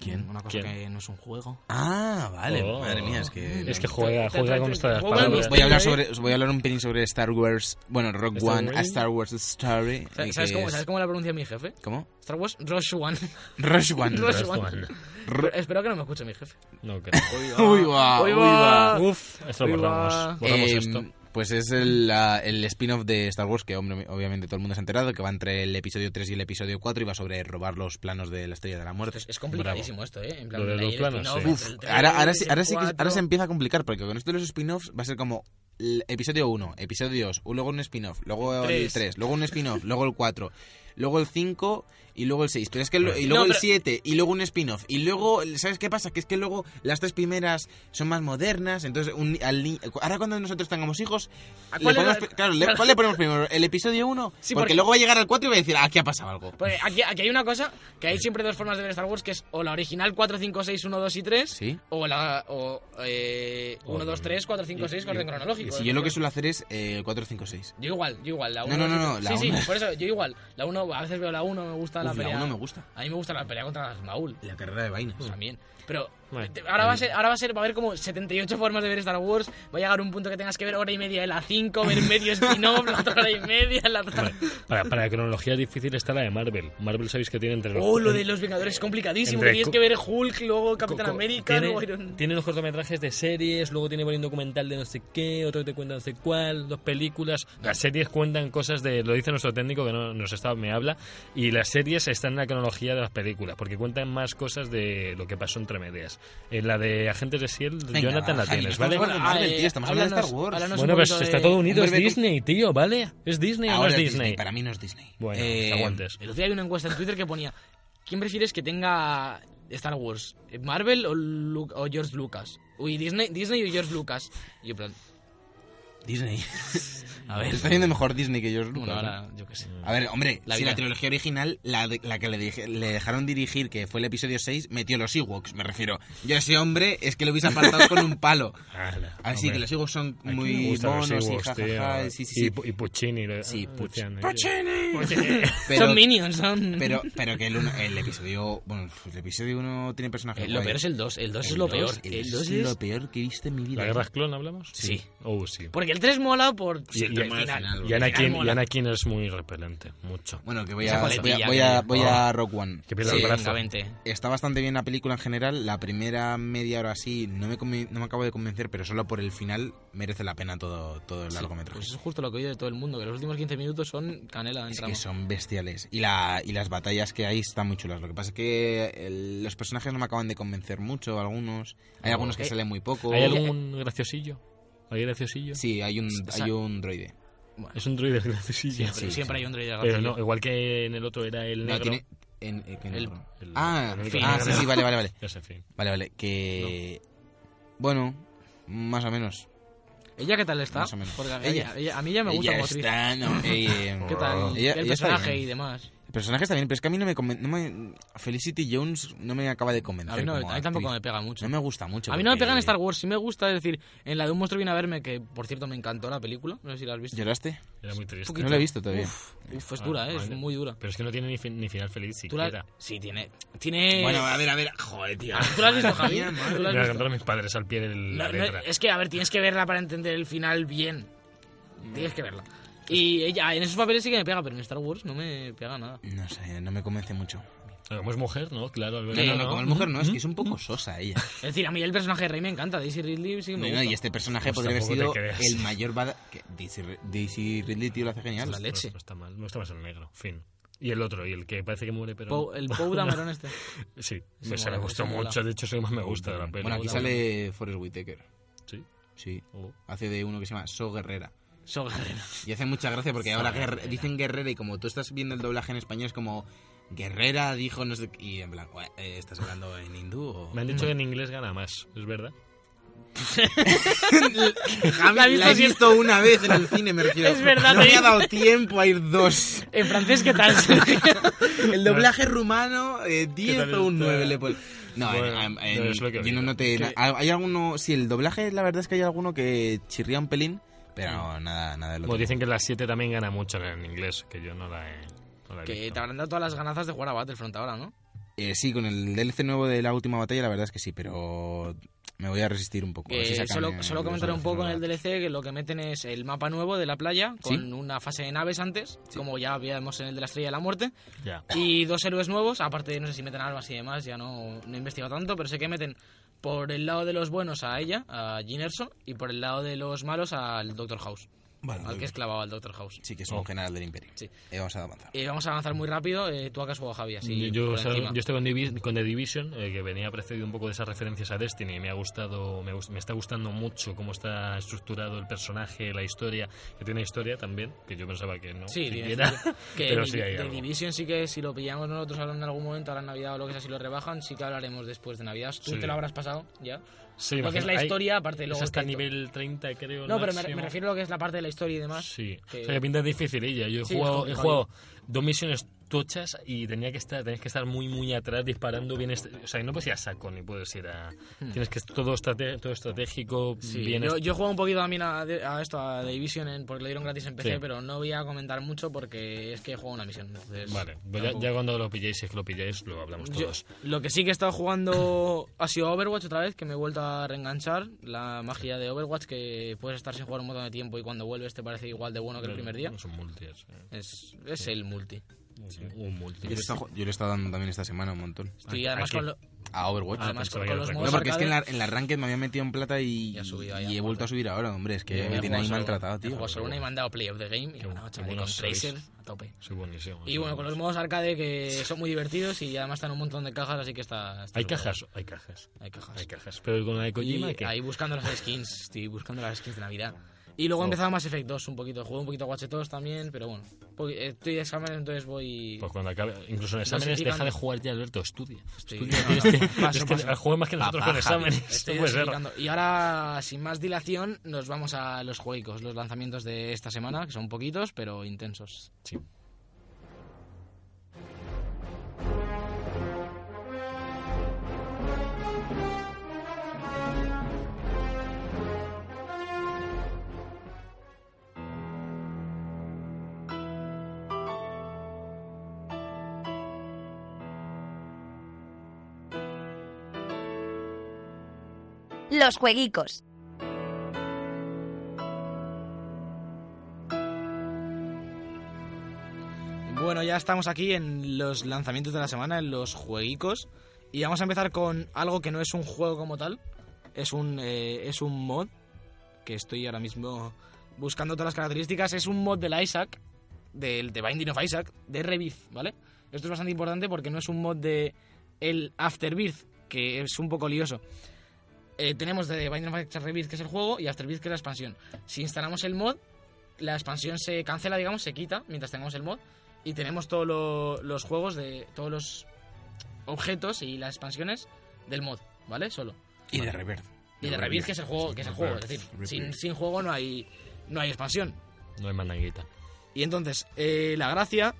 [SPEAKER 3] ¿Quién?
[SPEAKER 4] Una cosa
[SPEAKER 2] ¿Quién?
[SPEAKER 4] que no es un juego.
[SPEAKER 3] Ah, vale,
[SPEAKER 2] Oh.
[SPEAKER 3] madre mía, es que...
[SPEAKER 2] Es que eh. juega,
[SPEAKER 4] te-
[SPEAKER 2] juega
[SPEAKER 4] te-
[SPEAKER 2] con
[SPEAKER 4] te-
[SPEAKER 2] nuestras
[SPEAKER 4] juega
[SPEAKER 2] palabras.
[SPEAKER 4] con-
[SPEAKER 3] Voy a hablar sobre, os voy a hablar un pelín sobre Star Wars, bueno, Rock
[SPEAKER 2] ¿Star
[SPEAKER 3] One, a
[SPEAKER 2] Wars?
[SPEAKER 3] Star Wars Story.
[SPEAKER 4] Sa-
[SPEAKER 3] y
[SPEAKER 4] ¿Sabes
[SPEAKER 3] que
[SPEAKER 4] cómo,
[SPEAKER 3] es-
[SPEAKER 4] ¿Sabes cómo la pronuncia mi jefe?
[SPEAKER 3] ¿Cómo?
[SPEAKER 4] Star Wars Rush One.
[SPEAKER 3] Rush One.
[SPEAKER 4] Rush
[SPEAKER 2] Rush
[SPEAKER 4] One.
[SPEAKER 2] One.
[SPEAKER 3] Ru-
[SPEAKER 4] Pero Espero que no me escuche mi jefe.
[SPEAKER 2] No creo.
[SPEAKER 3] Uy, va,
[SPEAKER 4] Uy,
[SPEAKER 3] Ah, uy,
[SPEAKER 4] va.
[SPEAKER 3] va.
[SPEAKER 2] Uf, esto lo
[SPEAKER 4] Uy, va.
[SPEAKER 2] borramos. Borramos
[SPEAKER 3] Eh,
[SPEAKER 2] esto.
[SPEAKER 3] Pues es el, la- el spin-off de Star Wars que hombre, obviamente todo el mundo se ha enterado, que va entre el episodio 3 y el episodio 4 y va sobre robar los planos de la Estrella de la Muerte.
[SPEAKER 4] Es, es complicadísimo esto, ¿eh? En plan,
[SPEAKER 2] Lo de
[SPEAKER 4] ahí
[SPEAKER 2] los
[SPEAKER 4] el
[SPEAKER 2] planos,
[SPEAKER 4] spin-off,
[SPEAKER 2] sí.
[SPEAKER 3] Uf,
[SPEAKER 4] el tres,
[SPEAKER 3] ahora, ahora, sí-
[SPEAKER 4] el
[SPEAKER 3] ahora sí que,
[SPEAKER 4] cuatro.
[SPEAKER 3] ahora se empieza a complicar, porque con esto de los spin-offs va a ser como el episodio 1, episodio 2, luego un spin-off, luego
[SPEAKER 4] Tres.
[SPEAKER 3] el 3, luego un spin-off, luego el 4, luego el 5 y luego el 6. Pero es que lo- y
[SPEAKER 4] No,
[SPEAKER 3] luego el
[SPEAKER 4] pero-
[SPEAKER 3] 7 y luego un spin-off. Y luego, ¿sabes qué pasa? Que es que luego las tres primeras son más modernas, entonces un- al ni- ahora cuando nosotros tengamos hijos,
[SPEAKER 4] ¿A
[SPEAKER 3] le
[SPEAKER 4] cuál le
[SPEAKER 3] ponemos,
[SPEAKER 4] da-
[SPEAKER 3] pri- claro, le- ¿cuál le ponemos primero? ¿El episodio 1?
[SPEAKER 4] Sí,
[SPEAKER 3] porque,
[SPEAKER 4] porque-
[SPEAKER 3] luego va a llegar al 4 y va a decir, "Ah, aquí ha pasado algo.
[SPEAKER 4] Pues aquí, aquí hay una cosa, que hay siempre dos formas de ver Star Wars, que es o la original 4, 5, 6, 1, 2 y 3,
[SPEAKER 3] Sí.
[SPEAKER 4] o la o, eh,
[SPEAKER 2] O
[SPEAKER 4] 1, 2,
[SPEAKER 2] la-
[SPEAKER 4] 3, 4, 5,
[SPEAKER 2] y-
[SPEAKER 4] 6,
[SPEAKER 2] y-
[SPEAKER 4] orden
[SPEAKER 3] Y
[SPEAKER 4] cronológico.
[SPEAKER 3] si yo lo que suelo hacer es eh, 4, 5, 6.
[SPEAKER 4] Yo igual, yo igual, la
[SPEAKER 3] No, no,
[SPEAKER 4] 1.
[SPEAKER 3] no, no, la
[SPEAKER 4] sí,
[SPEAKER 3] una.
[SPEAKER 4] sí, por eso, yo igual. La 1, a veces veo la 1, me gusta la
[SPEAKER 3] Uf, la
[SPEAKER 4] pelea.
[SPEAKER 3] 1 me gusta.
[SPEAKER 4] A mí me gusta la pelea contra Maul,
[SPEAKER 3] La carrera de vainas.
[SPEAKER 2] Pues
[SPEAKER 4] también. Pero
[SPEAKER 2] Vale.
[SPEAKER 4] te- ahora va, a ser, ahora va a ser, va a haber como 78 formas de ver Star Wars. Va a llegar un punto que tengas que ver hora y media de la 5, ver medio spin-off, la otra hora y media, la otra.
[SPEAKER 2] Para, para cronología difícil está la de Marvel. Marvel sabéis que tiene entre los...
[SPEAKER 4] Oh, lo de los Vengadores es complicadísimo.
[SPEAKER 2] Entre
[SPEAKER 4] que Tienes
[SPEAKER 2] cu-
[SPEAKER 4] que ver Hulk, luego
[SPEAKER 2] co-
[SPEAKER 4] Capitán
[SPEAKER 2] co-
[SPEAKER 4] América,
[SPEAKER 2] tiene,
[SPEAKER 4] luego Iron
[SPEAKER 2] tiene los cortometrajes de series, luego tiene por ahí un documental de no sé qué, otro que te cuenta no sé cuál, dos películas. Las series cuentan cosas de, lo dice nuestro técnico que no, nos está, me habla, y las series están en la cronología de las películas, porque cuentan más cosas de lo que pasó entre medias. En la de Agentes de Ciel,
[SPEAKER 3] Venga,
[SPEAKER 2] E Jonathan la
[SPEAKER 3] Javi,
[SPEAKER 2] tienes,
[SPEAKER 3] no
[SPEAKER 2] ¿vale?
[SPEAKER 3] estamos hablando de Marvel, tío, estamos hablando de
[SPEAKER 4] háblanos-
[SPEAKER 3] Star Wars.
[SPEAKER 4] háblanos
[SPEAKER 2] Bueno,
[SPEAKER 4] un
[SPEAKER 2] pues
[SPEAKER 4] poquito de-
[SPEAKER 2] está todo unido, es
[SPEAKER 3] Vuelve-
[SPEAKER 2] Disney, tío, ¿vale? ¿Es Disney o no
[SPEAKER 3] Ahora
[SPEAKER 2] es
[SPEAKER 3] es
[SPEAKER 2] Disney?
[SPEAKER 3] Para mí no es Disney.
[SPEAKER 2] Bueno,
[SPEAKER 3] Eh,
[SPEAKER 2] te aguantes.
[SPEAKER 4] El otro día hay una encuesta en Twitter que ponía: ¿Quién prefieres que tenga Star Wars? ¿Marvel o, Lu- o George Lucas? Uy, Disney, Disney o George Lucas. Y yo, en plan,
[SPEAKER 3] Disney.
[SPEAKER 4] a ver.
[SPEAKER 3] Está haciendo mejor Disney que George Lucas.
[SPEAKER 4] Bueno,
[SPEAKER 3] ¿no?
[SPEAKER 4] ahora, yo qué sé.
[SPEAKER 3] A ver, hombre,
[SPEAKER 4] La
[SPEAKER 3] si
[SPEAKER 4] vida.
[SPEAKER 3] la trilogía original, la, de- la que le, dije- le dejaron dirigir, que fue el episodio 6, metió los Ewoks, me refiero. Yo a ese hombre es que lo hubiese apartado con un palo.
[SPEAKER 2] Ala,
[SPEAKER 3] Así
[SPEAKER 2] hombre.
[SPEAKER 3] que los Ewoks son
[SPEAKER 2] Aquí me
[SPEAKER 3] muy
[SPEAKER 2] gustan los
[SPEAKER 3] monos y
[SPEAKER 2] Ewoks, tío.
[SPEAKER 3] jajaja, sí, sí,
[SPEAKER 2] Y
[SPEAKER 3] sí.
[SPEAKER 2] Pu- Y, Puccini. lo-
[SPEAKER 3] Sí,
[SPEAKER 2] ah,
[SPEAKER 3] Puch-
[SPEAKER 2] decían ellos.
[SPEAKER 3] ¡Puccini!
[SPEAKER 2] Puccini.
[SPEAKER 3] Pero,
[SPEAKER 4] son minions, son.
[SPEAKER 3] pero, pero que el, uno- el episodio... Bueno, el episodio 1 tiene personajes
[SPEAKER 4] Eh, lo
[SPEAKER 3] guays.
[SPEAKER 4] peor es el 2. El 2 es
[SPEAKER 3] El
[SPEAKER 4] lo
[SPEAKER 3] dos-
[SPEAKER 4] peor.
[SPEAKER 3] El
[SPEAKER 4] El
[SPEAKER 3] 2
[SPEAKER 4] 2
[SPEAKER 3] es,
[SPEAKER 4] es.
[SPEAKER 3] lo peor que he visto en mi vida. ¿eh?
[SPEAKER 2] ¿La guerra clon hablamos?
[SPEAKER 4] Sí.
[SPEAKER 2] Oh, sí.
[SPEAKER 4] Porque el 3 mola por.
[SPEAKER 2] Y,
[SPEAKER 4] el
[SPEAKER 2] y-
[SPEAKER 4] final.
[SPEAKER 3] final,
[SPEAKER 2] y Anakin, y
[SPEAKER 4] mola.
[SPEAKER 2] Anakin es muy repelente, mucho.
[SPEAKER 3] Bueno, que voy
[SPEAKER 4] Esa
[SPEAKER 3] a, voy a,
[SPEAKER 4] coletilla
[SPEAKER 3] voy
[SPEAKER 4] que-
[SPEAKER 3] a, voy a Rock One.
[SPEAKER 2] Que pierda
[SPEAKER 4] Sí,
[SPEAKER 2] el brazo.
[SPEAKER 4] venga, vente.
[SPEAKER 3] Está bastante bien la película en general. La primera media hora así no me, conven- no me acabo de convencer, pero solo por el final merece la pena todo, todo el
[SPEAKER 4] Sí,
[SPEAKER 3] largometraje.
[SPEAKER 4] pues eso es justo lo que he oído de todo el mundo, que los últimos 15 minutos son canela en
[SPEAKER 3] Es
[SPEAKER 4] trama.
[SPEAKER 3] que son bestiales. Y, la, y las batallas que hay están muy chulas. Lo que pasa es que el- los personajes no me acaban de convencer mucho, algunos. Hay
[SPEAKER 2] No,
[SPEAKER 3] algunos que
[SPEAKER 4] eh,
[SPEAKER 3] salen muy poco.
[SPEAKER 2] ¿Hay algún graciosillo? ¿Hay graciosillo?
[SPEAKER 3] Oh. Sí, hay un,
[SPEAKER 4] O sea,
[SPEAKER 3] hay un droide.
[SPEAKER 2] Es un droide graciosillo.
[SPEAKER 4] Siempre, siempre hay un droide
[SPEAKER 2] Pero
[SPEAKER 4] gracioso.
[SPEAKER 2] no, igual que en el otro era el
[SPEAKER 3] No,
[SPEAKER 2] negro.
[SPEAKER 3] tiene... en- eh, ¿qué
[SPEAKER 4] El-
[SPEAKER 3] negro?
[SPEAKER 2] el-
[SPEAKER 3] ah,
[SPEAKER 2] el
[SPEAKER 3] sí,
[SPEAKER 2] negro.
[SPEAKER 3] ah, sí, sí, vale, vale, vale.
[SPEAKER 2] Ya sé, en fin.
[SPEAKER 3] Vale, vale, que... Bueno, más o menos.
[SPEAKER 4] ¿Ella qué tal está?
[SPEAKER 3] Más o menos.
[SPEAKER 4] Porque a-
[SPEAKER 3] Ella.
[SPEAKER 4] ella- a mí ya me gusta
[SPEAKER 3] Ella
[SPEAKER 4] como actriz.
[SPEAKER 3] está, no, eh,
[SPEAKER 4] ¿Qué tal?
[SPEAKER 3] ella-
[SPEAKER 4] el
[SPEAKER 3] ella está
[SPEAKER 4] personaje
[SPEAKER 3] bien.
[SPEAKER 4] y demás.
[SPEAKER 3] El personaje está bien, pero es que a mí no me, conven- no me- Felicity Jones no me acaba de convencer.
[SPEAKER 4] A mí, no,
[SPEAKER 3] como
[SPEAKER 4] a mí tampoco me
[SPEAKER 3] actriz.
[SPEAKER 4] pega mucho.
[SPEAKER 3] No me gusta mucho.
[SPEAKER 4] a mí no me
[SPEAKER 3] porque-
[SPEAKER 4] pega en Star Wars, sí me gusta, es decir, en la de un monstruo viene a verme, que por cierto me encantó la película, no sé si la has visto.
[SPEAKER 3] ¿Lloraste?
[SPEAKER 2] Era muy triste.
[SPEAKER 3] No lo he visto todavía.
[SPEAKER 4] Uf, es
[SPEAKER 2] Ah,
[SPEAKER 4] dura, eh, es
[SPEAKER 2] vale.
[SPEAKER 4] muy dura.
[SPEAKER 2] Pero es que no tiene ni, fin- ni final feliz
[SPEAKER 4] ¿Tú la-
[SPEAKER 2] siquiera.
[SPEAKER 4] Sí, tiene... tiene...
[SPEAKER 3] Bueno, a ver, a ver. Joder, tío.
[SPEAKER 4] ¿Tú la has visto, Javi?
[SPEAKER 3] Madre mía,
[SPEAKER 4] ¿Tú
[SPEAKER 2] Me
[SPEAKER 4] la has
[SPEAKER 2] la
[SPEAKER 4] visto?
[SPEAKER 2] cantaron mis padres al pie de la
[SPEAKER 4] No, no,
[SPEAKER 2] letra.
[SPEAKER 4] es que, a ver, tienes que verla para entender el final bien. Tienes que
[SPEAKER 3] Pues
[SPEAKER 4] verla. Y ella, en esos papeles sí que me pega, pero en Star Wars no me pega nada.
[SPEAKER 3] No sé, no me convence mucho.
[SPEAKER 2] Como es mujer, ¿no? Claro,
[SPEAKER 4] Pues
[SPEAKER 2] Alberto.
[SPEAKER 3] No, no, no, como es mujer no, es que es un poco sosa ella.
[SPEAKER 4] Es decir, a mí el personaje de Rey me encanta, Daisy Ridley sí que me
[SPEAKER 3] No,
[SPEAKER 4] gusta.
[SPEAKER 3] y este personaje
[SPEAKER 2] Pues
[SPEAKER 3] podría haber sido
[SPEAKER 2] tampoco te creas.
[SPEAKER 3] el mayor bada... que Daisy, Daisy Ridley, tío, lo hace genial.
[SPEAKER 4] La leche.
[SPEAKER 2] Pues, No está mal. No está más el negro. Fin. Y el otro, y el que parece que
[SPEAKER 3] este
[SPEAKER 2] muere, pero.
[SPEAKER 4] Pou- el Pou Dameron este.
[SPEAKER 2] Sí,
[SPEAKER 4] Ese
[SPEAKER 2] pues
[SPEAKER 4] mola,
[SPEAKER 2] me gustó
[SPEAKER 4] ese mola.
[SPEAKER 2] mucho. De hecho, es el que más me gusta de la peli.
[SPEAKER 3] Bueno, aquí sale Forrest Whitaker.
[SPEAKER 2] Sí.
[SPEAKER 3] Sí.
[SPEAKER 2] Oh.
[SPEAKER 3] Hace de uno que se llama So Guerrera.
[SPEAKER 4] So Guerrero.
[SPEAKER 3] Y hace mucha gracia porque
[SPEAKER 2] So
[SPEAKER 3] ahora
[SPEAKER 2] Guerrera.
[SPEAKER 3] guerre- dicen guerrera y como tú estás viendo el doblaje en español es como guerrera dijo no sé qué", y en plan "Ué, eh, estás hablando en hindú o
[SPEAKER 2] Me han dicho que en inglés gana más, ¿es verdad?
[SPEAKER 3] Javi,
[SPEAKER 4] La
[SPEAKER 3] la
[SPEAKER 4] he
[SPEAKER 3] he
[SPEAKER 4] visto siempre.
[SPEAKER 3] visto una vez en el cine, me refiero.
[SPEAKER 4] Es verdad,
[SPEAKER 3] No
[SPEAKER 4] ¿eh?
[SPEAKER 3] me ha dado tiempo a ir dos.
[SPEAKER 4] En francés, ¿qué tal?
[SPEAKER 3] El doblaje rumano, eh, 10
[SPEAKER 2] tal
[SPEAKER 3] o un
[SPEAKER 2] está?
[SPEAKER 3] 9 le pon- No,
[SPEAKER 2] Bueno,
[SPEAKER 3] en- en-
[SPEAKER 2] no es lo que
[SPEAKER 3] yo
[SPEAKER 2] había.
[SPEAKER 3] no noté.
[SPEAKER 2] ¿Qué?
[SPEAKER 3] na- Hay alguno. Sí, el doblaje, la verdad es que hay alguno que chirría un pelín, pero no, nada, nada del
[SPEAKER 2] Como
[SPEAKER 3] otro.
[SPEAKER 2] dicen que la 7 también gana mucho en, el inglés, que yo no la he, no la he
[SPEAKER 4] que
[SPEAKER 2] visto.
[SPEAKER 4] te habrán dado todas las ganazas de jugar a Battlefront ahora, ¿no?
[SPEAKER 3] Eh, sí, con el DLC nuevo de la última batalla, la verdad es que sí, pero me voy a resistir un poco. a ver si
[SPEAKER 4] Que
[SPEAKER 3] sacan,
[SPEAKER 4] solo,
[SPEAKER 3] eh,
[SPEAKER 4] solo
[SPEAKER 3] los
[SPEAKER 4] comentaré un
[SPEAKER 3] anuncios
[SPEAKER 4] poco en el
[SPEAKER 3] nuevos.
[SPEAKER 4] DLC que lo que meten es el mapa nuevo de la playa con
[SPEAKER 3] Sí.
[SPEAKER 4] una fase de naves antes,
[SPEAKER 3] Sí.
[SPEAKER 4] como ya habíamos en el de la Estrella de la Muerte,
[SPEAKER 2] Ya.
[SPEAKER 4] y dos héroes nuevos, aparte no sé si meten armas y demás, ya no, no he investigado tanto, pero sé que meten por el lado de los buenos a ella, a Ginerso, y por el lado de los malos al Doctor House, al que esclavaba al Doctor House.
[SPEAKER 3] Sí, que es un
[SPEAKER 2] Oh.
[SPEAKER 3] general del Imperio.
[SPEAKER 4] Sí.
[SPEAKER 3] Eh, vamos a avanzar.
[SPEAKER 4] Eh, vamos a avanzar muy rápido, eh, tú acá has jugado Javi, así
[SPEAKER 2] yo,
[SPEAKER 4] por
[SPEAKER 2] o sea,
[SPEAKER 4] encima.
[SPEAKER 2] yo estoy con, Divi- con The Division, eh, que venía precedido un poco de esas referencias a Destiny. y Me ha gustado, me, gust- me está gustando mucho cómo está estructurado el personaje, la historia, que tiene historia también, que yo pensaba que no.
[SPEAKER 4] Sí, tiene
[SPEAKER 2] siquiera.
[SPEAKER 4] sentido. que
[SPEAKER 2] pero
[SPEAKER 4] de,
[SPEAKER 2] sí hay
[SPEAKER 4] de
[SPEAKER 2] algo.
[SPEAKER 4] Division sí que si lo pillamos nosotros ahora en algún momento, ahora en Navidad o lo que sea, si lo rebajan, sí que hablaremos después de Navidad. Tú
[SPEAKER 2] Sí.
[SPEAKER 4] te lo habrás pasado ya.
[SPEAKER 2] Sí,
[SPEAKER 4] lo que es
[SPEAKER 2] imagino-
[SPEAKER 4] la
[SPEAKER 2] hay-
[SPEAKER 4] historia, aparte de
[SPEAKER 2] es
[SPEAKER 4] luego...
[SPEAKER 2] hasta
[SPEAKER 4] que-
[SPEAKER 2] nivel 30, creo.
[SPEAKER 4] No, pero me,
[SPEAKER 2] máximo.
[SPEAKER 4] me refiero a lo que es la parte de la historia y demás.
[SPEAKER 2] Sí,
[SPEAKER 4] que-
[SPEAKER 2] o sea, que pinta dificililla. Yo he,
[SPEAKER 4] Sí,
[SPEAKER 2] jugado, he
[SPEAKER 4] es
[SPEAKER 2] jugado
[SPEAKER 4] complicado.
[SPEAKER 2] dos misiones tochas y tenía que estar, tenías que estar muy, muy atrás disparando bien. est- O sea, que no puedes ir a saco ni puedes ir a. Tienes que es todo, estrate- todo estratégico,
[SPEAKER 4] Hmm. Sí,
[SPEAKER 2] bien.
[SPEAKER 4] yo,
[SPEAKER 2] est-
[SPEAKER 4] yo he jugado un poquito también a, a esto, a Division, en- porque lo dieron gratis en PC,
[SPEAKER 2] Sí.
[SPEAKER 4] pero no voy a comentar mucho porque es que he jugado una misión. entonces
[SPEAKER 2] Vale, pues ya,
[SPEAKER 4] tampoco-
[SPEAKER 2] ya cuando lo pilléis, si es que lo pilláis, lo hablamos
[SPEAKER 4] Yo-
[SPEAKER 2] todos.
[SPEAKER 4] lo que sí que he estado jugando ha sido Overwatch otra vez, que me he vuelto a reenganchar. La magia de Overwatch, que puedes estar sin jugar un montón de tiempo y cuando vuelves te parece igual de bueno
[SPEAKER 2] Mm.
[SPEAKER 4] que el primer día.
[SPEAKER 2] Son multis. eh,
[SPEAKER 4] Es, es el multi.
[SPEAKER 2] Un multi.
[SPEAKER 3] Yo le he estado- yo le he estado dando también esta semana un montón.
[SPEAKER 4] Estoy
[SPEAKER 2] ¿A- a
[SPEAKER 4] además
[SPEAKER 2] qué?
[SPEAKER 4] con, lo-
[SPEAKER 3] A Overwatch.
[SPEAKER 4] además
[SPEAKER 2] pensaba
[SPEAKER 4] con,
[SPEAKER 2] que
[SPEAKER 4] con
[SPEAKER 2] era
[SPEAKER 4] los
[SPEAKER 2] otra
[SPEAKER 3] No,
[SPEAKER 4] modos
[SPEAKER 2] cosa.
[SPEAKER 3] porque es que en la,
[SPEAKER 4] arcade.
[SPEAKER 3] en la ranked me habían metido en plata y,
[SPEAKER 4] Y ha subido ahí
[SPEAKER 3] y
[SPEAKER 4] a
[SPEAKER 3] he vuelto a subir ahora, hombre. Es que
[SPEAKER 4] He
[SPEAKER 3] me tiene ahí
[SPEAKER 4] jugado solo-
[SPEAKER 3] maltratado,
[SPEAKER 4] he
[SPEAKER 3] tío.
[SPEAKER 4] jugado solo una y me han dado Play of the Game. Y
[SPEAKER 2] Qué
[SPEAKER 4] me han dado,
[SPEAKER 2] bu-
[SPEAKER 4] chaval,
[SPEAKER 2] qué
[SPEAKER 4] con
[SPEAKER 2] buenos sois.
[SPEAKER 4] Tracer a tope.
[SPEAKER 2] Soy buenísimo.
[SPEAKER 4] Y bueno, con los modos arcade que son muy divertidos y además están un montón de cajas, así que está. está
[SPEAKER 2] Hay
[SPEAKER 4] súper
[SPEAKER 2] cajas, hay cajas.
[SPEAKER 4] guay. Hay cajas.
[SPEAKER 2] Hay cajas. Pero con la de Kojima,
[SPEAKER 4] Y
[SPEAKER 2] ¿qué?
[SPEAKER 4] ahí buscando las skins, estoy buscando las skins de Navidad. Y luego
[SPEAKER 2] Oh.
[SPEAKER 4] empezaba Mass Effect 2 un poquito, jugué un poquito a Watch 2 también, pero bueno. po- eh, Estoy de exámenes, entonces voy...
[SPEAKER 2] Pues cuando acabe, incluso en exámenes,
[SPEAKER 4] Dosificando.
[SPEAKER 2] deja de jugar ya, Alberto, estudia. Estudia,
[SPEAKER 4] Estoy- no,
[SPEAKER 2] tienes que-
[SPEAKER 4] no, paso,
[SPEAKER 2] tienes que-
[SPEAKER 4] paso. Ah,
[SPEAKER 2] juega más que nosotros
[SPEAKER 3] Papá,
[SPEAKER 2] con
[SPEAKER 3] Javi.
[SPEAKER 2] exámenes.
[SPEAKER 4] Estoy
[SPEAKER 2] Esto puede ser.
[SPEAKER 4] dosificando. Y ahora, sin más dilación, nos vamos a los juegos, los lanzamientos de esta semana, que son poquitos, pero intensos.
[SPEAKER 2] Sí.
[SPEAKER 1] Los jueguicos.
[SPEAKER 4] Bueno, ya estamos aquí en los lanzamientos de la semana, en los jueguicos. Y vamos a empezar con algo que no es un juego como tal. Es un, eh, es un mod. Que estoy ahora mismo buscando todas las características. Es un mod del Isaac. Del The Binding of Isaac. De Rebirth, ¿vale? Esto es bastante importante porque no es un mod de el Afterbirth. Que es un poco lioso. Eh, tenemos The Binding of Isaac Rebirth, que es el juego. Y Afterbirth, que es la expansión. Si instalamos el mod, la expansión se cancela, digamos, se quita mientras tengamos el mod y tenemos todos lo- los juegos de todos los objetos y las expansiones del mod, ¿vale? Solo.
[SPEAKER 3] Y de reverb.
[SPEAKER 4] Y de Rebirth, que es el juego, que es el juego, es decir,
[SPEAKER 3] Rebirth.
[SPEAKER 4] sin, sin juego no hay no hay expansión.
[SPEAKER 2] No hay mandanguita.
[SPEAKER 4] Y entonces, eh, la gracia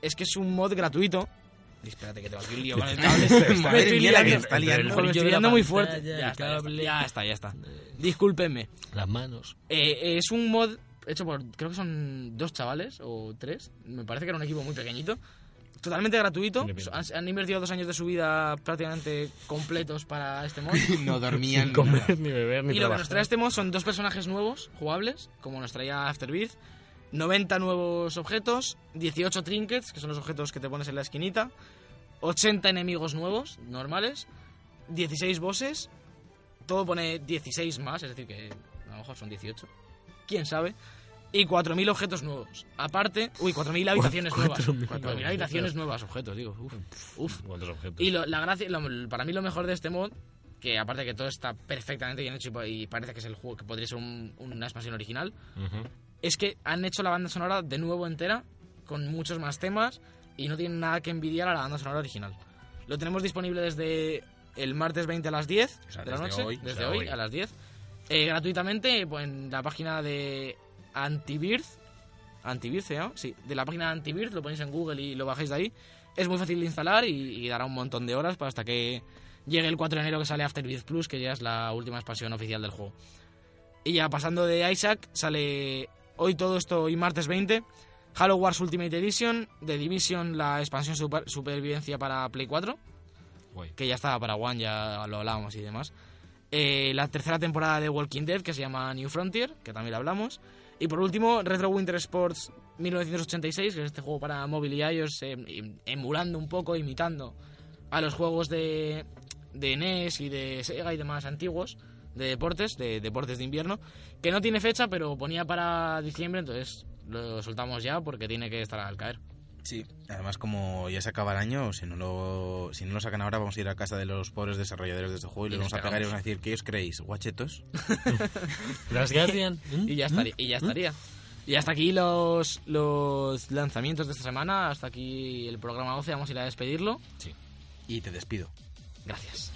[SPEAKER 4] es que es un mod gratuito. Y Espérate que tengo aquí un lío con el cable. Me
[SPEAKER 3] Madre
[SPEAKER 4] estoy
[SPEAKER 3] mía, la que
[SPEAKER 4] liando.
[SPEAKER 2] Entre
[SPEAKER 3] está
[SPEAKER 2] el
[SPEAKER 3] liando.
[SPEAKER 4] Me
[SPEAKER 2] brillo
[SPEAKER 4] estoy
[SPEAKER 2] de la
[SPEAKER 4] liando muy
[SPEAKER 2] pantalla,
[SPEAKER 4] fuerte.
[SPEAKER 2] el
[SPEAKER 4] Ya está, ya está,
[SPEAKER 2] cable.
[SPEAKER 4] ya Ah, está, ya está. Discúlpenme.
[SPEAKER 2] Las manos.
[SPEAKER 4] Eh, es un mod hecho por, creo que son dos chavales o tres. Me parece que era un equipo muy pequeñito. Totalmente gratuito.
[SPEAKER 2] Tiene pinta.
[SPEAKER 4] Han, han invertido dos años de su vida prácticamente completos para este mod.
[SPEAKER 3] No dormían.
[SPEAKER 2] Ni comer, ni beber, ni
[SPEAKER 4] y lo que nos
[SPEAKER 2] trabajar.
[SPEAKER 4] trae este mod son dos personajes nuevos, jugables, como nos traía Afterbirth. 90 nuevos objetos, 18 trinkets, que son los objetos que te pones en la esquinita, 80 enemigos nuevos, normales, 16 bosses, todo pone 16 más, es decir, que a lo mejor son 18, quién sabe, y 4.000 objetos nuevos. Aparte, uy, 4.000 habitaciones nuevas.
[SPEAKER 2] 4.000
[SPEAKER 4] 4.000 habitaciones nuevas, objetos, digo, uff, uff.
[SPEAKER 2] Otros objetos.
[SPEAKER 4] Y lo- la gracia, lo- para mí lo mejor de este mod, que aparte que todo está perfectamente bien hecho y pa- y parece que es el juego que podría ser un- una expansión original,
[SPEAKER 2] Ujú.
[SPEAKER 4] es que han hecho la banda sonora de nuevo entera, con muchos más temas, y no tienen nada que envidiar a la banda sonora original. Lo tenemos disponible desde el martes 20 a las 10
[SPEAKER 3] O sea,
[SPEAKER 4] de la
[SPEAKER 3] desde
[SPEAKER 4] noche,
[SPEAKER 3] hoy.
[SPEAKER 4] desde
[SPEAKER 2] O sea,
[SPEAKER 4] hoy,
[SPEAKER 2] hoy.
[SPEAKER 4] a las 10, eh, gratuitamente pues, en la página de Antivirth, Antivirth, ¿no? Sí, de la página de Antivirth, lo ponéis en Google y lo bajáis de ahí. Es muy fácil de instalar y, y dará un montón de horas para hasta que llegue el 4 de enero que sale Afterbirth Plus, que ya es la última expansión oficial del juego. Y ya pasando de Isaac, sale hoy todo esto y martes 20. Halo Wars Ultimate Edition, The Division, la expansión super- supervivencia para Play 4,
[SPEAKER 2] Guay.
[SPEAKER 4] que ya estaba para One, ya lo hablábamos y demás. Eh, la tercera temporada de Walking Dead, que se llama New Frontier, que también la hablamos. Y por último, Retro Winter Sports 1986, que es este juego para móvil y iOS, eh, em- emulando un poco, imitando a los juegos de, de NES y de Sega y demás antiguos de deportes, de deportes de invierno, que no tiene fecha, pero ponía para diciembre, entonces lo soltamos ya porque tiene que estar al caer.
[SPEAKER 3] Sí. Además, como ya se acaba el año, si no lo, si no lo sacan ahora, vamos a ir a casa de los pobres desarrolladores de este juego y,
[SPEAKER 4] Y
[SPEAKER 3] les
[SPEAKER 4] nos
[SPEAKER 3] vamos a pegar y
[SPEAKER 4] pegamos.
[SPEAKER 3] vamos a decir, ¿qué os creéis? ¿Guachetos?
[SPEAKER 2] Las Guardian. ¿Mm?
[SPEAKER 4] Y ya
[SPEAKER 2] ¿Mm?
[SPEAKER 4] estaría. Y, ya estaría. y hasta aquí los, los lanzamientos de esta semana, hasta aquí el programa 12, vamos a ir a despedirlo.
[SPEAKER 2] Sí.
[SPEAKER 3] Y te despido.
[SPEAKER 4] Gracias.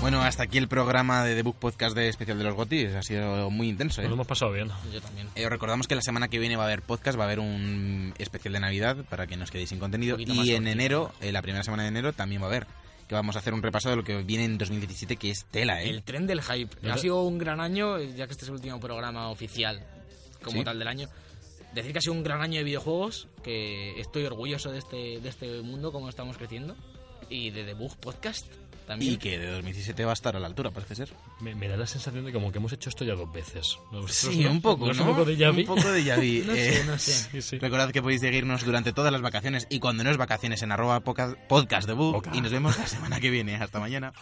[SPEAKER 3] Bueno, hasta aquí el programa de The Book Podcast de especial de los Gotis. Ha sido muy intenso,
[SPEAKER 2] Nos
[SPEAKER 3] ¿eh?
[SPEAKER 2] lo hemos pasado bien.
[SPEAKER 4] Yo también.
[SPEAKER 3] Eh, recordamos que la semana que viene va a haber podcast, va a haber un especial de Navidad para que no os quedéis sin contenido.
[SPEAKER 4] Un
[SPEAKER 3] Y
[SPEAKER 4] poquito
[SPEAKER 3] en
[SPEAKER 4] más cortito.
[SPEAKER 3] enero, eh, la primera semana de enero, también va a haber. Que vamos a hacer un repaso de lo que viene en 2017, que es tela, ¿eh?
[SPEAKER 4] El tren del hype.
[SPEAKER 2] Yo
[SPEAKER 4] Ha
[SPEAKER 2] te-
[SPEAKER 4] sido un gran año, eh, ya que este es el último programa oficial como
[SPEAKER 3] Sí.
[SPEAKER 4] tal del año. Decir que ha sido un gran año de videojuegos, que estoy orgulloso de este, de este mundo, como estamos creciendo. Y de The Bug Podcast también.
[SPEAKER 3] Y que de 2017 va a estar a la altura, parece ser.
[SPEAKER 2] Me, me da la sensación de como que hemos hecho esto ya dos veces. ¿No?
[SPEAKER 3] Sí,
[SPEAKER 2] ¿No?
[SPEAKER 3] un poco,
[SPEAKER 2] ¿No es
[SPEAKER 3] ¿no?
[SPEAKER 2] Un poco de Yavi.
[SPEAKER 3] Un poco de Yavi.
[SPEAKER 4] No
[SPEAKER 3] eh.
[SPEAKER 4] sé, no sé.
[SPEAKER 2] Sí, sí.
[SPEAKER 3] Recordad que podéis seguirnos durante todas las vacaciones y cuando no es vacaciones en arroba poca- podcast de Bug.
[SPEAKER 2] Poca.
[SPEAKER 3] Y nos vemos la semana que viene. Hasta mañana.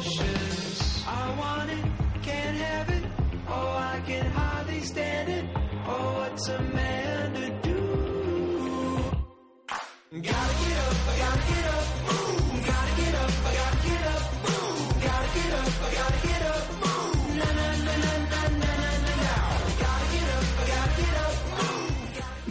[SPEAKER 6] I want it, can't have it. Oh, I can hardly stand it. Oh, what's a man to do? Gotta get up, I gotta get up, boom. Gotta get up, I gotta get up, boom. Gotta get up, I gotta get up, boom. Na na na na na na na na now. Gotta get up, I gotta get up.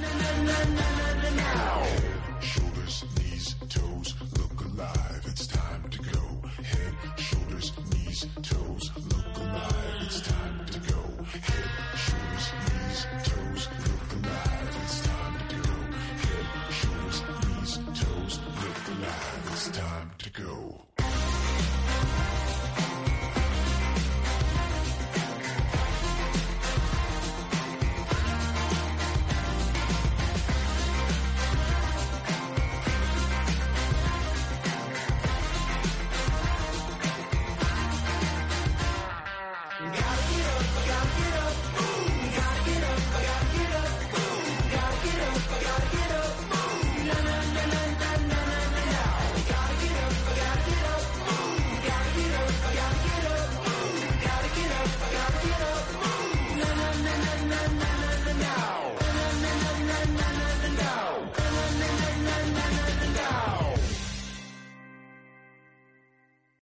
[SPEAKER 6] na, na, na, na, na, now.